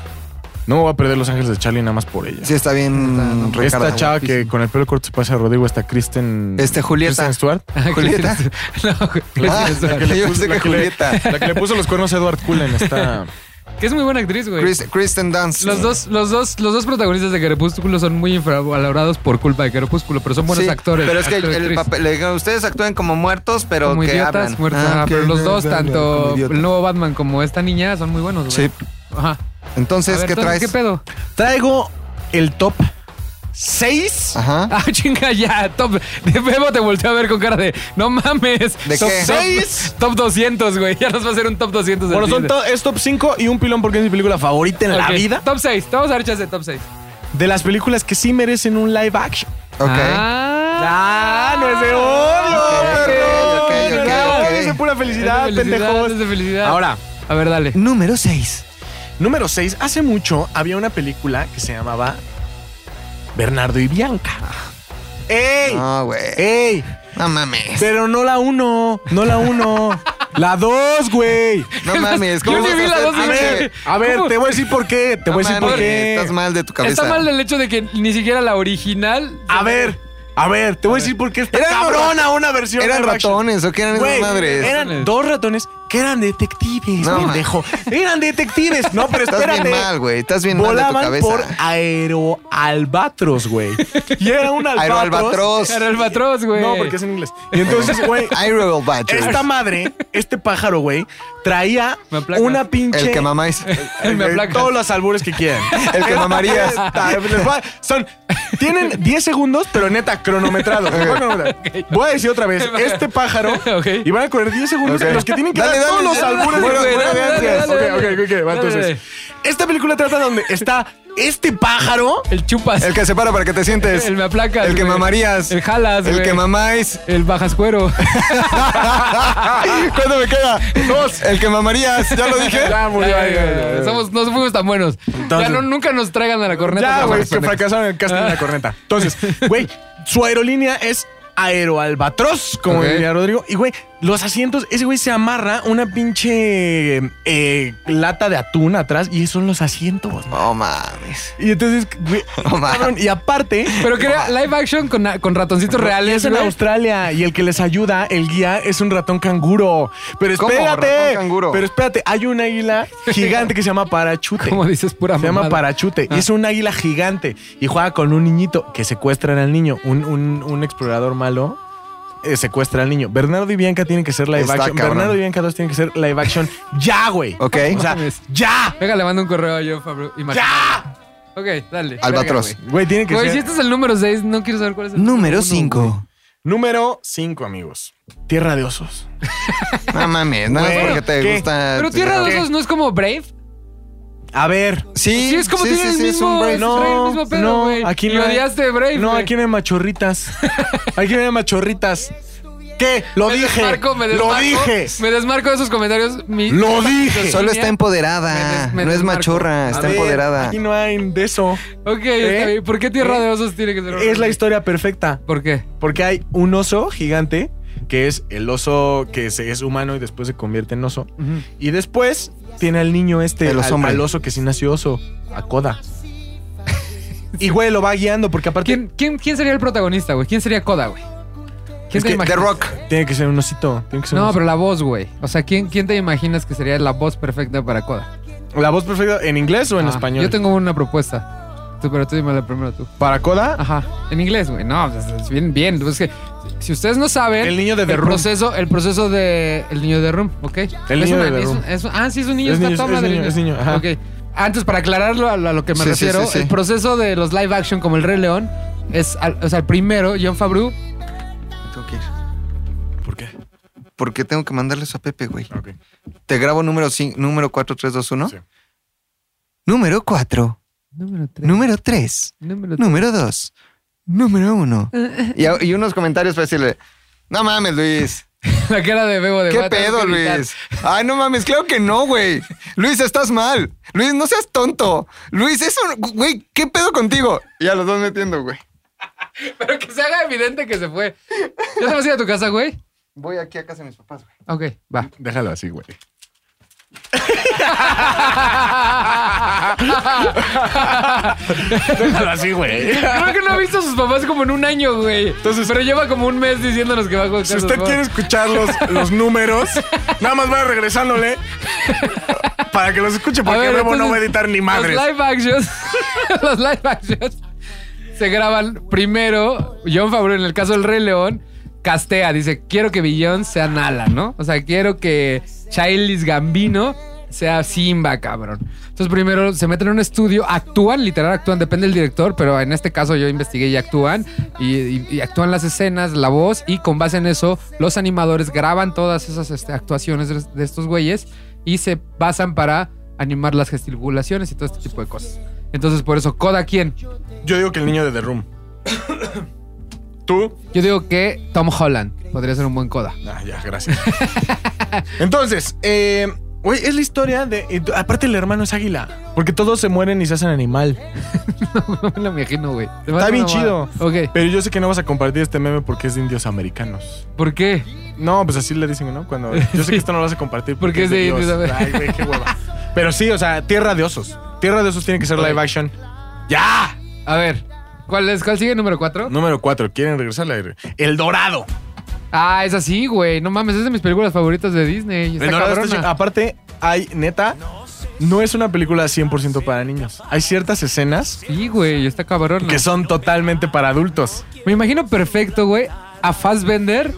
Speaker 1: No me voy a perder Los Ángeles de Charlie nada más por ella.
Speaker 3: Sí, está
Speaker 2: Está, no,
Speaker 3: bien, Ricardo.
Speaker 1: esta chava que con el pelo corto se parece a Rodrigo, esta Kristen.
Speaker 3: Este, Julieta.
Speaker 1: Kristen Stewart.
Speaker 3: ¿Julieta?
Speaker 2: Ah, No, güey,
Speaker 3: Ah,
Speaker 2: Kristen Stewart.
Speaker 3: la que le- Yo pensé que
Speaker 1: le-
Speaker 3: Julieta.
Speaker 1: la que le puso los cuernos a Edward Cullen. Está.
Speaker 2: Que es muy buena actriz, güey.
Speaker 3: Chris- Kristen Dunst.
Speaker 2: Los dos, los dos, los dos protagonistas de Crepúsculo son muy infravalorados por culpa de Crepúsculo, pero son buenos
Speaker 3: Sí,
Speaker 2: actores.
Speaker 3: Pero es que
Speaker 2: actor y
Speaker 3: el
Speaker 2: actriz.
Speaker 3: papel, le- ustedes actúan como muertos, pero
Speaker 2: como
Speaker 3: que
Speaker 2: idiotas,
Speaker 3: hablan.
Speaker 2: muertos.
Speaker 3: Ah,
Speaker 2: Ajá,
Speaker 3: ok,
Speaker 2: pero los
Speaker 3: ya,
Speaker 2: dos,
Speaker 3: ya, ya,
Speaker 2: tanto
Speaker 3: como idiota.
Speaker 2: el nuevo Batman como esta niña, son muy buenos, güey.
Speaker 3: Sí.
Speaker 2: Ajá. A
Speaker 3: Entonces,
Speaker 2: ver,
Speaker 3: ¿qué
Speaker 2: entonces,
Speaker 3: traes?
Speaker 2: ¿Qué pedo?
Speaker 1: Traigo el top ¿Seis?
Speaker 3: Ajá.
Speaker 2: Ah, chinga, ya. Top. De Bebo te volteó a ver con cara de. No mames.
Speaker 1: ¿De
Speaker 2: top
Speaker 1: qué?
Speaker 2: seis? Top 200, güey. Ya nos va a hacer un top 200. del
Speaker 1: Bueno, son
Speaker 2: Tinder.
Speaker 1: to- es top 5 y un pilón porque es mi película favorita en la
Speaker 2: Ok,
Speaker 1: vida.
Speaker 2: Top 6. Vamos a ver chance de top 6.
Speaker 1: De las películas que sí merecen un live action.
Speaker 3: Ok.
Speaker 2: Ah,
Speaker 1: no es de odio, perro. No,
Speaker 3: ok.
Speaker 1: es de pura felicidad,
Speaker 2: Es de felicidad,
Speaker 1: pendejos.
Speaker 2: es de felicidad.
Speaker 1: Ahora,
Speaker 2: A ver, dale.
Speaker 3: Número 6.
Speaker 1: número 6. Hace mucho había una película que se llamaba Bernardo y Bianca. ¡Ey!
Speaker 3: No, güey.
Speaker 2: Eh.
Speaker 1: ¡Ey!
Speaker 3: No mames.
Speaker 1: Pero no la uno, no la uno. La dos, güey.
Speaker 3: No mames.
Speaker 2: Yo ni
Speaker 3: vas a
Speaker 2: vi la
Speaker 3: hacer-
Speaker 2: dos,
Speaker 1: A
Speaker 3: A
Speaker 2: güey.
Speaker 1: ver,
Speaker 3: ver,
Speaker 1: a ver,
Speaker 2: ¿Cómo?
Speaker 1: te voy a decir por qué. Te
Speaker 3: no
Speaker 1: voy a decir por
Speaker 3: mames,
Speaker 1: qué.
Speaker 3: Estás mal de tu cabeza.
Speaker 2: Está mal el hecho de que ni siquiera la original.
Speaker 1: A ver, a ver, te voy a decir por qué está
Speaker 3: Eran
Speaker 1: cabrona una versión.
Speaker 3: ¿Eran
Speaker 1: live action.
Speaker 3: ratones o qué eran esas
Speaker 1: Güey,
Speaker 3: madres?
Speaker 1: Eran dos ratones que eran detectives,
Speaker 3: No,
Speaker 1: pendejo. Eran detectives. No, pero
Speaker 3: Estás
Speaker 1: espérate.
Speaker 3: bien mal, güey. Estás bien mal
Speaker 1: Volaban
Speaker 3: de tu
Speaker 1: por
Speaker 3: cabeza.
Speaker 1: aeroalbatros, güey. Y era un albatros.
Speaker 3: Aeroalbatros.
Speaker 2: Era el patrón, güey.
Speaker 1: No, porque es en inglés. Y entonces, güey,
Speaker 3: Aeroalbatros.
Speaker 1: esta madre, este pájaro, güey, traía
Speaker 2: Me aplacas.
Speaker 1: una pinche.
Speaker 3: El que mamáis.
Speaker 2: Me
Speaker 1: Eh,
Speaker 2: aplacas.
Speaker 1: Todos los albures que quieran.
Speaker 3: El que mamarías.
Speaker 1: Esta, pues les va- Son. Tienen 10 segundos, pero neta, cronometrado. Les voy a cronometrar. Voy a decir otra vez: este pájaro.
Speaker 2: Ok.
Speaker 1: Y van a correr 10 segundos
Speaker 3: Ok.
Speaker 1: en los que tienen que
Speaker 3: Dale,
Speaker 1: dar
Speaker 3: dale,
Speaker 1: todos
Speaker 3: dale,
Speaker 1: los albures
Speaker 3: dale,
Speaker 1: de
Speaker 3: dale,
Speaker 1: las
Speaker 3: dale,
Speaker 1: referencias.
Speaker 2: dale,
Speaker 1: Ok,
Speaker 2: dale.
Speaker 1: ok, ok, va,
Speaker 2: Dale,
Speaker 1: entonces.
Speaker 2: dale.
Speaker 1: Esta película trata donde está este pájaro.
Speaker 2: El chupas.
Speaker 3: El que se para para que te sientes.
Speaker 2: El me aplacas,
Speaker 3: El que
Speaker 2: güey.
Speaker 3: mamarías.
Speaker 2: El jalas,
Speaker 3: El
Speaker 2: güey.
Speaker 3: que mamáis.
Speaker 2: El bajas cuero.
Speaker 3: ¿Cuánto me queda? Dos. El que mamarías. ¿Ya lo dije?
Speaker 1: Ya murió,
Speaker 2: Ay,
Speaker 1: ay, ay, ay.
Speaker 2: Somos, no fuimos tan buenos. ya no, nunca nos traigan a la corneta. pues,
Speaker 1: Ya,
Speaker 2: por
Speaker 1: güey, que
Speaker 2: favor.
Speaker 1: fracasaron en el casting de la corneta. Entonces, güey, su aerolínea es Aeroalbatros, como
Speaker 2: Ok.
Speaker 1: diría Rodrigo. Y, güey, los asientos, ese güey se amarra una pinche eh, lata de atún atrás y esos son los asientos.
Speaker 3: No mames.
Speaker 1: Y entonces, güey,
Speaker 3: No mames.
Speaker 1: cabrón, y aparte...
Speaker 2: Pero que era live action con, con ratoncitos
Speaker 1: Es
Speaker 2: reales.
Speaker 1: en
Speaker 2: güey.
Speaker 1: Australia y el que les ayuda, el guía, es un ratón canguro. Pero
Speaker 3: ¿Cómo?
Speaker 1: espérate,
Speaker 3: ¿Ratón canguro?
Speaker 1: pero espérate, hay un águila gigante que se llama parachute.
Speaker 2: Como dices, pura
Speaker 1: Se llama
Speaker 2: mamada.
Speaker 1: Parachute.
Speaker 2: Ah.
Speaker 1: Y es un águila gigante. Y juega con un niñito que secuestra al niño. Un, un- un explorador malo eh, secuestra al niño. Bernardo y Bianca tienen que ser live
Speaker 3: Está
Speaker 1: action.
Speaker 3: cabrón.
Speaker 1: Bernardo y Bianca 2 tienen que ser live action. ¡Ya, güey!
Speaker 3: Ok.
Speaker 1: O sea,
Speaker 2: Mames.
Speaker 1: ¡ya!
Speaker 2: Venga, le mando un correo a yo, Fabio.
Speaker 1: ¡Ya!
Speaker 2: Ok, dale.
Speaker 3: Albatros.
Speaker 2: Verga,
Speaker 1: Güey, tiene que
Speaker 2: Güey, Güey,
Speaker 1: ser.
Speaker 2: si este es el número 6, no quiero saber cuál es el
Speaker 3: Número
Speaker 2: uno, güey.
Speaker 3: 5.
Speaker 1: Número 5, amigos. Tierra de osos.
Speaker 3: No mames. Nada más
Speaker 1: Güey,
Speaker 3: porque te
Speaker 1: ¿qué?
Speaker 3: gusta.
Speaker 2: Pero Tierra de
Speaker 1: ¿Qué?
Speaker 2: Osos no es como Brave.
Speaker 1: A ver.
Speaker 3: Sí,
Speaker 2: Sí, es como tiene el
Speaker 3: es un
Speaker 2: mismo- trae
Speaker 3: brain.
Speaker 2: el
Speaker 1: No,
Speaker 2: mismo pedo,
Speaker 1: no,
Speaker 2: güey.
Speaker 1: aquí
Speaker 2: Y
Speaker 1: no. hay-
Speaker 2: odiaste Brave,
Speaker 1: No,
Speaker 2: güey.
Speaker 1: aquí no hay machorritas. aquí no hay machorritas. ¿Qué? Lo dije.
Speaker 2: Desmarco, me
Speaker 1: Lo
Speaker 2: desmarco,
Speaker 1: dije.
Speaker 2: Me desmarco de esos comentarios. Mi-
Speaker 1: Lo dije.
Speaker 3: Solo
Speaker 2: Línea.
Speaker 3: está
Speaker 2: Me
Speaker 3: empoderada.
Speaker 2: des- me
Speaker 3: no es
Speaker 2: desmarco.
Speaker 3: machorra.
Speaker 2: A
Speaker 3: Está
Speaker 1: A ver,
Speaker 3: empoderada.
Speaker 1: Aquí no hay de eso.
Speaker 2: Ok,
Speaker 1: ¿Eh?
Speaker 2: está bien. ¿Por qué Tierra de Osos tiene que ser
Speaker 1: Es la historia perfecta.
Speaker 2: ¿Por qué?
Speaker 1: Porque hay un oso gigante, que es el oso que se- es humano y después se convierte en oso. Y después tiene al niño este,
Speaker 3: El
Speaker 1: al,
Speaker 3: oso hombre.
Speaker 1: al oso que sí nació oso, a Koda. Y güey, lo va guiando porque aparte
Speaker 2: ¿Quién, quién, quién sería el protagonista, güey? ¿Quién sería Koda, güey? ¿Quién
Speaker 3: Es que The
Speaker 2: imaginas?
Speaker 3: Rock.
Speaker 1: tiene que ser un osito. Tiene que ser un
Speaker 2: No,
Speaker 1: oso.
Speaker 2: pero la voz, güey. O sea, ¿quién, ¿quién te imaginas que sería la voz perfecta para Koda?
Speaker 1: ¿La voz perfecta en inglés o en
Speaker 2: Ah,
Speaker 1: español?
Speaker 2: Yo tengo una propuesta. Tú, pero tú dime la primero tú.
Speaker 1: ¿Para Koda?
Speaker 2: Ajá. En inglés, güey. No, pues, es bien, bien. Es que si ustedes no saben.
Speaker 1: El niño de The
Speaker 2: el
Speaker 1: Room.
Speaker 2: proceso, el proceso de. El niño de Room, ¿ok?
Speaker 1: El
Speaker 2: Es
Speaker 1: niño
Speaker 2: una-
Speaker 1: de The
Speaker 2: es un-
Speaker 1: Room.
Speaker 2: es un- ah, sí, es un niño.
Speaker 1: Es
Speaker 2: está
Speaker 1: niño,
Speaker 2: toda
Speaker 1: es
Speaker 2: madre
Speaker 1: niño,
Speaker 2: niño.
Speaker 1: es niño, ajá.
Speaker 2: Ok. Antes, para aclararlo a, a lo que me
Speaker 3: Sí, sí,
Speaker 2: refiero,
Speaker 3: sí, sí.
Speaker 2: el proceso de los live action como El Rey León es. al- o sea, el primero, John Favreau.
Speaker 3: Tengo que ir.
Speaker 1: ¿Por qué?
Speaker 3: Porque tengo que mandarles a Pepe, güey.
Speaker 2: Ah,
Speaker 1: Ok.
Speaker 3: Te grabo número 5, número 4, 3, 2, 1.
Speaker 1: Sí.
Speaker 3: Número 4,
Speaker 2: Número 3.
Speaker 3: número 3,
Speaker 2: Número tres.
Speaker 3: número 2, número 1. Y, a- y unos comentarios para decirle, no mames, Luis.
Speaker 2: La cara de Bebo de
Speaker 3: ¿Qué
Speaker 2: "Voy a tener
Speaker 3: pedo,
Speaker 2: que gritar".
Speaker 3: Luis? Ay, no mames, claro que no, güey. Luis, estás mal. Luis, no seas tonto. Luis, eso, güey, ¿qué pedo contigo? Y a los dos metiendo, güey.
Speaker 2: Pero que se haga evidente que se fue. ¿Ya te vas a ir a tu casa, güey?
Speaker 3: Voy aquí a casa de mis papás, güey.
Speaker 2: Ok, va.
Speaker 1: Déjalo así, güey. Déjalo así, güey.
Speaker 2: Creo que no ha visto a sus papás como en un año, güey.
Speaker 1: Entonces-
Speaker 2: pero lleva como un mes diciéndonos que va a jugar.
Speaker 1: Si usted quiere escuchar los, los números, nada más vaya regresándole para que los escuche, porque Bebo no va a editar ni madres.
Speaker 2: Los live actions. los live actions se graban primero. John Favreau, en el caso del Rey León, castea. Dice: Quiero que Billón sea Nala, ¿no? O sea, quiero que Childish Gambino sea Simba, cabrón. Entonces primero se meten en un estudio, actúan, literal actúan, depende del director, pero en este caso yo investigué y actúan, y, y- y actúan las escenas, la voz, y con base en eso los animadores graban todas esas este, actuaciones de, de estos güeyes y se basan para animar las gesticulaciones y todo este tipo de cosas. Entonces por eso, ¿Coda quién?
Speaker 1: Yo digo que el niño de The Room. ¿Tú?
Speaker 2: Yo digo que Tom Holland podría ser un buen Coda.
Speaker 1: Ah, ya, gracias. Entonces, eh, güey, es la historia de. eh, aparte, el hermano es águila. Porque todos se mueren y se hacen animal.
Speaker 2: no me lo imagino, güey. Se me
Speaker 1: Está
Speaker 2: hace
Speaker 1: bien
Speaker 2: una
Speaker 1: chido.
Speaker 2: mamada. Ok.
Speaker 1: Pero yo sé que no vas a compartir este meme porque es de indios americanos.
Speaker 2: ¿Por qué?
Speaker 1: No, pues así le dicen, ¿no? Cuando. Yo sé que esto no lo vas a compartir
Speaker 2: Porque pues, es de indios
Speaker 1: Ay, güey, qué hueva. Pero sí, o sea, tierra de osos. Tierra de osos tiene que ser live action. ¡Ya!
Speaker 2: A ver, ¿cuál es? ¿Cuál sigue número 4?
Speaker 1: Número 4. ¿Quieren regresar al aire? El Dorado.
Speaker 2: Ah, es así, güey. No mames, es de mis películas favoritas de Disney. Está
Speaker 1: El Dorado está
Speaker 2: cabrona.
Speaker 1: chi- Aparte, hay, neta, no es una película 100% para niños. Hay ciertas escenas.
Speaker 2: Sí, güey, está cabrona.
Speaker 1: Que son totalmente para adultos.
Speaker 2: Me imagino perfecto, güey, a Fassbender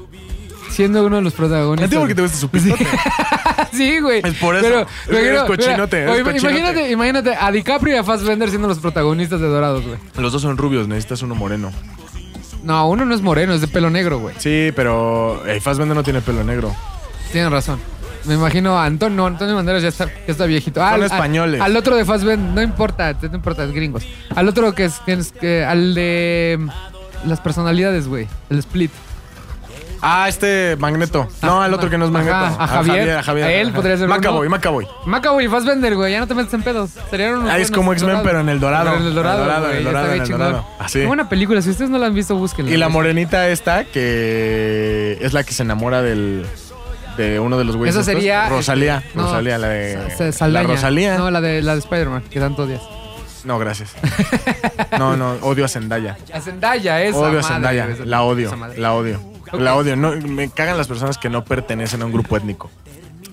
Speaker 2: siendo uno de los protagonistas.
Speaker 1: Entiendo que te gusta su pistote.
Speaker 2: sí, güey.
Speaker 1: Es por eso.
Speaker 2: Pero,
Speaker 1: Es que
Speaker 2: me
Speaker 1: eres
Speaker 2: imagino-
Speaker 1: cochinote,
Speaker 2: mira,
Speaker 1: eres
Speaker 2: oye,
Speaker 1: cochinote.
Speaker 2: Imagínate, imagínate a DiCaprio y a Fassbender siendo los protagonistas de Dorados, güey.
Speaker 1: Los dos son rubios, necesitas uno moreno.
Speaker 2: No, uno no es moreno, es de pelo negro, güey.
Speaker 1: Sí, pero eh, Fassbender no tiene pelo negro.
Speaker 2: Tienen razón. Me imagino a Antonio, no, Antonio Banderas ya está, ya está viejito.
Speaker 1: Son
Speaker 2: al-
Speaker 1: españoles.
Speaker 2: Al, otro de Fassbender, no importa, no importa, es gringos. Al otro que es, que es- que- al de mm, las personalidades, güey, el split.
Speaker 1: Ah, este Magneto. No, al otro que no es Magneto.
Speaker 2: Ajá, a Javier.
Speaker 1: A Javier.
Speaker 2: A él podría ser uno.
Speaker 1: Macaboy, Macaboy.
Speaker 2: Macaboy y Fassbender, güey, ya no te metes en pedos. Serían unos
Speaker 1: Ah, es
Speaker 2: buenos
Speaker 1: como X-Men,
Speaker 2: soldados.
Speaker 1: pero en el dorado.
Speaker 2: Pero en el
Speaker 1: en
Speaker 2: dorado,
Speaker 1: el
Speaker 2: güey,
Speaker 1: dorado,
Speaker 2: está
Speaker 1: en
Speaker 2: bien
Speaker 1: el
Speaker 2: chingón.
Speaker 1: dorado. Así.
Speaker 2: Qué buena película, si ustedes no la han visto, búsquenla.
Speaker 1: Y la
Speaker 2: güey.
Speaker 1: morenita esta, que es la que se enamora del. De uno de los güeyes.
Speaker 2: Esa
Speaker 1: estos.
Speaker 2: sería.
Speaker 1: Rosalía.
Speaker 2: no,
Speaker 1: Rosalía, la de.
Speaker 2: Sa- Sa- Saldaña.
Speaker 1: La Rosalía.
Speaker 2: No, la de, la de Spider-Man, que tanto odias.
Speaker 1: No, gracias. No, no, odio a Zendaya.
Speaker 2: A Zendaya, esa.
Speaker 1: odio a
Speaker 2: madre,
Speaker 1: Zendaya.
Speaker 2: güey, esa-
Speaker 1: la odio.
Speaker 2: esa madre.
Speaker 1: La odio. La odio. No, me cagan las personas que no pertenecen a un grupo étnico.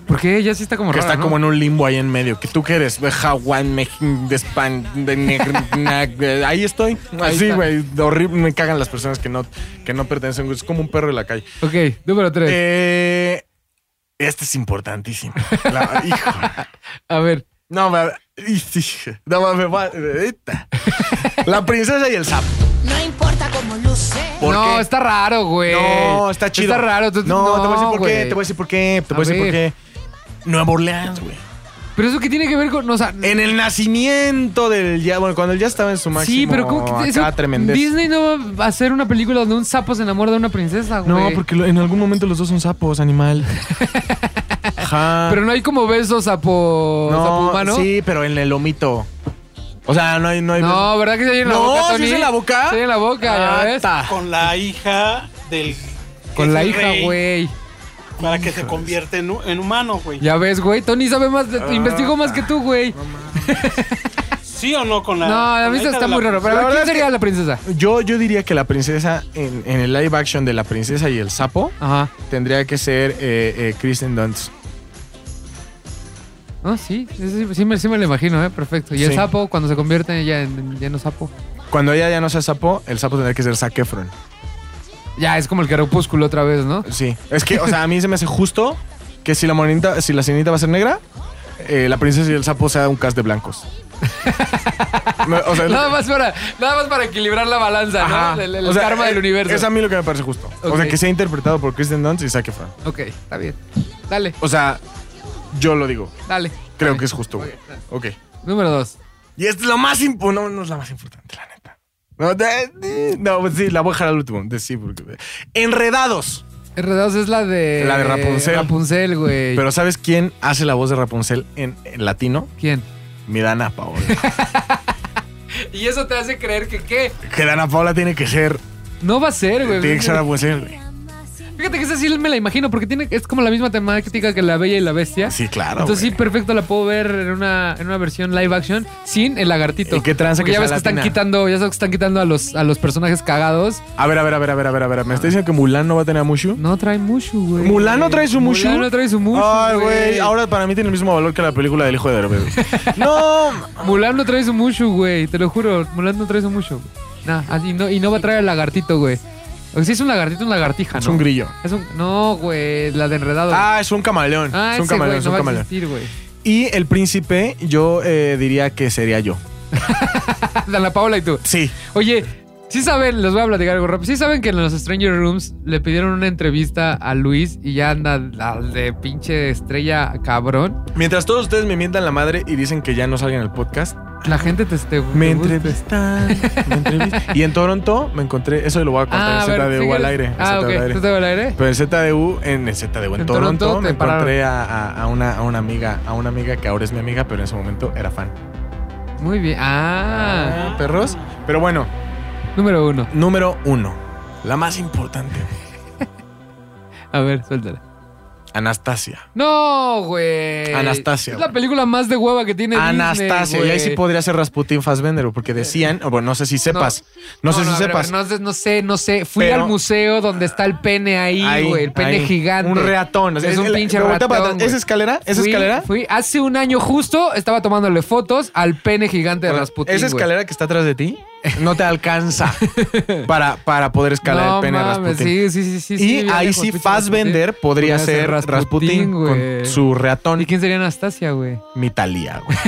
Speaker 2: Porque ella sí está como
Speaker 1: que
Speaker 2: rara,
Speaker 1: está
Speaker 2: ¿no?
Speaker 1: como en un limbo ahí en medio. Que tú que eres Hawán, Mejín, de Span, de Negr- Nag- de- Ahí estoy.
Speaker 2: Ahí
Speaker 1: Así,
Speaker 2: está.
Speaker 1: güey. Horrible. Me cagan las personas que no, que no pertenecen. Es como un perro de la calle.
Speaker 2: Ok, número 3.
Speaker 1: Eh, este es importantísimo. La- híjole.
Speaker 2: a ver.
Speaker 1: No, me, y sí, no, me- me va- esta. La princesa y el sapo.
Speaker 14: No importa cómo luce.
Speaker 1: ¿Por
Speaker 2: no,
Speaker 1: qué?
Speaker 2: está raro, güey.
Speaker 1: No, está chido.
Speaker 2: Está raro. tú-
Speaker 1: No, te voy a decir por qué,
Speaker 2: güey.
Speaker 1: te voy a decir por qué, te voy a
Speaker 2: A
Speaker 1: decir por qué.
Speaker 2: ver.
Speaker 1: Nueva Orleans, güey.
Speaker 2: Pero eso que tiene que ver con. o sea,
Speaker 1: En el nacimiento del ya, bueno, cuando él ya estaba en su máximo.
Speaker 2: sí, pero ¿cómo que eso-
Speaker 1: acá, tremendez.
Speaker 2: Disney no va a hacer una película donde un sapo se enamora de una princesa, güey.
Speaker 1: No, porque lo- en algún momento los dos son sapos, animal. Ajá.
Speaker 2: Pero no hay como besos sapo, sapo humano.
Speaker 1: sí, pero en el lomito. O sea, no hay, no hay.
Speaker 2: No, ¿verdad que se oye en la
Speaker 1: No,
Speaker 2: boca,
Speaker 1: ¿sí
Speaker 2: Tony?
Speaker 1: es en la boca?
Speaker 2: Se oye en la boca,
Speaker 1: Ah,
Speaker 2: ya ves.
Speaker 1: ta.
Speaker 15: Con la hija del.
Speaker 2: Con
Speaker 15: del
Speaker 2: la hija,
Speaker 15: rey,
Speaker 2: güey.
Speaker 15: Para que se convierta en, hu- en humano, güey.
Speaker 2: Ya ves, güey. Tony sabe más,
Speaker 1: Ah,
Speaker 2: de- investigó más que tú, güey.
Speaker 15: ¿Sí o no con la.?
Speaker 2: No, la
Speaker 15: con
Speaker 2: vista
Speaker 15: hija
Speaker 2: está
Speaker 15: de la
Speaker 2: muy raro. Pero
Speaker 15: princesa?
Speaker 2: a ver,
Speaker 1: verdad
Speaker 2: ¿quién
Speaker 1: es
Speaker 2: sería la princesa?
Speaker 1: Yo, yo diría que la princesa en, en el live action de la princesa y el sapo tendría que ser eh, eh, Kristen Dunst.
Speaker 2: Ah, sí, sí, sí, sí me, sí me lo imagino, ¿eh? Perfecto. Y el
Speaker 1: Sí.
Speaker 2: sapo, cuando se convierte ya en, en lleno sapo.
Speaker 1: Cuando ella ya no sea sapo, el sapo tendría que ser Zac Efron.
Speaker 2: Ya, es como el crepúsculo otra vez, ¿no?
Speaker 1: Sí. Es que, o sea, a mí se me hace justo que si la morenita, si la sirenita va a ser negra, eh, la princesa y el sapo sea un cast de blancos. Me- o sea,
Speaker 2: nada, más para, nada más para equilibrar la balanza, ¿no? El, el
Speaker 1: o sea,
Speaker 2: karma
Speaker 1: eh,
Speaker 2: del universo.
Speaker 1: Es a mí lo que me parece justo. O sea,
Speaker 2: Ok.
Speaker 1: que sea interpretado por Kristen Dunst y Zac Efron.
Speaker 2: Ok, está bien. Dale,
Speaker 1: O sea, yo lo digo.
Speaker 2: dale.
Speaker 1: Creo que es justo, güey. Ok.
Speaker 2: Número dos.
Speaker 1: Y es lo más importante. No, no es la más importante, la neta. No, de- de- no, pues sí, la voy a dejar al último. De- sí, porque- Enredados.
Speaker 2: Enredados es la de.
Speaker 1: La de Rapunzel.
Speaker 2: Rapunzel, güey.
Speaker 1: Pero ¿sabes quién hace la voz de Rapunzel en, en latino?
Speaker 2: ¿Quién?
Speaker 1: Mirana Paola.
Speaker 2: Y eso te hace creer que qué.
Speaker 1: que Dana Paola tiene que ser.
Speaker 2: No va a ser, güey.
Speaker 1: Tiene que ser Rapunzel, güey.
Speaker 2: Fíjate que esa sí me la imagino, porque tiene, es como la misma temática que La Bella y la Bestia.
Speaker 1: Sí, claro.
Speaker 2: Entonces sí, perfecto, la puedo ver en una, en una versión live action sin el lagartito.
Speaker 1: ¿Y qué tranza
Speaker 2: Porque
Speaker 1: que
Speaker 2: ya
Speaker 1: sea
Speaker 2: ves que están
Speaker 1: latina?
Speaker 2: quitando, ya sabes que están quitando a los, a los personajes cagados.
Speaker 1: A ver, a ver, a ver, a ver, a ver, a ver. ¿Me está diciendo que Mulan no va a tener a Mushu?
Speaker 2: No trae Mushu, güey.
Speaker 1: ¿Mulan no trae su Mushu?
Speaker 2: Mulan no trae su Mushu,
Speaker 1: Ay, güey.
Speaker 2: güey.
Speaker 1: Ahora para mí tiene el mismo valor que la película del hijo de Derbez. No.
Speaker 2: Mulan no trae su Mushu, güey. Te lo juro, Mulan no trae su Mushu. Nah, ah, y no, y no va a traer al lagartito, güey. O sea, si es un lagartito, un lagartija, Ah, ¿no?
Speaker 1: Es un grillo.
Speaker 2: Es un- no, güey, la de enredado.
Speaker 1: Ah, es un camaleón.
Speaker 2: Ah,
Speaker 1: es un
Speaker 2: ese,
Speaker 1: camaleón,
Speaker 2: güey,
Speaker 1: es
Speaker 2: no
Speaker 1: un
Speaker 2: va a
Speaker 1: camaleón.
Speaker 2: existir, güey.
Speaker 1: Y el príncipe, yo eh, diría que sería yo.
Speaker 2: Dana Paola y tú.
Speaker 1: Sí.
Speaker 2: Oye, sí saben, les voy a platicar algo rápido. Sí saben que en los Stranger Rooms le pidieron una entrevista a Luis y ya anda la de pinche estrella cabrón.
Speaker 1: Mientras todos ustedes me mientan la madre y dicen que ya no salgan el podcast,
Speaker 2: La gente te esté.
Speaker 1: me entrevistan. me entrevistan. Y en Toronto me encontré, eso lo voy a contar
Speaker 2: Ah,
Speaker 1: en
Speaker 2: a ver,
Speaker 1: ZDU al
Speaker 2: fíjate.
Speaker 1: aire. en
Speaker 2: Ah,
Speaker 1: ZDU
Speaker 2: ok.
Speaker 1: al aire.
Speaker 2: ¿ZDU al aire?
Speaker 1: Pero en ZDU, en el ZDU, en,
Speaker 2: En Toronto,
Speaker 1: Toronto, me
Speaker 2: te pararon.
Speaker 1: encontré a, a- a una, a una amiga, a una amiga que ahora es mi amiga, pero en ese momento era fan.
Speaker 2: Muy bien. Ah.
Speaker 1: Perros. Pero bueno.
Speaker 2: Número uno.
Speaker 1: Número uno. La más importante.
Speaker 2: A ver, suéltala.
Speaker 1: Anastasia.
Speaker 2: No, güey.
Speaker 1: Anastasia,
Speaker 2: Es la película más de hueva que tiene
Speaker 1: Anastasia.
Speaker 2: Disney,
Speaker 1: y ahí sí
Speaker 2: güey.
Speaker 1: podría ser Rasputin Fassbender, porque decían, o bueno, no sé si sepas. No, sé
Speaker 2: a
Speaker 1: si
Speaker 2: ver, a ver,
Speaker 1: sepas.
Speaker 2: no sé- no, sé, no sé. Fui
Speaker 1: Pero-
Speaker 2: al museo donde está el pene ahí,
Speaker 1: Ahí,
Speaker 2: güey. El pene
Speaker 1: ahí.
Speaker 2: gigante.
Speaker 1: Un reatón. O sea,
Speaker 2: Es un
Speaker 1: el-
Speaker 2: pinche
Speaker 1: pero voltea
Speaker 2: ratón.
Speaker 1: para atrás.
Speaker 2: güey.
Speaker 1: ¿Esa escalera? ¿Esa
Speaker 2: Fui-
Speaker 1: escalera?
Speaker 2: Fui hace un año justo, estaba tomándole fotos al pene gigante de
Speaker 1: Bueno,
Speaker 2: Rasputin.
Speaker 1: Esa
Speaker 2: güey.
Speaker 1: escalera que está atrás de ti no te alcanza para, para poder escalar
Speaker 2: No
Speaker 1: el pene de
Speaker 2: mames,
Speaker 1: Rasputin.
Speaker 2: sí, sí, sí, sí,
Speaker 1: y
Speaker 2: sí,
Speaker 1: ahí
Speaker 2: viejo,
Speaker 1: sí,
Speaker 2: pinche
Speaker 1: Fassbender
Speaker 2: Rasputin.
Speaker 1: podría ser Rasputin,
Speaker 2: güey.
Speaker 1: con su reatón.
Speaker 2: ¿Y quién sería Anastasia, güey?
Speaker 1: Mitalia, güey.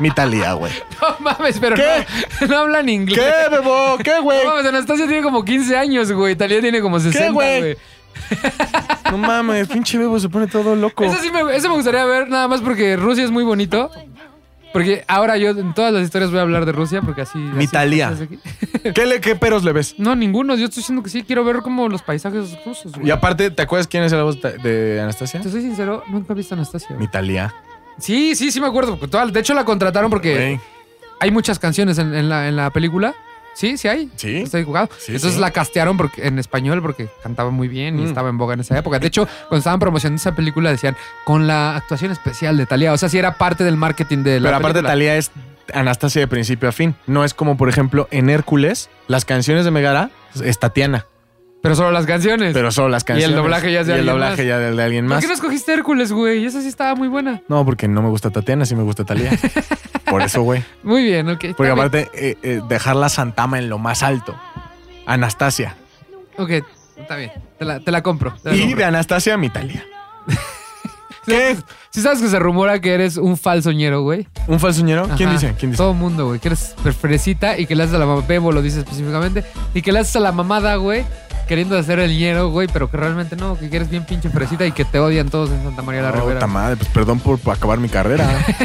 Speaker 1: Mitalia, güey.
Speaker 2: No mames, pero
Speaker 1: ¿Qué?
Speaker 2: No, no hablan inglés.
Speaker 1: ¿Qué, bebo? ¿Qué, güey?
Speaker 2: No mames, Anastasia tiene como 15 años, güey. Talía tiene como 60,
Speaker 1: güey?
Speaker 2: güey.
Speaker 1: No mames, pinche bebo se pone todo loco.
Speaker 2: Eso sí me, eso me gustaría ver, nada más porque Rusia es muy bonito. Porque ahora yo en todas las historias voy a hablar de Rusia, porque así. así
Speaker 1: Mitalia.
Speaker 2: pasa aquí.
Speaker 1: ¿Qué, le, ¿Qué peros le ves?
Speaker 2: No, ninguno. Yo estoy diciendo que sí, quiero ver como los paisajes rusos, güey.
Speaker 1: Y aparte, ¿te acuerdas quién es la voz ta- de Anastasia?
Speaker 2: Te soy sincero, nunca he visto a Anastasia. güey.
Speaker 1: Mitalia.
Speaker 2: Sí, sí, sí me acuerdo. porque toda- De hecho, la contrataron porque hay muchas canciones en, en la, en la película. Sí, sí hay.
Speaker 1: Sí.
Speaker 2: Estoy jugado.
Speaker 1: Sí,
Speaker 2: Entonces
Speaker 1: sí.
Speaker 2: la castearon porque, en español porque cantaba muy bien y
Speaker 1: Mm.
Speaker 2: estaba en boga en esa época. De hecho, cuando estaban promocionando esa película decían con la actuación especial de Talía. O sea, sí era parte del marketing de la
Speaker 1: Pero aparte,
Speaker 2: película.
Speaker 1: Talía es Anastasia de principio a fin. No es como, por ejemplo, en Hércules, las canciones de Megara es Tatiana,
Speaker 2: Pero solo las canciones.
Speaker 1: pero solo las canciones.
Speaker 2: Y el doblaje ya es de
Speaker 1: Y el
Speaker 2: alguien
Speaker 1: doblaje
Speaker 2: más.
Speaker 1: ya de, de alguien
Speaker 2: ¿Por
Speaker 1: más.
Speaker 2: qué no escogiste Hércules, güey? Esa sí estaba muy buena.
Speaker 1: No, porque no me gusta Tatiana, sí me gusta Talía. por eso, güey.
Speaker 2: Muy bien, ok.
Speaker 1: Porque
Speaker 2: está bien.
Speaker 1: aparte, eh, eh, dejar la Santama en lo más alto. Anastasia.
Speaker 2: Ok, está bien. Te la, te la compro. te la
Speaker 1: Y
Speaker 2: compro.
Speaker 1: de Anastasia, Mitalia.
Speaker 2: ¿Qué? Si sabes que se rumora que eres un falsoñero, güey.
Speaker 1: ¿Un falsoñero? ¿Quién
Speaker 2: Ajá,
Speaker 1: dice? ¿Quién dice?
Speaker 2: Todo el mundo, güey. Que eres fresita y que le haces a la mamá. Bebo lo dice específicamente. Y que le haces a la mamada, güey. Queriendo hacer el ñero, güey. Pero que realmente no. Que eres bien pinche fresita y que te odian todos en Santa María la
Speaker 1: Oh,
Speaker 2: Ribera.
Speaker 1: ta madre, pues perdón por, por acabar mi carrera.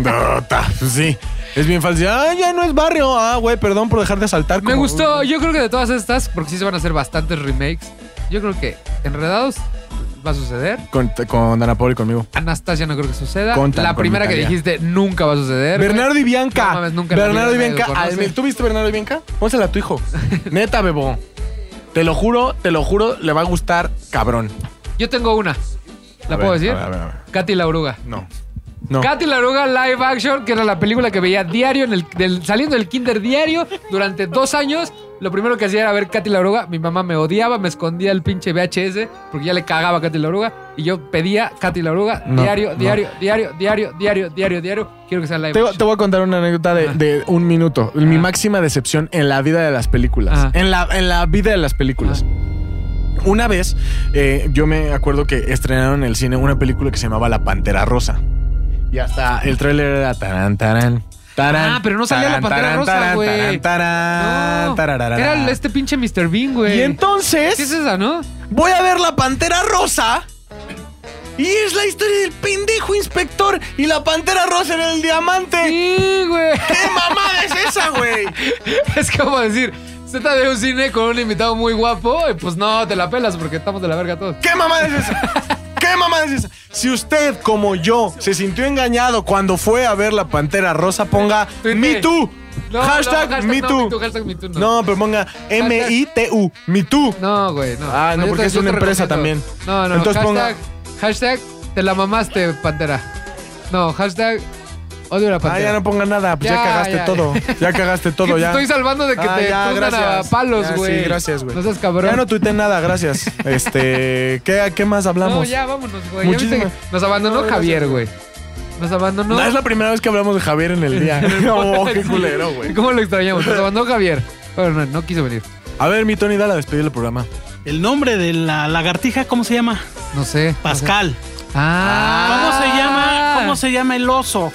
Speaker 1: No, ta, pues sí. Es bien falso. Ah, ya no es barrio. Ah, güey, perdón por dejar de asaltar.
Speaker 2: Me
Speaker 1: como-
Speaker 2: gustó. Yo creo que de todas estas, porque sí se van a hacer bastantes remakes. Yo creo que Enredados va a suceder.
Speaker 1: Con, con Dana Paola y conmigo.
Speaker 2: Anastasia no creo que suceda.
Speaker 1: Con tan-
Speaker 2: la
Speaker 1: con
Speaker 2: primera que
Speaker 1: Italia.
Speaker 2: dijiste nunca va a suceder. güey.
Speaker 1: Bernardo y Bianca.
Speaker 2: No mames, nunca en la
Speaker 1: Bernardo y
Speaker 2: vida nadie
Speaker 1: Bianca.
Speaker 2: lo
Speaker 1: al
Speaker 2: conoce.
Speaker 1: mil- ¿Tú viste Bernardo y Bianca? Pónsela a tu hijo. Neta, bebo. Te lo juro, te lo juro, le va a gustar cabrón.
Speaker 2: Yo tengo una. ¿La
Speaker 1: A
Speaker 2: puedo
Speaker 1: ver, a
Speaker 2: decir?
Speaker 1: ver, a ver, a ver.
Speaker 2: Katy la oruga.
Speaker 1: No. No.
Speaker 2: Katy la oruga live action, que era la película que veía diario, en el, del- saliendo del kinder diario durante dos años. Lo primero que hacía era ver Katy la oruga. Mi mamá me odiaba, me escondía el pinche VHS porque ya le cagaba a Katy la oruga. Y yo pedía Katy la oruga
Speaker 1: No,
Speaker 2: diario,
Speaker 1: no.
Speaker 2: diario, diario, diario, diario, diario, diario. Quiero que sea live
Speaker 1: Te,
Speaker 2: action.
Speaker 1: te voy a contar una anécdota de, de un minuto. Mi máxima decepción en la vida de las películas.
Speaker 2: Ajá.
Speaker 1: En la, en la vida de las películas. Una vez, eh, yo me acuerdo que estrenaron en el cine una película que se llamaba La Pantera Rosa. Y hasta el tráiler era tarán, tarán, tarán.
Speaker 2: Ah, pero no salía la
Speaker 1: tarán,
Speaker 2: Pantera
Speaker 1: tarán,
Speaker 2: Rosa,
Speaker 1: tarán, tarán,
Speaker 2: güey.
Speaker 1: tarán,
Speaker 2: No,
Speaker 1: tarararara.
Speaker 2: Era el- este pinche Mr. Bean, güey.
Speaker 1: Y entonces
Speaker 2: ¿Qué es esa, no?
Speaker 1: voy a ver la Pantera Rosa. Y es la historia del pendejo inspector. Y la Pantera Rosa era el diamante.
Speaker 2: Sí, güey.
Speaker 1: ¿Qué mamada es esa, güey?
Speaker 2: Es como decir, Z de un cine con un invitado muy guapo, y pues no, te la pelas porque estamos de la verga todos.
Speaker 1: ¿Qué mamada es esa? ¿Qué mamada es esa? Si usted, como yo, se sintió engañado cuando fue a ver la Pantera Rosa, ponga
Speaker 2: Tuite.
Speaker 1: Me Too.
Speaker 2: No, no,
Speaker 1: hashtag, Me
Speaker 2: no,
Speaker 1: Too.
Speaker 2: Me Too, hashtag Me Too, no.
Speaker 1: No, pero ponga M-I-T-U. Me Too.
Speaker 2: No, güey, no.
Speaker 1: Ah, no,
Speaker 2: yo
Speaker 1: porque
Speaker 2: te-
Speaker 1: es
Speaker 2: yo
Speaker 1: una
Speaker 2: te
Speaker 1: empresa
Speaker 2: recomiendo.
Speaker 1: también.
Speaker 2: No, no,
Speaker 1: Entonces
Speaker 2: hashtag, hashtag, te la mamaste, pantera. No, hashtag, odio a la
Speaker 1: Ah,
Speaker 2: pantera.
Speaker 1: ya no ponga nada, pues ya,
Speaker 2: Ya,
Speaker 1: cagaste
Speaker 2: ya.
Speaker 1: todo. Ya cagaste
Speaker 2: Que
Speaker 1: todo,
Speaker 2: te
Speaker 1: ya.
Speaker 2: estoy salvando de que
Speaker 1: Ah,
Speaker 2: te
Speaker 1: ya,
Speaker 2: tundan a
Speaker 1: gracias.
Speaker 2: palos,
Speaker 1: Ya,
Speaker 2: güey.
Speaker 1: Sí, gracias, güey.
Speaker 2: No seas cabrón.
Speaker 1: Ya no tuité nada, gracias. Este, ¿qué, qué más hablamos?
Speaker 2: No, ya vámonos, güey. Ya viste que
Speaker 1: Muchísimas-
Speaker 2: Nos abandonó
Speaker 1: No, gracias,
Speaker 2: Javier, güey. Nos abandonó.
Speaker 1: No, Ah, es la primera vez que hablamos de Javier en el día. no, qué culero, güey.
Speaker 2: ¿Cómo lo extrañamos? Nos abandonó Javier. Pero no, no quiso venir.
Speaker 1: A ver, mi Tony, dale a despedir el programa.
Speaker 15: El nombre de la lagartija, ¿cómo se llama?
Speaker 2: No sé.
Speaker 15: Pascal.
Speaker 2: Ah.
Speaker 15: ¿Cómo se llama ¿Cómo se llama el oso?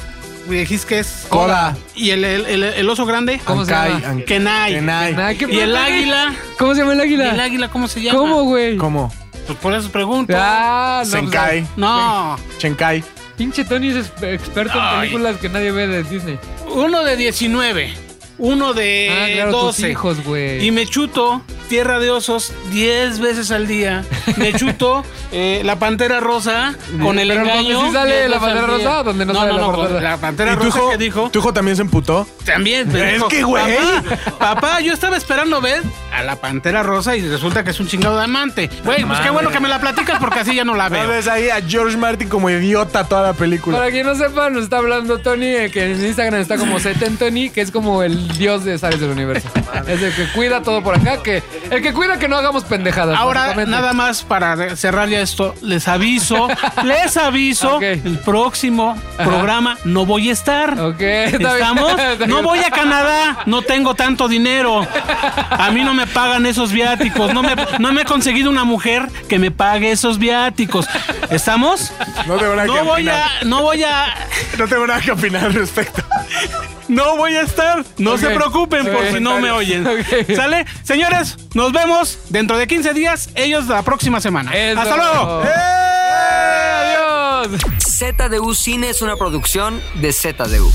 Speaker 15: Me dijiste que es.
Speaker 1: Coda.
Speaker 15: ¿Y el, el- el- el oso grande?
Speaker 2: ¿Cómo se Ankai, llama? Ankai.
Speaker 15: Kenai.
Speaker 1: Kenai. Kenai,
Speaker 2: ¿qué
Speaker 15: ¿Y el
Speaker 2: pasa, güey?
Speaker 15: águila?
Speaker 2: ¿Cómo se llama el águila?
Speaker 15: ¿El águila cómo se llama?
Speaker 2: ¿Cómo, güey?
Speaker 1: ¿Cómo?
Speaker 15: Pues por eso pregunto.
Speaker 2: Ah, no,
Speaker 1: Senkai.
Speaker 2: pues,
Speaker 15: No.
Speaker 1: Chenkai.
Speaker 2: Pinche Tony es exper- experto en
Speaker 15: Ay.
Speaker 2: películas que nadie ve de Disney.
Speaker 15: Uno de 19. Uno de
Speaker 2: Ah, claro, tus
Speaker 15: 12.
Speaker 2: hijos, güey.
Speaker 15: Eh, Y me chuto Tierra de Osos 10 veces al día. Me chuto eh, La Pantera Rosa con el
Speaker 2: Pero donde
Speaker 15: engaño.
Speaker 2: sí sale
Speaker 15: 10 veces
Speaker 2: la Pantera
Speaker 15: al día.
Speaker 2: Rosa, donde no
Speaker 15: no
Speaker 2: sale
Speaker 15: no,
Speaker 2: la
Speaker 15: no,
Speaker 2: portada.
Speaker 15: con la Pantera
Speaker 1: ¿Y tu
Speaker 15: Rosa
Speaker 1: hijo,
Speaker 15: que dijo
Speaker 1: tu hijo también se emputó?
Speaker 15: también. pero
Speaker 1: Es
Speaker 15: dijo,
Speaker 1: que, güey.
Speaker 15: Papá, papá, yo estaba esperando ver a la Pantera Rosa y resulta que es un chingado de amante. Güey, pues qué
Speaker 1: mames.
Speaker 15: bueno que me la platicas porque así ya no la
Speaker 1: No
Speaker 15: veo.
Speaker 1: ves ahí a George Martin como idiota toda la película.
Speaker 2: Para quien no sepa, nos está hablando Tony, eh, que en Instagram está como Seten Tony, que es como el dios de Sales del Universo. es el que cuida todo por acá, que el que cuida que no hagamos pendejadas.
Speaker 15: Ahora,
Speaker 2: básicamente.
Speaker 15: nada más para cerrar ya esto, les aviso, les aviso, el próximo programa no voy a estar.
Speaker 2: Ok, está bien.
Speaker 15: ¿Estamos?
Speaker 2: Está
Speaker 15: No
Speaker 2: bien.
Speaker 15: voy a Canadá, no tengo tanto dinero. A mí no me pagan esos viáticos, no me, no me he conseguido una mujer que me pague esos viáticos. ¿Estamos?
Speaker 1: No te van a
Speaker 15: No voy a, no voy a,
Speaker 1: No tengo nada que opinar al respecto.
Speaker 15: no voy a estar. No
Speaker 2: Ok.
Speaker 15: se preocupen por
Speaker 2: Ok.
Speaker 15: si no me oyen.
Speaker 2: Ok.
Speaker 15: ¿Sale? Señores, nos vemos dentro de 15 días, ellos la próxima semana.
Speaker 2: Eso. Eh,
Speaker 15: ¡Hasta luego!
Speaker 2: ¡Adiós!
Speaker 16: ZDU Cine es una producción de ZDU.